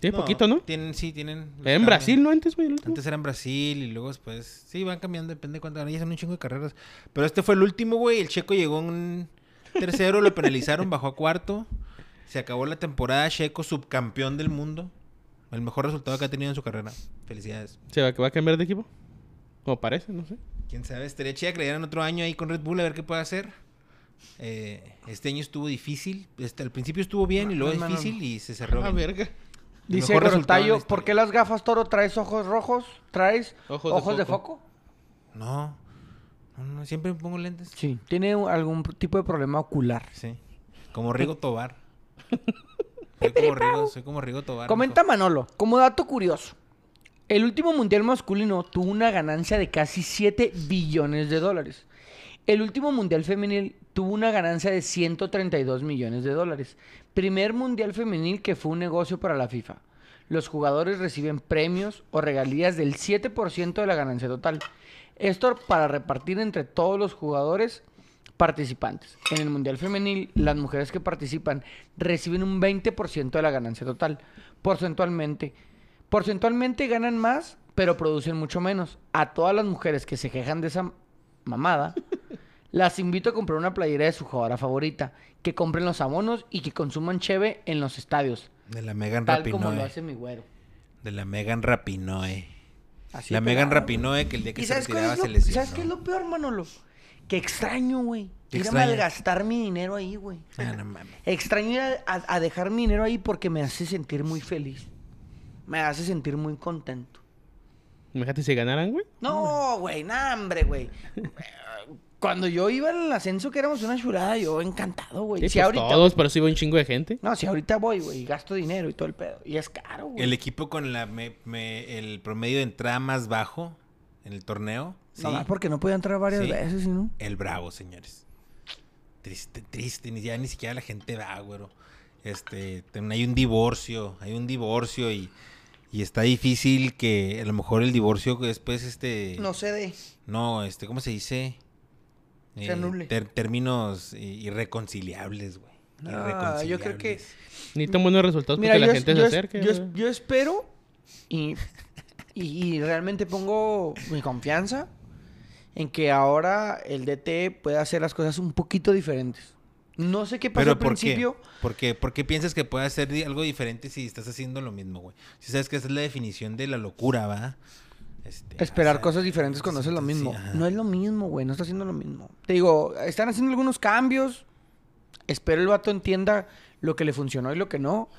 Speaker 2: Sí, poquito, ¿no?
Speaker 3: Tienen, sí, tienen. los
Speaker 2: Era en
Speaker 3: cambian.
Speaker 2: Brasil, ¿no? Antes, güey, el último.
Speaker 3: Antes era en Brasil y luego después. Sí, van cambiando, depende de cuánto ganan. Ya son un chingo de carreras. Pero este fue el último, güey. El checo llegó en tercero, lo penalizaron, bajó a cuarto. Se acabó la temporada. Checo, subcampeón del mundo. El mejor resultado que ha tenido en su carrera. Felicidades.
Speaker 2: ¿Se va, va a cambiar de equipo? Como parece, no sé.
Speaker 3: Quién sabe, estaría chida que le dieran otro año ahí con Red Bull a ver qué puede hacer. Eh, este año estuvo difícil. Este, al principio estuvo bien y luego
Speaker 1: No, no, no.
Speaker 3: difícil y se cerró.
Speaker 2: Ah,
Speaker 3: bien.
Speaker 2: verga.
Speaker 3: El
Speaker 1: Dice
Speaker 3: mejor resultado en la
Speaker 1: Gorotayo,
Speaker 3: historia.
Speaker 1: ¿por qué las gafas toro traes ojos rojos? ¿Traes
Speaker 2: Ojos
Speaker 1: ojos,
Speaker 2: de
Speaker 1: de,
Speaker 2: foco.
Speaker 1: foco.
Speaker 3: No. No, no, siempre me pongo lentes.
Speaker 1: Sí, tiene un- algún tipo de problema ocular.
Speaker 3: Sí. Como
Speaker 1: Pues-
Speaker 3: Rigo Tobar. Soy como Rigo, soy como Rigo Tobar.
Speaker 1: Comenta Manolo, como dato curioso, el último mundial masculino tuvo una ganancia de casi 7 billones de dólares. El último mundial femenil tuvo una ganancia de 132 millones de dólares. Primer mundial femenil que fue un negocio para la FIFA. Los jugadores reciben premios o regalías del 7% de la ganancia total. Esto para repartir entre todos los jugadores participantes. En el Mundial Femenil, las mujeres que participan reciben un 20% de la ganancia total, porcentualmente. Porcentualmente ganan más, pero producen mucho menos. A todas las mujeres que se quejan de esa mamada, las invito a comprar una playera de su jugadora favorita, que compren los abonos y que consuman cheve en los estadios,
Speaker 3: De la Megan
Speaker 1: tal como
Speaker 3: Rapinoe.
Speaker 1: lo hace mi güero.
Speaker 3: De la Megan Rapinoe.
Speaker 1: Así
Speaker 3: La
Speaker 1: de
Speaker 3: Megan
Speaker 1: pelado.
Speaker 3: Rapinoe que el día que
Speaker 1: ¿Y
Speaker 3: se
Speaker 1: sabes, cuál
Speaker 3: retiraba
Speaker 1: es
Speaker 3: se
Speaker 1: lo,
Speaker 3: lesionó. Ah,
Speaker 1: ¿Sabes qué es lo peor, Manolo? Que extraño, güey.
Speaker 3: ¿Qué
Speaker 1: Ir
Speaker 3: extrañas?
Speaker 1: a malgastar mi dinero ahí, güey.
Speaker 3: Ah, no mames.
Speaker 1: Extraño ir a, a- a dejar mi dinero ahí porque me hace sentir muy feliz. Me hace sentir muy contento.
Speaker 2: Imagínate si ganaran, güey.
Speaker 1: No, güey, nah, hombre, güey. Cuando yo iba en el ascenso, que éramos una chulada, yo encantado, güey.
Speaker 2: Sí,
Speaker 1: si
Speaker 2: pues
Speaker 1: ahorita.
Speaker 2: todos, pero sí va un chingo de gente.
Speaker 1: No, si ahorita voy, güey, y gasto dinero y todo el pedo. Y es caro, güey.
Speaker 3: El equipo con la me- me- el promedio de entrada más bajo en el torneo. Sí.
Speaker 1: Nomás porque no podía entrar varias
Speaker 3: Sí.
Speaker 1: veces, ¿sí, ¿no?
Speaker 3: El Bravo, señores. Triste, triste. Ni, ya ni siquiera la gente va, güero. Este, ten- hay un divorcio, hay un divorcio y, y está difícil que a lo mejor el divorcio que después este...
Speaker 1: No sé de.
Speaker 3: No, este, ¿cómo se dice? Eh,
Speaker 1: Se anule.
Speaker 3: ter- términos i- irreconciliables, güey.
Speaker 1: Ah, yo creo que-
Speaker 3: Irreconciliables.
Speaker 2: Necesitan buenos resultados
Speaker 1: Mm. Mira,
Speaker 2: porque
Speaker 1: yo,
Speaker 2: la
Speaker 1: es-
Speaker 2: gente
Speaker 1: yo
Speaker 2: se
Speaker 1: es-
Speaker 2: acerque.
Speaker 1: yo es-
Speaker 2: güey.
Speaker 1: yo espero y, y- y realmente pongo mi confianza en que ahora el DT pueda hacer las cosas un poquito diferentes. No sé qué pasó
Speaker 3: Pero
Speaker 1: al
Speaker 3: ¿por
Speaker 1: principio.
Speaker 3: qué? ¿Por qué? ¿Por qué piensas que puede hacer di- algo diferente si estás haciendo lo mismo, güey? Si sabes que esa es la definición de la locura, ¿va? Este,
Speaker 1: Esperar
Speaker 3: hacer-
Speaker 1: cosas diferentes cuando haces lo
Speaker 3: sí,
Speaker 1: mismo.
Speaker 3: ajá.
Speaker 1: No es lo mismo, güey. No está haciendo lo mismo. Te digo, están haciendo algunos cambios. Espero el vato entienda lo que le funcionó y lo que no.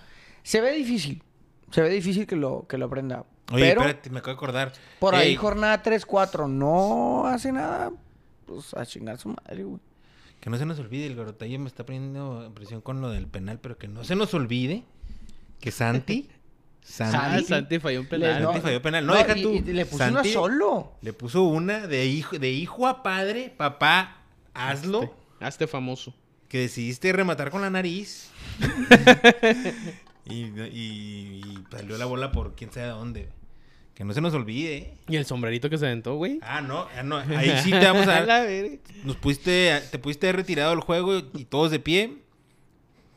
Speaker 1: Se ve difícil. Se ve difícil que lo, que lo aprenda.
Speaker 3: Oye,
Speaker 1: pero
Speaker 3: espérate, me acabo de acordar.
Speaker 1: Por ahí
Speaker 3: Ey,
Speaker 1: jornada 3-4 no hace nada, pues a chingar su madre, güey.
Speaker 3: Que no se nos olvide, el Gorotayo me está poniendo presión con lo del penal, pero que no se nos olvide que Santi...
Speaker 2: Ah,
Speaker 3: Santi,
Speaker 2: Santi falló un
Speaker 1: Le-
Speaker 2: penal.
Speaker 3: no.
Speaker 2: Santi falló-
Speaker 3: falló penal. No, deja
Speaker 1: y-
Speaker 3: tú,
Speaker 1: y le puso una
Speaker 3: Santi-
Speaker 1: solo.
Speaker 3: Le puso una de hijo, de hijo a padre, papá,
Speaker 1: Este.
Speaker 3: hazlo,
Speaker 2: Hazte famoso.
Speaker 3: que decidiste rematar con la nariz. y, y- y salió la bola por quién sabe dónde. Que no se nos olvide. ¿eh?
Speaker 2: Y el sombrerito que se aventó, güey.
Speaker 3: Ah, no, ah, no, ahí sí te vamos a dar.
Speaker 2: La verga.
Speaker 3: Nos pudiste, te pudiste haber retirado del juego y todos de pie.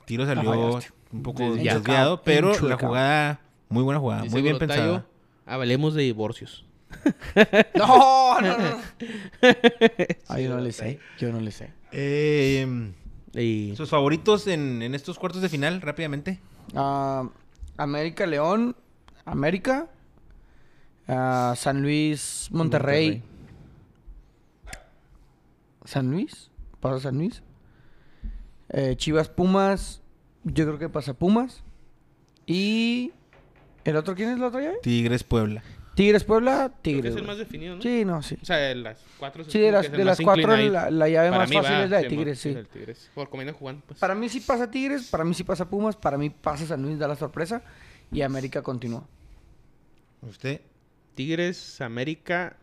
Speaker 3: Tiro salió
Speaker 1: fallaste.
Speaker 3: un poco
Speaker 2: Desviado.
Speaker 3: desviado, pero la
Speaker 1: Enchuecado.
Speaker 3: jugada, muy buena jugada,
Speaker 2: Dice
Speaker 3: muy bien
Speaker 2: Gorotayo,
Speaker 3: pensada.
Speaker 2: Hablemos de divorcios.
Speaker 1: No, no, no. Ay, yo no le sé. Yo no le sé.
Speaker 3: Eh,
Speaker 2: Y
Speaker 3: ¿Sus favoritos en, en estos cuartos de final, rápidamente?
Speaker 1: Ah, América León, América, Ah, San Luis, Monterrey. ¿San Luis? ¿Pasa San Luis? Eh, Chivas Pumas, yo creo que pasa Pumas. Y. ¿El otro quién es la otra llave?
Speaker 3: Tigres Puebla.
Speaker 1: Tigres Puebla,
Speaker 2: creo que
Speaker 1: Tigres.
Speaker 2: es el
Speaker 1: güey.
Speaker 2: más definido, ¿no?
Speaker 1: Sí, no, sí.
Speaker 2: O sea, de las cuatro. se
Speaker 1: Sí, de
Speaker 2: supone que
Speaker 1: las,
Speaker 2: es
Speaker 1: de
Speaker 2: el más
Speaker 1: las cuatro,
Speaker 2: inclinadito.
Speaker 1: la, la llave
Speaker 2: Para
Speaker 1: más
Speaker 2: mí
Speaker 1: fácil
Speaker 2: va,
Speaker 1: es la de
Speaker 2: Simón,
Speaker 1: Tigres, sí.
Speaker 2: el Tigres. Por comiendo jugando, pues.
Speaker 1: Para mí sí pasa Tigres, para mí sí pasa Pumas, para mí pasa San Luis, da la sorpresa. Y América continúa.
Speaker 3: ¿Usted?
Speaker 2: Tigres, América,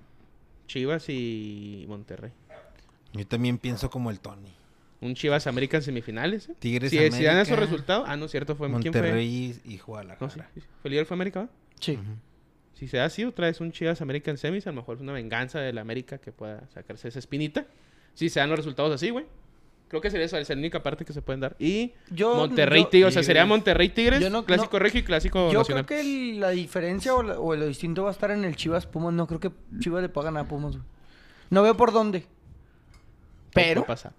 Speaker 2: Chivas y Monterrey.
Speaker 3: Yo también pienso como el Tony.
Speaker 2: Un Chivas América en semifinales. ¿eh?
Speaker 3: Tigres,
Speaker 2: si, si dan
Speaker 3: América,
Speaker 2: esos resultados. Ah, no, cierto, fue ¿Quién
Speaker 3: Monterrey y
Speaker 2: fue? No, sí,
Speaker 3: Guadalajara.
Speaker 2: sí, sí. ¿Fue líder fue América? va?
Speaker 1: Sí.
Speaker 2: Si se da así, otra vez un Chivas América en semis, a lo mejor es una venganza de la América que pueda sacarse esa espinita. Si se dan los resultados así, güey. Creo que sería esa, esa es la única parte que se pueden dar. Y
Speaker 1: Yo-
Speaker 2: Monterrey
Speaker 1: yo-
Speaker 2: Tigres, o sea,
Speaker 3: Tigres.
Speaker 2: sería Monterrey Tigres,
Speaker 1: Yo no-
Speaker 2: clásico
Speaker 1: no-
Speaker 2: regio y clásico
Speaker 1: Yo
Speaker 2: nacional.
Speaker 1: creo que el- la diferencia o, la- o lo distinto va a estar en el Chivas Pumas. No creo que Chivas le pueda ganar a Pumas. güey. No veo por dónde.
Speaker 2: Todo
Speaker 1: Pero,
Speaker 2: puede pasar.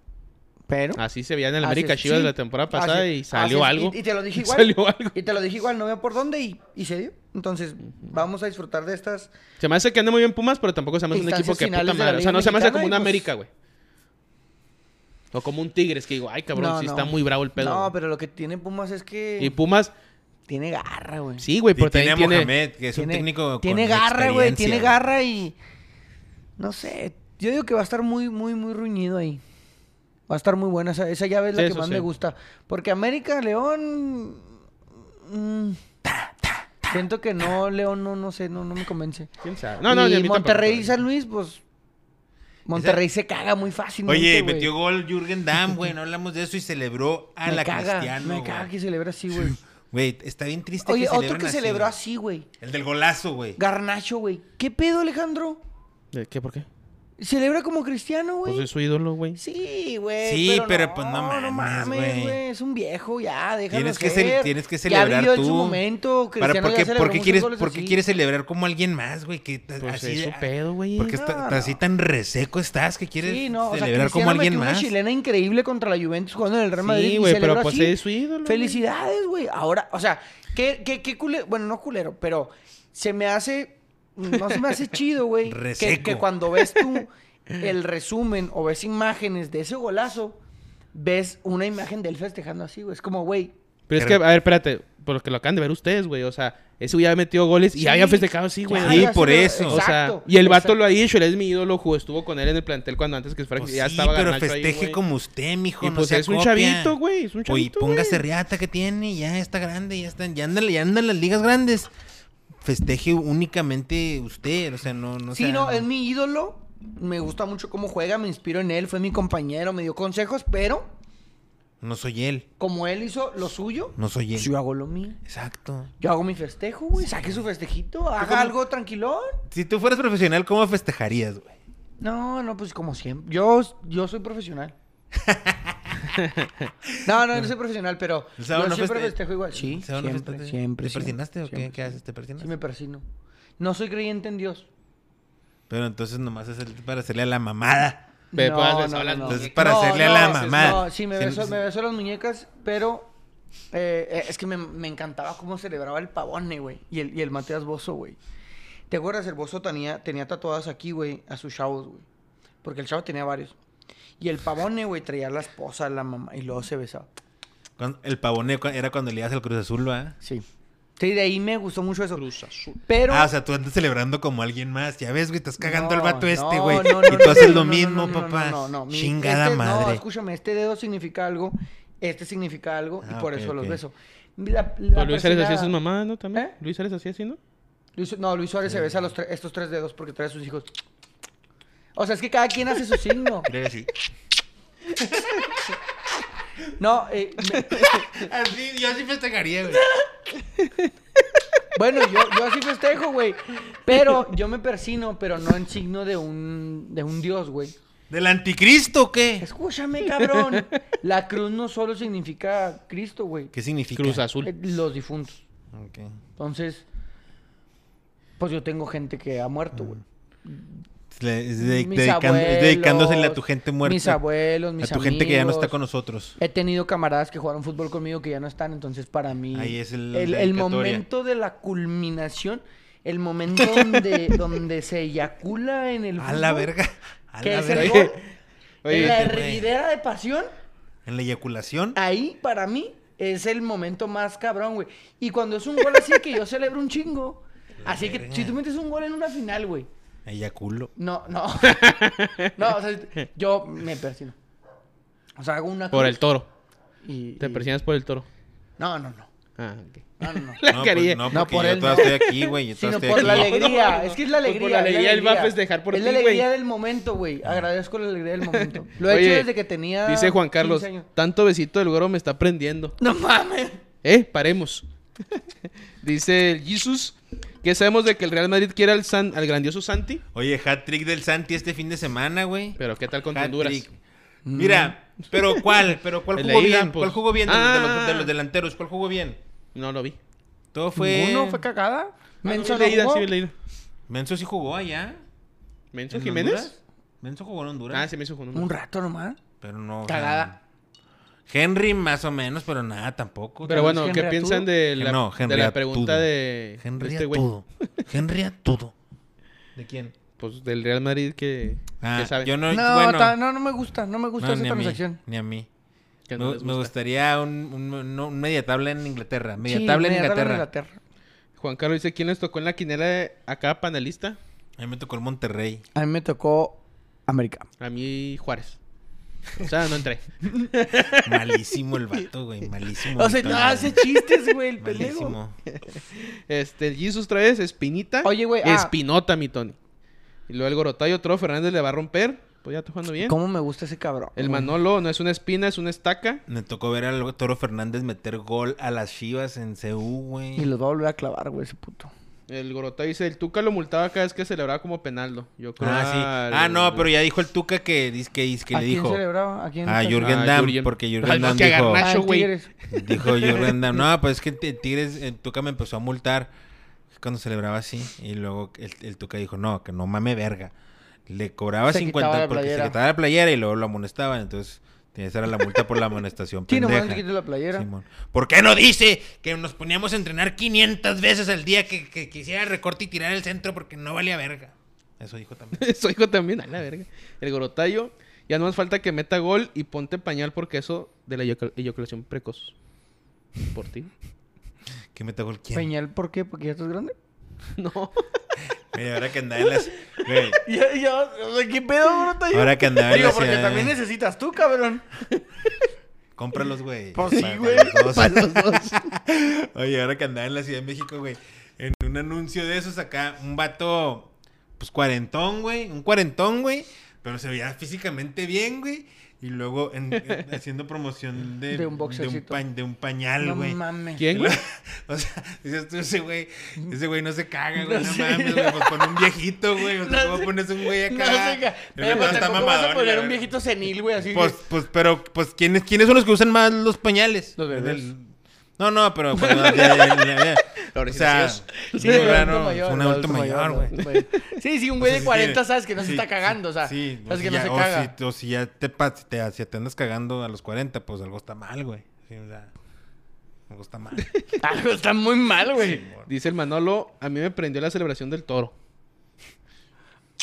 Speaker 1: pero.
Speaker 2: Así se veía en el
Speaker 1: así
Speaker 2: América
Speaker 1: es,
Speaker 2: Chivas
Speaker 1: sí,
Speaker 2: la temporada pasada
Speaker 1: así es,
Speaker 2: y salió
Speaker 1: así es,
Speaker 2: algo.
Speaker 1: Y, y te lo dije
Speaker 2: Y
Speaker 1: igual.
Speaker 2: salió algo.
Speaker 1: Y te lo dije igual, no veo por dónde y, y se dio. Entonces, vamos a disfrutar de estas.
Speaker 2: Se me hace que anda muy bien Pumas, pero tampoco se me hace un equipo
Speaker 1: Instancias
Speaker 2: que puta
Speaker 1: finales de la
Speaker 2: madre. O sea,
Speaker 1: Liga
Speaker 2: no se me hace
Speaker 1: Mexicana
Speaker 2: como
Speaker 1: y
Speaker 2: una
Speaker 1: pues-
Speaker 2: América, güey. O como un Tigres que digo, ay cabrón,
Speaker 1: No,
Speaker 2: sí
Speaker 1: no.
Speaker 2: está muy bravo el pedo.
Speaker 1: No,
Speaker 2: güey.
Speaker 1: pero lo que tiene Pumas es que
Speaker 2: Y Pumas,
Speaker 1: tiene garra, güey.
Speaker 2: sí, güey,
Speaker 3: Y
Speaker 2: pero
Speaker 3: tiene a
Speaker 2: también tiene.
Speaker 3: Mohamed, que es un técnico
Speaker 1: tiene
Speaker 3: con
Speaker 1: garra, güey, tiene
Speaker 3: experiencia.
Speaker 1: garra y no sé, yo digo que va a estar muy muy muy ruñido ahí. Va a estar muy buena esa, esa llave es la
Speaker 2: Sí,
Speaker 1: que
Speaker 2: eso
Speaker 1: más
Speaker 2: sí.
Speaker 1: me gusta, porque América León mm, siento que no León no no sé, no no me convence.
Speaker 2: ¿Quién sabe? No, no, ni a
Speaker 1: y
Speaker 2: mí tampoco,
Speaker 1: Monterrey
Speaker 2: güey.
Speaker 1: y San Luis pues Monterrey se caga muy fácil.
Speaker 3: Oye, metió gol Jürgen Damm, güey. No hablamos de eso y celebró a
Speaker 1: me
Speaker 3: la
Speaker 1: caga,
Speaker 3: Cristiano.
Speaker 1: Me
Speaker 3: güey.
Speaker 1: caga que celebra así, güey.
Speaker 3: Güey, está bien triste
Speaker 1: Oye,
Speaker 3: que
Speaker 1: otro
Speaker 3: celebren
Speaker 1: que
Speaker 3: así,
Speaker 1: celebró
Speaker 3: güey.
Speaker 1: así, güey.
Speaker 3: El del golazo, güey.
Speaker 1: Garnacho, güey. ¿Qué pedo, Alejandro?
Speaker 2: ¿De ¿Qué? ¿Por qué?
Speaker 1: Celebra como cristiano, güey.
Speaker 2: Pues es su ídolo, güey.
Speaker 1: Sí, güey.
Speaker 3: Sí, pero, pues, no mames, güey.
Speaker 1: Es un viejo, ya, déjalo
Speaker 3: Tienes que,
Speaker 1: ser.
Speaker 3: cel- tienes que celebrar
Speaker 1: ya vivió
Speaker 3: tú.
Speaker 1: en su momento.
Speaker 3: Para-
Speaker 1: Cristiano
Speaker 3: ¿por
Speaker 1: ya
Speaker 3: qué-
Speaker 1: celebró
Speaker 3: por qué
Speaker 1: muchos
Speaker 3: quieres,
Speaker 1: goles
Speaker 3: por qué
Speaker 1: así.
Speaker 3: quieres celebrar como alguien más, güey? Que ta-
Speaker 2: Pues
Speaker 3: así,
Speaker 2: es su
Speaker 3: ah,
Speaker 2: pedo, güey.
Speaker 3: Porque está,
Speaker 1: No,
Speaker 3: está así
Speaker 1: no.
Speaker 3: tan reseco estás que quieres
Speaker 1: Sí, no, o sea,
Speaker 3: celebrar como
Speaker 1: Cristiano
Speaker 3: alguien
Speaker 1: metió
Speaker 3: más.
Speaker 1: una chilena increíble contra la Juventus jugando en el Real Madrid.
Speaker 2: Sí,
Speaker 1: y
Speaker 2: güey, pero
Speaker 1: celebró
Speaker 2: pues
Speaker 1: así.
Speaker 2: es su ídolo. güey.
Speaker 1: Felicidades, güey. Ahora, o sea, qué, qué, qué culero. Bueno, no culero, pero se me hace. No se me hace chido, güey. Que,
Speaker 3: Reseco.
Speaker 1: que cuando ves tú el resumen o ves imágenes de ese golazo, ves una imagen de él festejando así, güey. Es como, güey.
Speaker 2: Pero es que, a ver, espérate, por lo que lo acaban de ver ustedes, güey. O sea, ese güey ya metió goles y
Speaker 1: Sí.
Speaker 2: había festejado así, güey.
Speaker 1: ya,
Speaker 3: Sí,
Speaker 1: ya,
Speaker 3: por
Speaker 1: lo-
Speaker 3: eso.
Speaker 2: O sea,
Speaker 1: exacto,
Speaker 2: y el vato
Speaker 1: exacto.
Speaker 2: lo ha dicho, él es mi ídolo, jugó, estuvo con él en el plantel cuando antes que fuera
Speaker 3: Pues
Speaker 2: ya
Speaker 3: sí,
Speaker 2: estaba
Speaker 3: pero
Speaker 2: Garnacho ahí,
Speaker 3: festeje
Speaker 2: güey.
Speaker 3: como usted, mijo.
Speaker 2: Y
Speaker 3: no
Speaker 2: pues
Speaker 3: sea
Speaker 2: es un
Speaker 3: copia.
Speaker 2: chavito, güey, es un
Speaker 3: Oye,
Speaker 2: chavito,
Speaker 3: póngase
Speaker 2: güey.
Speaker 3: riata que tiene, ya está grande, ya están, ya andan, ya andan las ligas grandes. Festeje únicamente usted, o sea, no, no
Speaker 1: Sí,
Speaker 3: sea-
Speaker 1: no, es mi ídolo. Me gusta mucho cómo juega, me inspiro en él. Fue mi compañero, me dio consejos, pero
Speaker 3: no soy él,
Speaker 1: como él hizo lo suyo,
Speaker 3: no soy él.
Speaker 1: yo hago lo mío.
Speaker 3: Exacto.
Speaker 1: Yo hago mi festejo, güey. Saque su festejito, haga
Speaker 3: como-
Speaker 1: algo tranquilón.
Speaker 3: Si tú fueras profesional, ¿cómo festejarías, güey?
Speaker 1: No, no, pues como siempre. Yo, yo soy profesional. no, no, no soy profesional, pero
Speaker 3: El sábado
Speaker 1: yo
Speaker 3: no
Speaker 1: siempre
Speaker 3: feste-
Speaker 1: festejo igual. Sí,
Speaker 3: O sea,
Speaker 1: siempre,
Speaker 3: una fiesta te-
Speaker 1: siempre.
Speaker 3: ¿Te persinaste o qué, qué haces? ¿Te
Speaker 1: Sí
Speaker 3: persinas?
Speaker 1: me persino. No soy creyente en Dios.
Speaker 3: Pero entonces nomás es el- para hacerle a la mamada.
Speaker 2: Pero pues, has besado las
Speaker 3: Entonces, para hacerle a la
Speaker 1: no,
Speaker 3: mamá.
Speaker 1: No, sí, me
Speaker 3: Sí,
Speaker 1: beso,
Speaker 3: sí.
Speaker 1: me beso las muñecas, pero eh, eh, es que me, me encantaba cómo celebraba el pavone, güey. Y el, y el Mateas Bozo, güey. ¿Te acuerdas? El Bozo tenía, tenía tatuadas aquí, güey, a sus chavos, güey. Porque el chavo tenía varios. Y el pavone, güey, traía a la esposa, a la mamá, y luego se besaba.
Speaker 3: Cuando- el pavoneo cu- era cuando le ibas al Cruz Azul, ¿va?
Speaker 1: Sí. Sí, de ahí me gustó mucho eso.
Speaker 2: Cruz Azul.
Speaker 1: Pero...
Speaker 3: Ah, o sea, tú andas celebrando como alguien más. Ya ves, güey, estás cagando al
Speaker 1: No,
Speaker 3: vato este,
Speaker 1: no,
Speaker 3: güey.
Speaker 1: no,
Speaker 3: y
Speaker 1: no,
Speaker 3: tú
Speaker 1: no,
Speaker 3: haces
Speaker 1: no,
Speaker 3: lo
Speaker 1: no,
Speaker 3: mismo,
Speaker 1: no, no,
Speaker 3: papá.
Speaker 1: no, no, mi-
Speaker 3: Chingada
Speaker 1: este- No,
Speaker 3: madre.
Speaker 1: escúchame, este dedo significa algo, este significa algo y
Speaker 3: Ah,
Speaker 1: por
Speaker 3: ok,
Speaker 1: eso los
Speaker 3: ok.
Speaker 1: beso. La- la
Speaker 2: Pero Pues Luis Ares
Speaker 1: persona-
Speaker 2: hacía sus mamás, ¿no? También.
Speaker 1: ¿Eh?
Speaker 2: Luis Ares hacía así, ¿no?
Speaker 1: Luis- no, Luis Suárez se besa los tre- estos tres dedos porque trae a sus hijos. O sea, es que cada quien hace su signo.
Speaker 3: Así.
Speaker 1: No, eh, me-
Speaker 3: así, yo así festejaría, güey.
Speaker 1: bueno, yo, yo así festejo, güey. Pero yo me persino, pero no en signo de un, de un dios, güey.
Speaker 3: ¿Del anticristo o qué?
Speaker 1: Escúchame, cabrón. La cruz no solo significa Cristo, güey.
Speaker 3: ¿Qué significa?
Speaker 2: Cruz
Speaker 1: Eh,
Speaker 2: Azul.
Speaker 1: Los difuntos.
Speaker 3: Ok.
Speaker 1: Entonces, Pues yo tengo gente que ha muerto, güey.
Speaker 3: Le- es de-
Speaker 1: Mis
Speaker 3: dedicando- es dedicándosele a tu gente
Speaker 1: abuelos,
Speaker 3: muerta.
Speaker 1: Mis abuelos, mis
Speaker 3: A tu gente que ya no está
Speaker 1: amigos.
Speaker 3: con nosotros.
Speaker 1: He tenido camaradas que jugaron fútbol conmigo que ya no están, entonces para mí
Speaker 3: Ahí es el-
Speaker 1: el,
Speaker 3: la
Speaker 1: el
Speaker 3: dedicatoria.
Speaker 1: momento de la culminación, el momento donde, donde se eyacula en el
Speaker 3: A la
Speaker 1: fútbol,
Speaker 3: verga. A
Speaker 1: que
Speaker 3: la
Speaker 1: es el
Speaker 3: verga.
Speaker 1: gol,
Speaker 2: Oye,
Speaker 1: en la
Speaker 3: este, güey.
Speaker 1: hervidera de pasión,
Speaker 3: En la eyaculación.
Speaker 1: ahí para mí es el momento más cabrón, güey. Y cuando es un gol así que yo celebro un chingo,
Speaker 3: La
Speaker 1: así que
Speaker 3: verga.
Speaker 1: si tú metes un gol en una final, güey,
Speaker 3: Eyaculo.
Speaker 1: no, no, no, o sea, yo me persino. O sea, hago una
Speaker 2: Por el
Speaker 1: cruz
Speaker 2: toro.
Speaker 1: y-
Speaker 2: Te
Speaker 1: y-
Speaker 2: persinas por el toro.
Speaker 1: No, no, no.
Speaker 2: Ah, ok.
Speaker 1: No, no, no.
Speaker 2: La
Speaker 3: No,
Speaker 2: carilla.
Speaker 3: pues, no,
Speaker 1: No,
Speaker 3: porque
Speaker 1: por
Speaker 3: yo
Speaker 1: él
Speaker 3: todavía
Speaker 1: no.
Speaker 3: estoy aquí, güey. Yo
Speaker 1: sino
Speaker 3: todavía
Speaker 1: por la
Speaker 3: estoy aquí.
Speaker 1: alegría.
Speaker 2: No, no, no.
Speaker 1: Es que es la
Speaker 2: Pues
Speaker 1: alegría.
Speaker 2: por la
Speaker 1: es
Speaker 2: alegría él va a festejar por
Speaker 1: Es la
Speaker 2: ti,
Speaker 1: alegría
Speaker 2: güey.
Speaker 1: del momento, güey. Agradezco la alegría del momento. Lo he
Speaker 2: Oye,
Speaker 1: hecho desde que tenía.
Speaker 2: Dice Juan
Speaker 1: 15
Speaker 2: Carlos,
Speaker 1: años.
Speaker 2: tanto besito del goro me está prendiendo.
Speaker 1: No mames.
Speaker 2: Eh, paremos. Dice el Jesus, ¿qué sabemos de que el Real Madrid quiere al, San- al grandioso Santi?
Speaker 3: Oye, hat-trick del Santi este fin de semana, güey.
Speaker 2: Pero ¿qué tal con
Speaker 3: Hat-trick.
Speaker 2: Honduras?
Speaker 3: Mira, pero ¿cuál? ¿Pero cuál
Speaker 2: El
Speaker 3: jugó
Speaker 2: de
Speaker 3: bien?
Speaker 2: ida, pues.
Speaker 3: ¿Cuál jugó bien de, los- de los, de los
Speaker 2: Ah.
Speaker 3: delanteros? ¿Cuál jugó bien?
Speaker 2: No lo vi.
Speaker 3: Todo fue...
Speaker 1: ¿Ninguno fue cagada? Menso
Speaker 2: Ah, no, vi la
Speaker 1: no
Speaker 2: ida,
Speaker 1: jugó.
Speaker 2: sí vi la ida.
Speaker 3: Menso sí jugó allá.
Speaker 2: ¿Menso
Speaker 3: ¿En
Speaker 2: Jiménez?
Speaker 3: Honduras? Menso jugó en Honduras.
Speaker 2: Ah, se me hizo con
Speaker 1: Un
Speaker 2: un...
Speaker 1: rato nomás.
Speaker 3: Pero no... o sea,
Speaker 1: Cagada.
Speaker 3: Henry más o menos, pero nada tampoco.
Speaker 2: Pero bueno,
Speaker 1: Henry
Speaker 2: ¿qué
Speaker 1: Arturo?
Speaker 2: piensan de la,
Speaker 3: No, Henry
Speaker 2: de la
Speaker 3: Arturo.
Speaker 2: pregunta de
Speaker 3: Henry
Speaker 2: de
Speaker 3: a
Speaker 2: este güey?
Speaker 3: todo. Henry a todo. ¿De quién?
Speaker 2: Pues del Real Madrid que,
Speaker 3: Ah,
Speaker 2: que sabe.
Speaker 3: yo no...
Speaker 1: No,
Speaker 3: bueno,
Speaker 1: ta- no, no me gusta. No me gusta
Speaker 3: no,
Speaker 1: esa
Speaker 3: ni a mí,
Speaker 1: transacción.
Speaker 3: Ni a mí.
Speaker 2: que
Speaker 3: Me,
Speaker 2: no les
Speaker 3: me
Speaker 2: gusta.
Speaker 3: gustaría un, un- no, un media tabla en Inglaterra. Media
Speaker 1: Sí,
Speaker 3: tabla en
Speaker 1: media tabla
Speaker 3: Inglaterra.
Speaker 2: Juan Carlos dice, ¿quién les tocó en la quinela de acá panelista?
Speaker 3: A mí me tocó el Monterrey.
Speaker 1: A mí me tocó América.
Speaker 2: A mí Juárez. O sea, no entré.
Speaker 3: Malísimo el vato, güey. Malísimo.
Speaker 1: O sea,
Speaker 3: Victoria,
Speaker 1: no
Speaker 3: güey.
Speaker 1: hace chistes, güey, el pendejo.
Speaker 3: Malísimo.
Speaker 2: Este, el Jesus otra vez, Espinita.
Speaker 1: Oye, güey, ah.
Speaker 2: Espinota, mi Tony. Y luego el Gorotayo, otro Fernández le va a romper. Pues ya está jugando bien.
Speaker 1: ¿Cómo me gusta ese cabrón?
Speaker 2: El
Speaker 1: güey?
Speaker 2: Manolo no es una espina, es una estaca.
Speaker 3: Me tocó ver al Toro Fernández meter gol a las Chivas en CU,
Speaker 1: Y
Speaker 3: güey.
Speaker 1: los va a volver a clavar, güey, ese puto.
Speaker 2: El Gorotayo dice, el Tuca lo multaba cada vez que celebraba como penaldo. Yo creo
Speaker 3: Ah, sí.
Speaker 2: al-
Speaker 3: Ah, no, pero ya dijo el Tuca que, dice que, dice que
Speaker 1: ¿A
Speaker 3: le
Speaker 1: quién
Speaker 3: dijo.
Speaker 1: celebraba? ¿A quién?
Speaker 3: A Jürgen
Speaker 2: Ah,
Speaker 3: Damm,
Speaker 2: Jürgen.
Speaker 3: porque
Speaker 2: Ay,
Speaker 3: Jürgen
Speaker 2: no,
Speaker 3: Damm
Speaker 2: que
Speaker 3: dijo,
Speaker 2: agarra-
Speaker 1: Ah,
Speaker 2: Nacho,
Speaker 1: en
Speaker 2: güey.
Speaker 1: Tigres.
Speaker 3: dijo Jürgen Damm, no, pues es que en Tigres, el Tuca me empezó a multar cuando celebraba así. Y luego el, el Tuca dijo, no, que no mame verga. Le cobraba
Speaker 1: Se
Speaker 3: 50
Speaker 1: quitaba la
Speaker 3: porque se
Speaker 1: playera.
Speaker 3: quitaba la playera y luego lo amonestaban. Entonces, tenía esa era la multa por la amonestación.
Speaker 1: Sí, nomás
Speaker 3: pendeja.
Speaker 1: te quito la playera.
Speaker 3: Simón. ¿Por qué no dice que nos poníamos a entrenar 500 veces al día que, que quisiera recorte y tirar el centro porque no valía verga? Eso dijo también.
Speaker 2: Su hijo también, a la verga. El Gorotayo, ya no más falta que meta gol y ponte pañal porque eso de la eyacul- eyaculación precoz. Por ti.
Speaker 3: ¿Qué metagol quién?
Speaker 1: Peñal, ¿por qué? Porque ya estás grande.
Speaker 2: No.
Speaker 3: Güey, ahora que andaba en las... güey,
Speaker 1: Ya, ya, o sea, ¿qué pedo, bro? Te
Speaker 3: ahora que andaba en
Speaker 1: Digo,
Speaker 3: las...
Speaker 1: porque
Speaker 3: eh,
Speaker 1: también necesitas tú, cabrón.
Speaker 3: Cómpralos, güey.
Speaker 1: Pues sí,
Speaker 3: Pa- pa
Speaker 1: güey.
Speaker 3: los dos.
Speaker 1: Para los dos.
Speaker 3: Oye, ahora que andaba en la Ciudad de México, güey. En un anuncio de esos acá, un vato, pues cuarentón, güey. Un cuarentón, güey. Pero se veía físicamente bien, güey. Y luego en- en- haciendo promoción
Speaker 1: De
Speaker 3: de,
Speaker 1: un
Speaker 3: de un,
Speaker 1: boxercito.
Speaker 3: pa- de un pañal,
Speaker 1: No
Speaker 3: güey.
Speaker 1: mames.
Speaker 2: ¿Quién, güey?
Speaker 3: o sea, dices tú, ese güey, ese güey no se caga, güey.
Speaker 1: No
Speaker 3: No,
Speaker 1: sé.
Speaker 3: mames, güey. Pues pon un viejito, güey. O sea,
Speaker 1: No
Speaker 3: ¿cómo
Speaker 1: sé.
Speaker 3: pones un güey acá?
Speaker 1: No sé, ca-
Speaker 3: El
Speaker 1: Pero
Speaker 3: vato
Speaker 1: pues,
Speaker 3: está
Speaker 1: tampoco vas a
Speaker 3: mamadón,
Speaker 1: poner
Speaker 3: la
Speaker 1: un
Speaker 3: verga.
Speaker 1: viejito senil, güey, así.
Speaker 3: Pues, pues, pero, pues, ¿quiénes, ¿quiénes son los que usan más los pañales?
Speaker 1: Los bebés.
Speaker 3: No, no, pero... pues, no, ya, ya, ya, ya. O sea,
Speaker 2: Los
Speaker 1: que-
Speaker 3: sí, claro, es un adulto mayor,
Speaker 1: mayor,
Speaker 3: güey.
Speaker 1: Sí, sí, un güey
Speaker 3: O sea,
Speaker 1: de
Speaker 3: sí
Speaker 1: 40,
Speaker 3: tiene-
Speaker 1: sabes que no se
Speaker 3: sí,
Speaker 1: está cagando, o sea,
Speaker 3: Sí, o
Speaker 1: sabes
Speaker 3: si
Speaker 1: que no
Speaker 3: ya- oh,
Speaker 1: se
Speaker 3: o
Speaker 1: caga.
Speaker 3: Si, o si ya te, pa- si te, si te andas cagando a los 40, pues algo está mal, güey. Sí, o sea, algo está mal.
Speaker 1: Algo está muy mal, güey.
Speaker 2: Dice el Manolo, a mí me prendió la celebración del toro.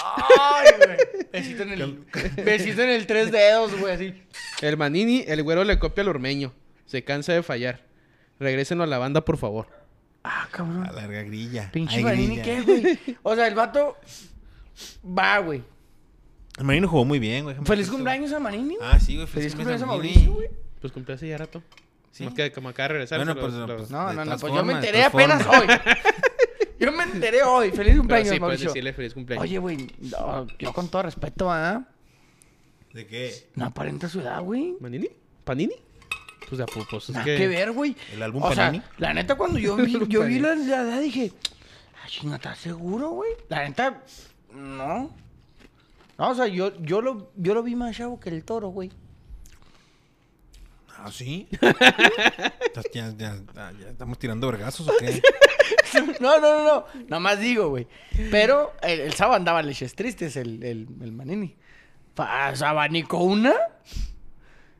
Speaker 1: Ay, güey. Besito en el besito en el tres dedos, güey, así.
Speaker 2: El Manini, el güero le copia al ormeño. Se cansa de fallar. Regrésenlo a la banda, por favor.
Speaker 1: Ah, cabrón.
Speaker 3: A larga grilla.
Speaker 1: Pinche
Speaker 3: hay
Speaker 1: Marini,
Speaker 3: grilla.
Speaker 1: ¿qué, güey? O sea, el vato va, güey.
Speaker 3: El Marino jugó muy bien, güey.
Speaker 1: Feliz cumpleaños a Marini, güey.
Speaker 3: Ah, sí, güey.
Speaker 1: Feliz cumpleaños a
Speaker 3: Marini.
Speaker 1: Mauricio, güey.
Speaker 2: Pues cumplió hace ya rato.
Speaker 3: Sí.
Speaker 2: Más que como acaba de regresar.
Speaker 3: Bueno,
Speaker 2: se
Speaker 3: pues,
Speaker 2: lo- lo-
Speaker 3: pues,
Speaker 1: No,
Speaker 3: De
Speaker 1: no, no,
Speaker 3: todas
Speaker 1: pues yo me
Speaker 3: formas, de
Speaker 1: enteré
Speaker 3: todas
Speaker 1: apenas hoy. Yo me enteré hoy. Feliz
Speaker 2: pero
Speaker 1: cumpleaños,
Speaker 2: sí, puedes
Speaker 1: Mauricio.
Speaker 2: decirle feliz cumpleaños.
Speaker 1: Oye, güey, no, yo con todo respeto, ¿ah?
Speaker 3: ¿De qué?
Speaker 1: No aparenta su edad, güey.
Speaker 2: ¿Manini? ¿Panini? Pues de a poco, pues, es
Speaker 1: Nada
Speaker 2: que...
Speaker 1: que... Ah, ver, güey.
Speaker 3: ¿El álbum
Speaker 1: o sea,
Speaker 3: Panini?
Speaker 1: la neta, cuando yo vi, yo vi
Speaker 2: Panini.
Speaker 1: la, la edad, dije, ah, chinga, ¿estás seguro, güey? La neta, no. No, o sea, yo, yo, lo, yo lo vi más chavo que el toro, güey.
Speaker 3: Ah, sí. Estás- ya, ya- ya- ya estamos tirando vergazos o qué?
Speaker 1: No, no, no, no. Nada más digo, güey. Pero el, el Saba andaba leches tristes, el, el, el Manini. Fa- se abanicó una.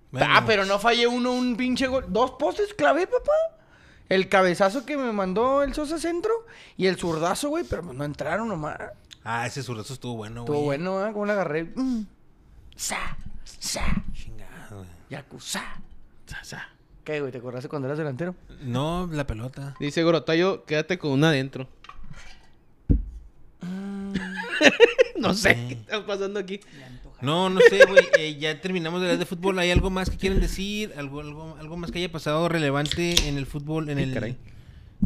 Speaker 3: Bueno.
Speaker 1: Ah, pero no fallé uno, un pinche gol. Dos postes clavé, papá. El cabezazo que me mandó el Sosa Centro y el zurdazo, güey, pero no entraron nomás.
Speaker 3: Ah, ese zurdazo estuvo bueno, güey.
Speaker 1: Estuvo bueno, ¿eh? Como la agarré. Mm. Sa, sa,
Speaker 3: Chingado, güey.
Speaker 1: yaku, sa.
Speaker 2: Sa, sa.
Speaker 1: ¿Qué, güey? ¿Te acordaste cuando eras delantero?
Speaker 3: No, la pelota.
Speaker 2: Dice Gorotayo, quédate con una adentro.
Speaker 1: Ah.
Speaker 2: no sé
Speaker 1: Eh.
Speaker 2: qué está pasando aquí.
Speaker 3: No, no sé, güey. Eh, ya terminamos de hablar de fútbol. ¿Hay algo más que quieren decir? ¿Algo, algo, algo más que haya pasado relevante en el fútbol en
Speaker 2: Ay,
Speaker 3: el,
Speaker 2: caray.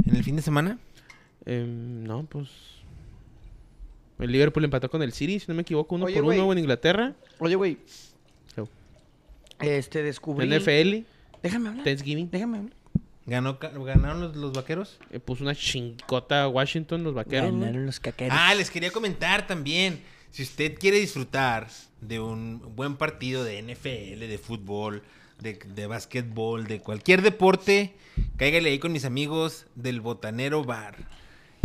Speaker 3: en el fin de semana?
Speaker 2: Em, no, pues. El Liverpool empató con el City, si no me equivoco, uno
Speaker 1: Oye,
Speaker 2: por
Speaker 1: güey.
Speaker 2: uno en Inglaterra.
Speaker 1: Oye, güey,
Speaker 2: Oh.
Speaker 1: este, descubrí...
Speaker 3: E
Speaker 2: NFL,
Speaker 1: Déjame hablar.
Speaker 2: Thanksgiving.
Speaker 1: Déjame hablar.
Speaker 3: ¿Ganó, ca- ¿Ganaron los, los vaqueros?
Speaker 2: eh, puso una chingota a Washington, los vaqueros. güey.
Speaker 1: Ganaron los caqueros.
Speaker 3: Ah, les quería comentar también. Si usted quiere disfrutar de un buen partido de NFL, de fútbol, de, de básquetbol, de cualquier deporte, cáigale ahí con mis amigos del Botanero Bar.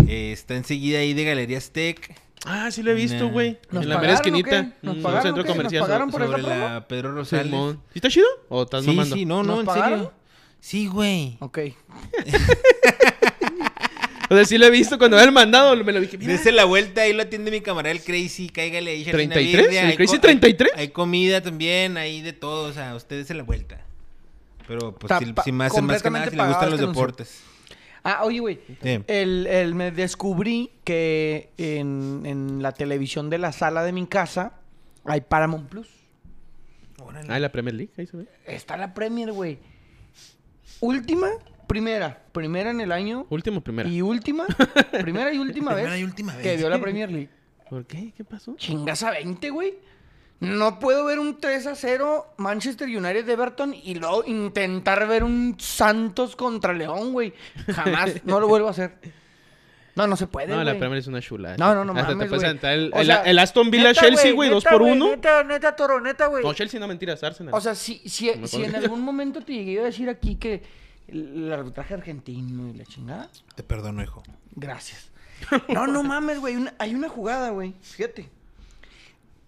Speaker 3: Eh, está enseguida ahí de Galerías Tech,
Speaker 2: Ah, sí lo he visto,
Speaker 3: Nah.
Speaker 2: güey.
Speaker 1: ¿Nos
Speaker 2: En la mera
Speaker 1: pagaron o
Speaker 2: esquinita.
Speaker 1: qué? ¿Nos
Speaker 2: Mm,
Speaker 1: pagaron
Speaker 2: un centro
Speaker 1: o qué? ¿Nos
Speaker 2: comercial.
Speaker 1: pagaron por
Speaker 3: sobre
Speaker 1: esa promo?
Speaker 3: la Pedro Rosales.
Speaker 2: Simón. ¿Sí ¿Está chido? ¿O estás
Speaker 3: Sí,
Speaker 2: mamando?
Speaker 3: sí, no, no,
Speaker 1: ¿Nos
Speaker 3: en
Speaker 1: pagaron?
Speaker 3: serio. Sí, güey.
Speaker 1: Ok.
Speaker 2: O sea, sí lo he visto cuando había el mandado, me lo dije. Mira,
Speaker 3: Dese la vuelta, ahí lo atiende mi camarada el Crazy, cáigale ahí. Jardín
Speaker 2: 33,
Speaker 3: Avirria,
Speaker 2: ¿el
Speaker 3: hay
Speaker 2: Crazy
Speaker 3: co- hay-
Speaker 2: 33?
Speaker 3: Hay, comida también, hay de todo, o sea, usted dese la vuelta. Pero pues
Speaker 1: Está
Speaker 3: si,
Speaker 1: pa-
Speaker 3: si más, más que nada,
Speaker 1: completamente
Speaker 3: si le
Speaker 1: pagado
Speaker 3: gustan
Speaker 1: este
Speaker 3: los
Speaker 1: anuncio.
Speaker 3: deportes.
Speaker 1: Ah, oye, güey.
Speaker 3: Sí.
Speaker 1: El, el- me descubrí que en, en la televisión de la sala de mi casa hay Paramount Plus.
Speaker 3: Órale.
Speaker 2: Ah, la Premier League, ahí se ve.
Speaker 1: Está la Premier, güey. Última, primera. Primera en el año.
Speaker 2: Último, primero.
Speaker 1: Y última, primera y última vez,
Speaker 3: Primera y última vez.
Speaker 1: que vio la Premier League.
Speaker 2: ¿Por qué? ¿Qué pasó?
Speaker 1: Chingas a 20, güey. No puedo ver un 3 a 0 Manchester United de Everton y luego intentar ver un Santos contra León, güey. Jamás, no lo vuelvo a hacer. No, no se puede.
Speaker 2: No, la
Speaker 1: güey.
Speaker 2: Premier es una chulada.
Speaker 1: No, no, no
Speaker 2: Hasta
Speaker 1: mames,
Speaker 2: te puedes
Speaker 1: güey.
Speaker 2: aventar el,
Speaker 1: O
Speaker 2: el-
Speaker 1: sea,
Speaker 2: el Aston Villa
Speaker 1: neta,
Speaker 2: Chelsea,
Speaker 1: güey,
Speaker 2: güey,
Speaker 1: neta,
Speaker 2: 2 por
Speaker 1: güey,
Speaker 2: 1.
Speaker 1: Neta, neta, toro, neta, güey.
Speaker 2: No, Chelsea no mentiras, Arsenal.
Speaker 1: O sea, si, si,
Speaker 2: me
Speaker 1: si en
Speaker 2: acuerdo.
Speaker 1: algún momento te llegué yo a decir aquí que el arbitraje argentino y la chingada,
Speaker 3: Te perdono, hijo.
Speaker 1: gracias. No, no mames, güey. una- hay una jugada, güey. Fíjate.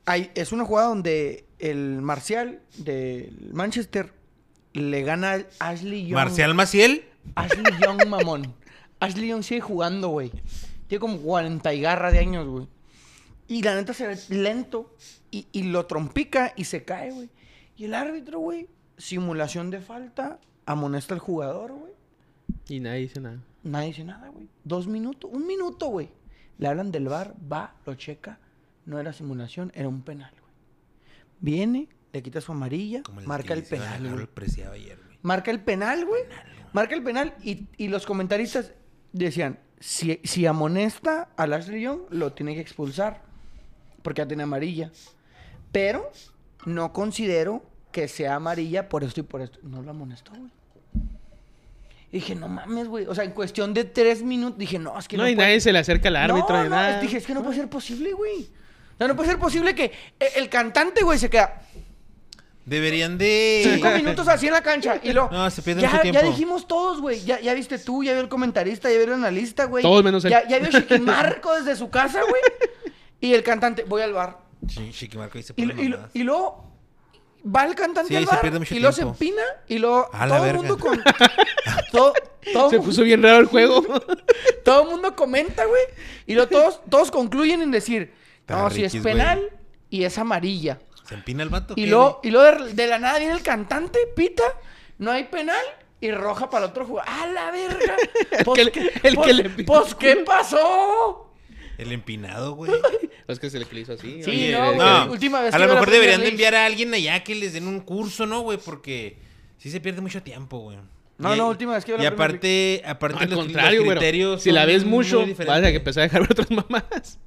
Speaker 1: Hay- es una jugada donde el Marcial de Manchester le gana al Ashley Young.
Speaker 3: Marcial Maciel.
Speaker 1: Ashley Young, mamón. Ashley Young sigue jugando, güey. Tiene como 40 y garra de años, güey. Y la neta se ve lento y, y lo trompica y se cae, güey. Y el árbitro, güey, simulación de falta, amonesta al jugador, güey.
Speaker 2: Y nadie dice nada.
Speaker 1: Nadie dice nada, güey. Dos minutos, un minuto, güey. Le hablan del bar, va, lo checa. No era simulación, era un penal, güey. Viene, le quita su amarilla,
Speaker 3: Como les
Speaker 1: marca el
Speaker 3: dije,
Speaker 1: penal,
Speaker 3: yo
Speaker 1: güey.
Speaker 3: lo apreciaba ayer, güey.
Speaker 1: Marca el penal, güey. Marca el penal. Y, y los comentaristas decían, si, si amonesta a Ashley Young, lo tiene que expulsar. Porque ya tiene amarilla. Pero no considero que sea amarilla por esto y por esto. No lo amonestó, güey. Y dije, no mames, güey. O sea, en cuestión de tres minutos, dije, no, es que
Speaker 2: No,
Speaker 1: no
Speaker 2: y
Speaker 1: puede-
Speaker 2: nadie se le acerca al árbitro
Speaker 1: no,
Speaker 2: ni
Speaker 1: no,
Speaker 2: nada.
Speaker 1: Dije, es que no puede ser posible, güey. O sea, no puede ser posible que eh, el cantante, güey, se queda...
Speaker 3: Deberían de.
Speaker 1: Cinco minutos así en la cancha. Y luego.
Speaker 3: No, se pierde
Speaker 1: ya,
Speaker 3: mucho tiempo.
Speaker 1: Ya dijimos todos, güey. Ya, ya viste tú, ya vio el comentarista, ya vio el analista, güey.
Speaker 2: Todos menos él.
Speaker 1: Ya, ya vio Chiqui Marco desde su casa, güey. Y el cantante, voy al bar.
Speaker 3: Chi- Chiquimarco dice
Speaker 1: Y,
Speaker 3: puras
Speaker 1: y-
Speaker 3: mamadas.
Speaker 1: y luego va el cantante
Speaker 3: Sí,
Speaker 1: al
Speaker 3: se
Speaker 1: bar.
Speaker 3: pierde mucho
Speaker 1: y luego se
Speaker 3: tiempo.
Speaker 1: empina. Y luego
Speaker 3: A la
Speaker 1: todo el
Speaker 3: verga.
Speaker 1: mundo con. todo, todo,
Speaker 2: Se puso bien raro el juego.
Speaker 1: todo el mundo comenta, güey. Y luego todos, todos concluyen en decir:
Speaker 3: Está
Speaker 1: No, si es
Speaker 3: riquis,
Speaker 1: penal y es amarilla.
Speaker 3: ¿Se empina el vato? o
Speaker 1: Y
Speaker 3: qué,
Speaker 1: luego, y luego de, de la nada viene el cantante, pita, no hay penal y roja para el otro jugador. ¡A la verga! Pues,
Speaker 2: que le- el
Speaker 1: pues-
Speaker 2: que le picó
Speaker 1: pues, ¿qué pasó?
Speaker 3: güey? El empinado, güey.
Speaker 2: es que se le hizo así.
Speaker 1: Sí,
Speaker 2: oye,
Speaker 1: no,
Speaker 2: de-
Speaker 1: güey.
Speaker 2: de-
Speaker 1: última vez
Speaker 3: a
Speaker 1: que
Speaker 3: lo
Speaker 1: veo la
Speaker 3: mejor
Speaker 1: Premier
Speaker 3: deberían de
Speaker 1: League.
Speaker 3: enviar a alguien allá que les den un curso, ¿no, güey? Porque sí se pierde mucho tiempo, güey.
Speaker 1: No,
Speaker 3: Y-
Speaker 1: no, última vez que veo
Speaker 3: Y
Speaker 1: la Premier
Speaker 3: aparte, aparte
Speaker 2: No, al
Speaker 3: los, los
Speaker 2: contrario, güey.
Speaker 3: criterios
Speaker 2: Si la
Speaker 3: son
Speaker 2: ves
Speaker 3: muy
Speaker 2: mucho, vas a
Speaker 3: diferentes.
Speaker 2: que empezar a dejar ver otras mamás. Pues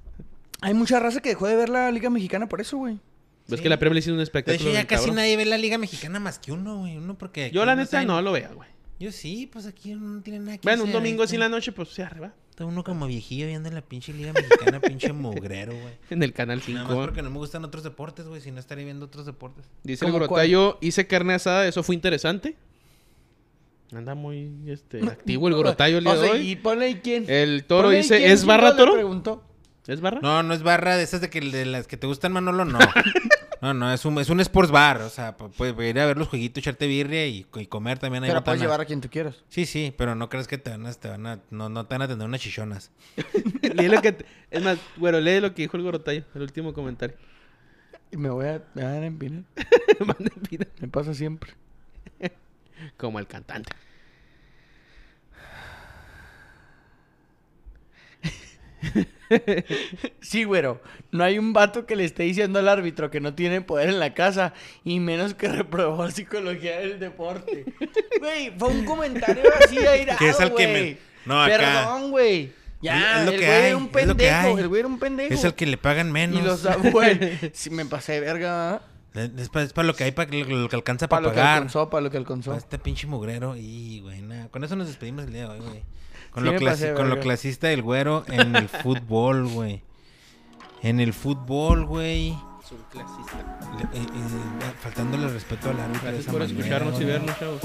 Speaker 1: Hay mucha raza que dejó de ver la Liga Mexicana por eso, güey.
Speaker 2: Ves que la Premier League es un
Speaker 3: De
Speaker 2: espectáculo.
Speaker 3: hecho, ya
Speaker 2: bien
Speaker 3: casi
Speaker 2: cabrón.
Speaker 3: nadie ve la Liga Mexicana más que uno, güey. Uno porque...
Speaker 2: Yo, la
Speaker 3: aquí
Speaker 2: neta,
Speaker 3: saben-
Speaker 2: no lo veo, güey.
Speaker 3: Yo sí, pues aquí no tiene nada que
Speaker 2: Bueno, un
Speaker 3: hacer,
Speaker 2: domingo
Speaker 3: ahí
Speaker 2: así en
Speaker 3: está.
Speaker 2: la noche, pues se arriba.
Speaker 3: Está uno como viejillo viendo la pinche Liga Mexicana, pinche mugrero, güey.
Speaker 2: En el canal
Speaker 3: Nada más
Speaker 2: 5.
Speaker 3: porque no me gustan otros deportes, güey. Si no estaría viendo otros deportes.
Speaker 2: Dice el
Speaker 1: ¿Cómo
Speaker 2: Gorotayo, hice carne asada, eso fue interesante. Anda muy este, activo el Gorotayo el día
Speaker 1: O sea,
Speaker 2: de hoy.
Speaker 1: Y ponle ahí quién.
Speaker 2: El toro
Speaker 1: Ponle ahí
Speaker 2: dice,
Speaker 1: quién,
Speaker 2: ¿es
Speaker 1: quién
Speaker 2: barra
Speaker 1: le
Speaker 2: toro?
Speaker 1: preguntó.
Speaker 2: ¿Es barra?
Speaker 3: No, no es barra de esas de, que, de las que te gustan, Manolo, no. No, no, es un, es un sports bar. O sea, pu- puedes ir a ver los jueguitos, echarte birria y, y comer también ahí
Speaker 1: Pero puedes
Speaker 3: botana.
Speaker 1: llevar a quien tú quieras.
Speaker 3: Sí, sí, pero no crees que te van a, te van a- no, no te van a tener unas chichonas.
Speaker 2: Lee lo que... te- Es más, güero, lee lo que dijo el Gorotayo, el último comentario.
Speaker 1: Y me voy a, me van a empinar.
Speaker 2: Manda pida.
Speaker 1: Me pasa siempre.
Speaker 2: Como el cantante.
Speaker 1: Sí, güero. No hay un vato que le esté diciendo al árbitro que no tiene poder en la casa y menos que reprobó psicología del deporte. Güey, fue un comentario así airado,
Speaker 3: Que es al que me-
Speaker 1: güey.
Speaker 3: no, acá.
Speaker 1: Perdón, güey. Ya,
Speaker 3: Es lo
Speaker 1: el
Speaker 3: que
Speaker 1: güey
Speaker 3: hay,
Speaker 1: era un
Speaker 3: es lo que
Speaker 1: pendejo.
Speaker 3: hay.
Speaker 1: El güey era un pendejo.
Speaker 3: Es el que le pagan menos.
Speaker 1: Y los güey, si me pasé de verga,
Speaker 3: Es para lo que hay, para lo que alcanza
Speaker 1: para
Speaker 3: para
Speaker 1: lo que
Speaker 3: pagar.
Speaker 1: alcanzó, para lo que alcanzó.
Speaker 3: Pa' este pinche mugrero. Y, güey, nada. Con eso nos despedimos el día de hoy, güey. Con,
Speaker 1: Sí
Speaker 3: lo,
Speaker 1: me
Speaker 3: clasi-
Speaker 1: pasé,
Speaker 3: con lo
Speaker 1: verga.
Speaker 3: clasista del güero en el fútbol, güey. En el fútbol, güey.
Speaker 2: Es un clasista.
Speaker 3: Le- eh, eh, faltándole el respeto al árbitro. de
Speaker 2: Gracias
Speaker 3: esa
Speaker 2: por
Speaker 3: manera,
Speaker 2: escucharnos y
Speaker 3: güey.
Speaker 2: vernos, chavos.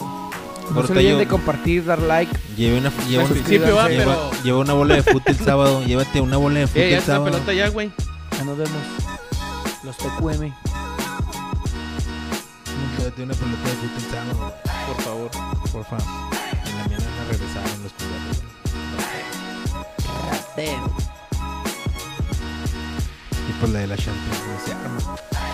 Speaker 1: No se
Speaker 3: Ahorita
Speaker 1: olviden
Speaker 3: yo-
Speaker 1: de compartir, dar like.
Speaker 3: Lleve una, lleva,
Speaker 1: Al principio va,
Speaker 3: lleva-
Speaker 1: pero-
Speaker 3: lleva una bola de fútbol el sábado. Llévate una bola de fútbol
Speaker 2: Eh, ya
Speaker 3: el
Speaker 2: está la
Speaker 3: sábado.
Speaker 2: pelota ya, güey.
Speaker 1: Ya nos vemos. Los TQM.
Speaker 3: Llévate una pelota de fútbol el sábado.
Speaker 2: Por favor.
Speaker 3: Por favor. En la mañana regresaron los cuidados.
Speaker 1: Ratero.
Speaker 3: pues Y por la de la Champions. no se arma.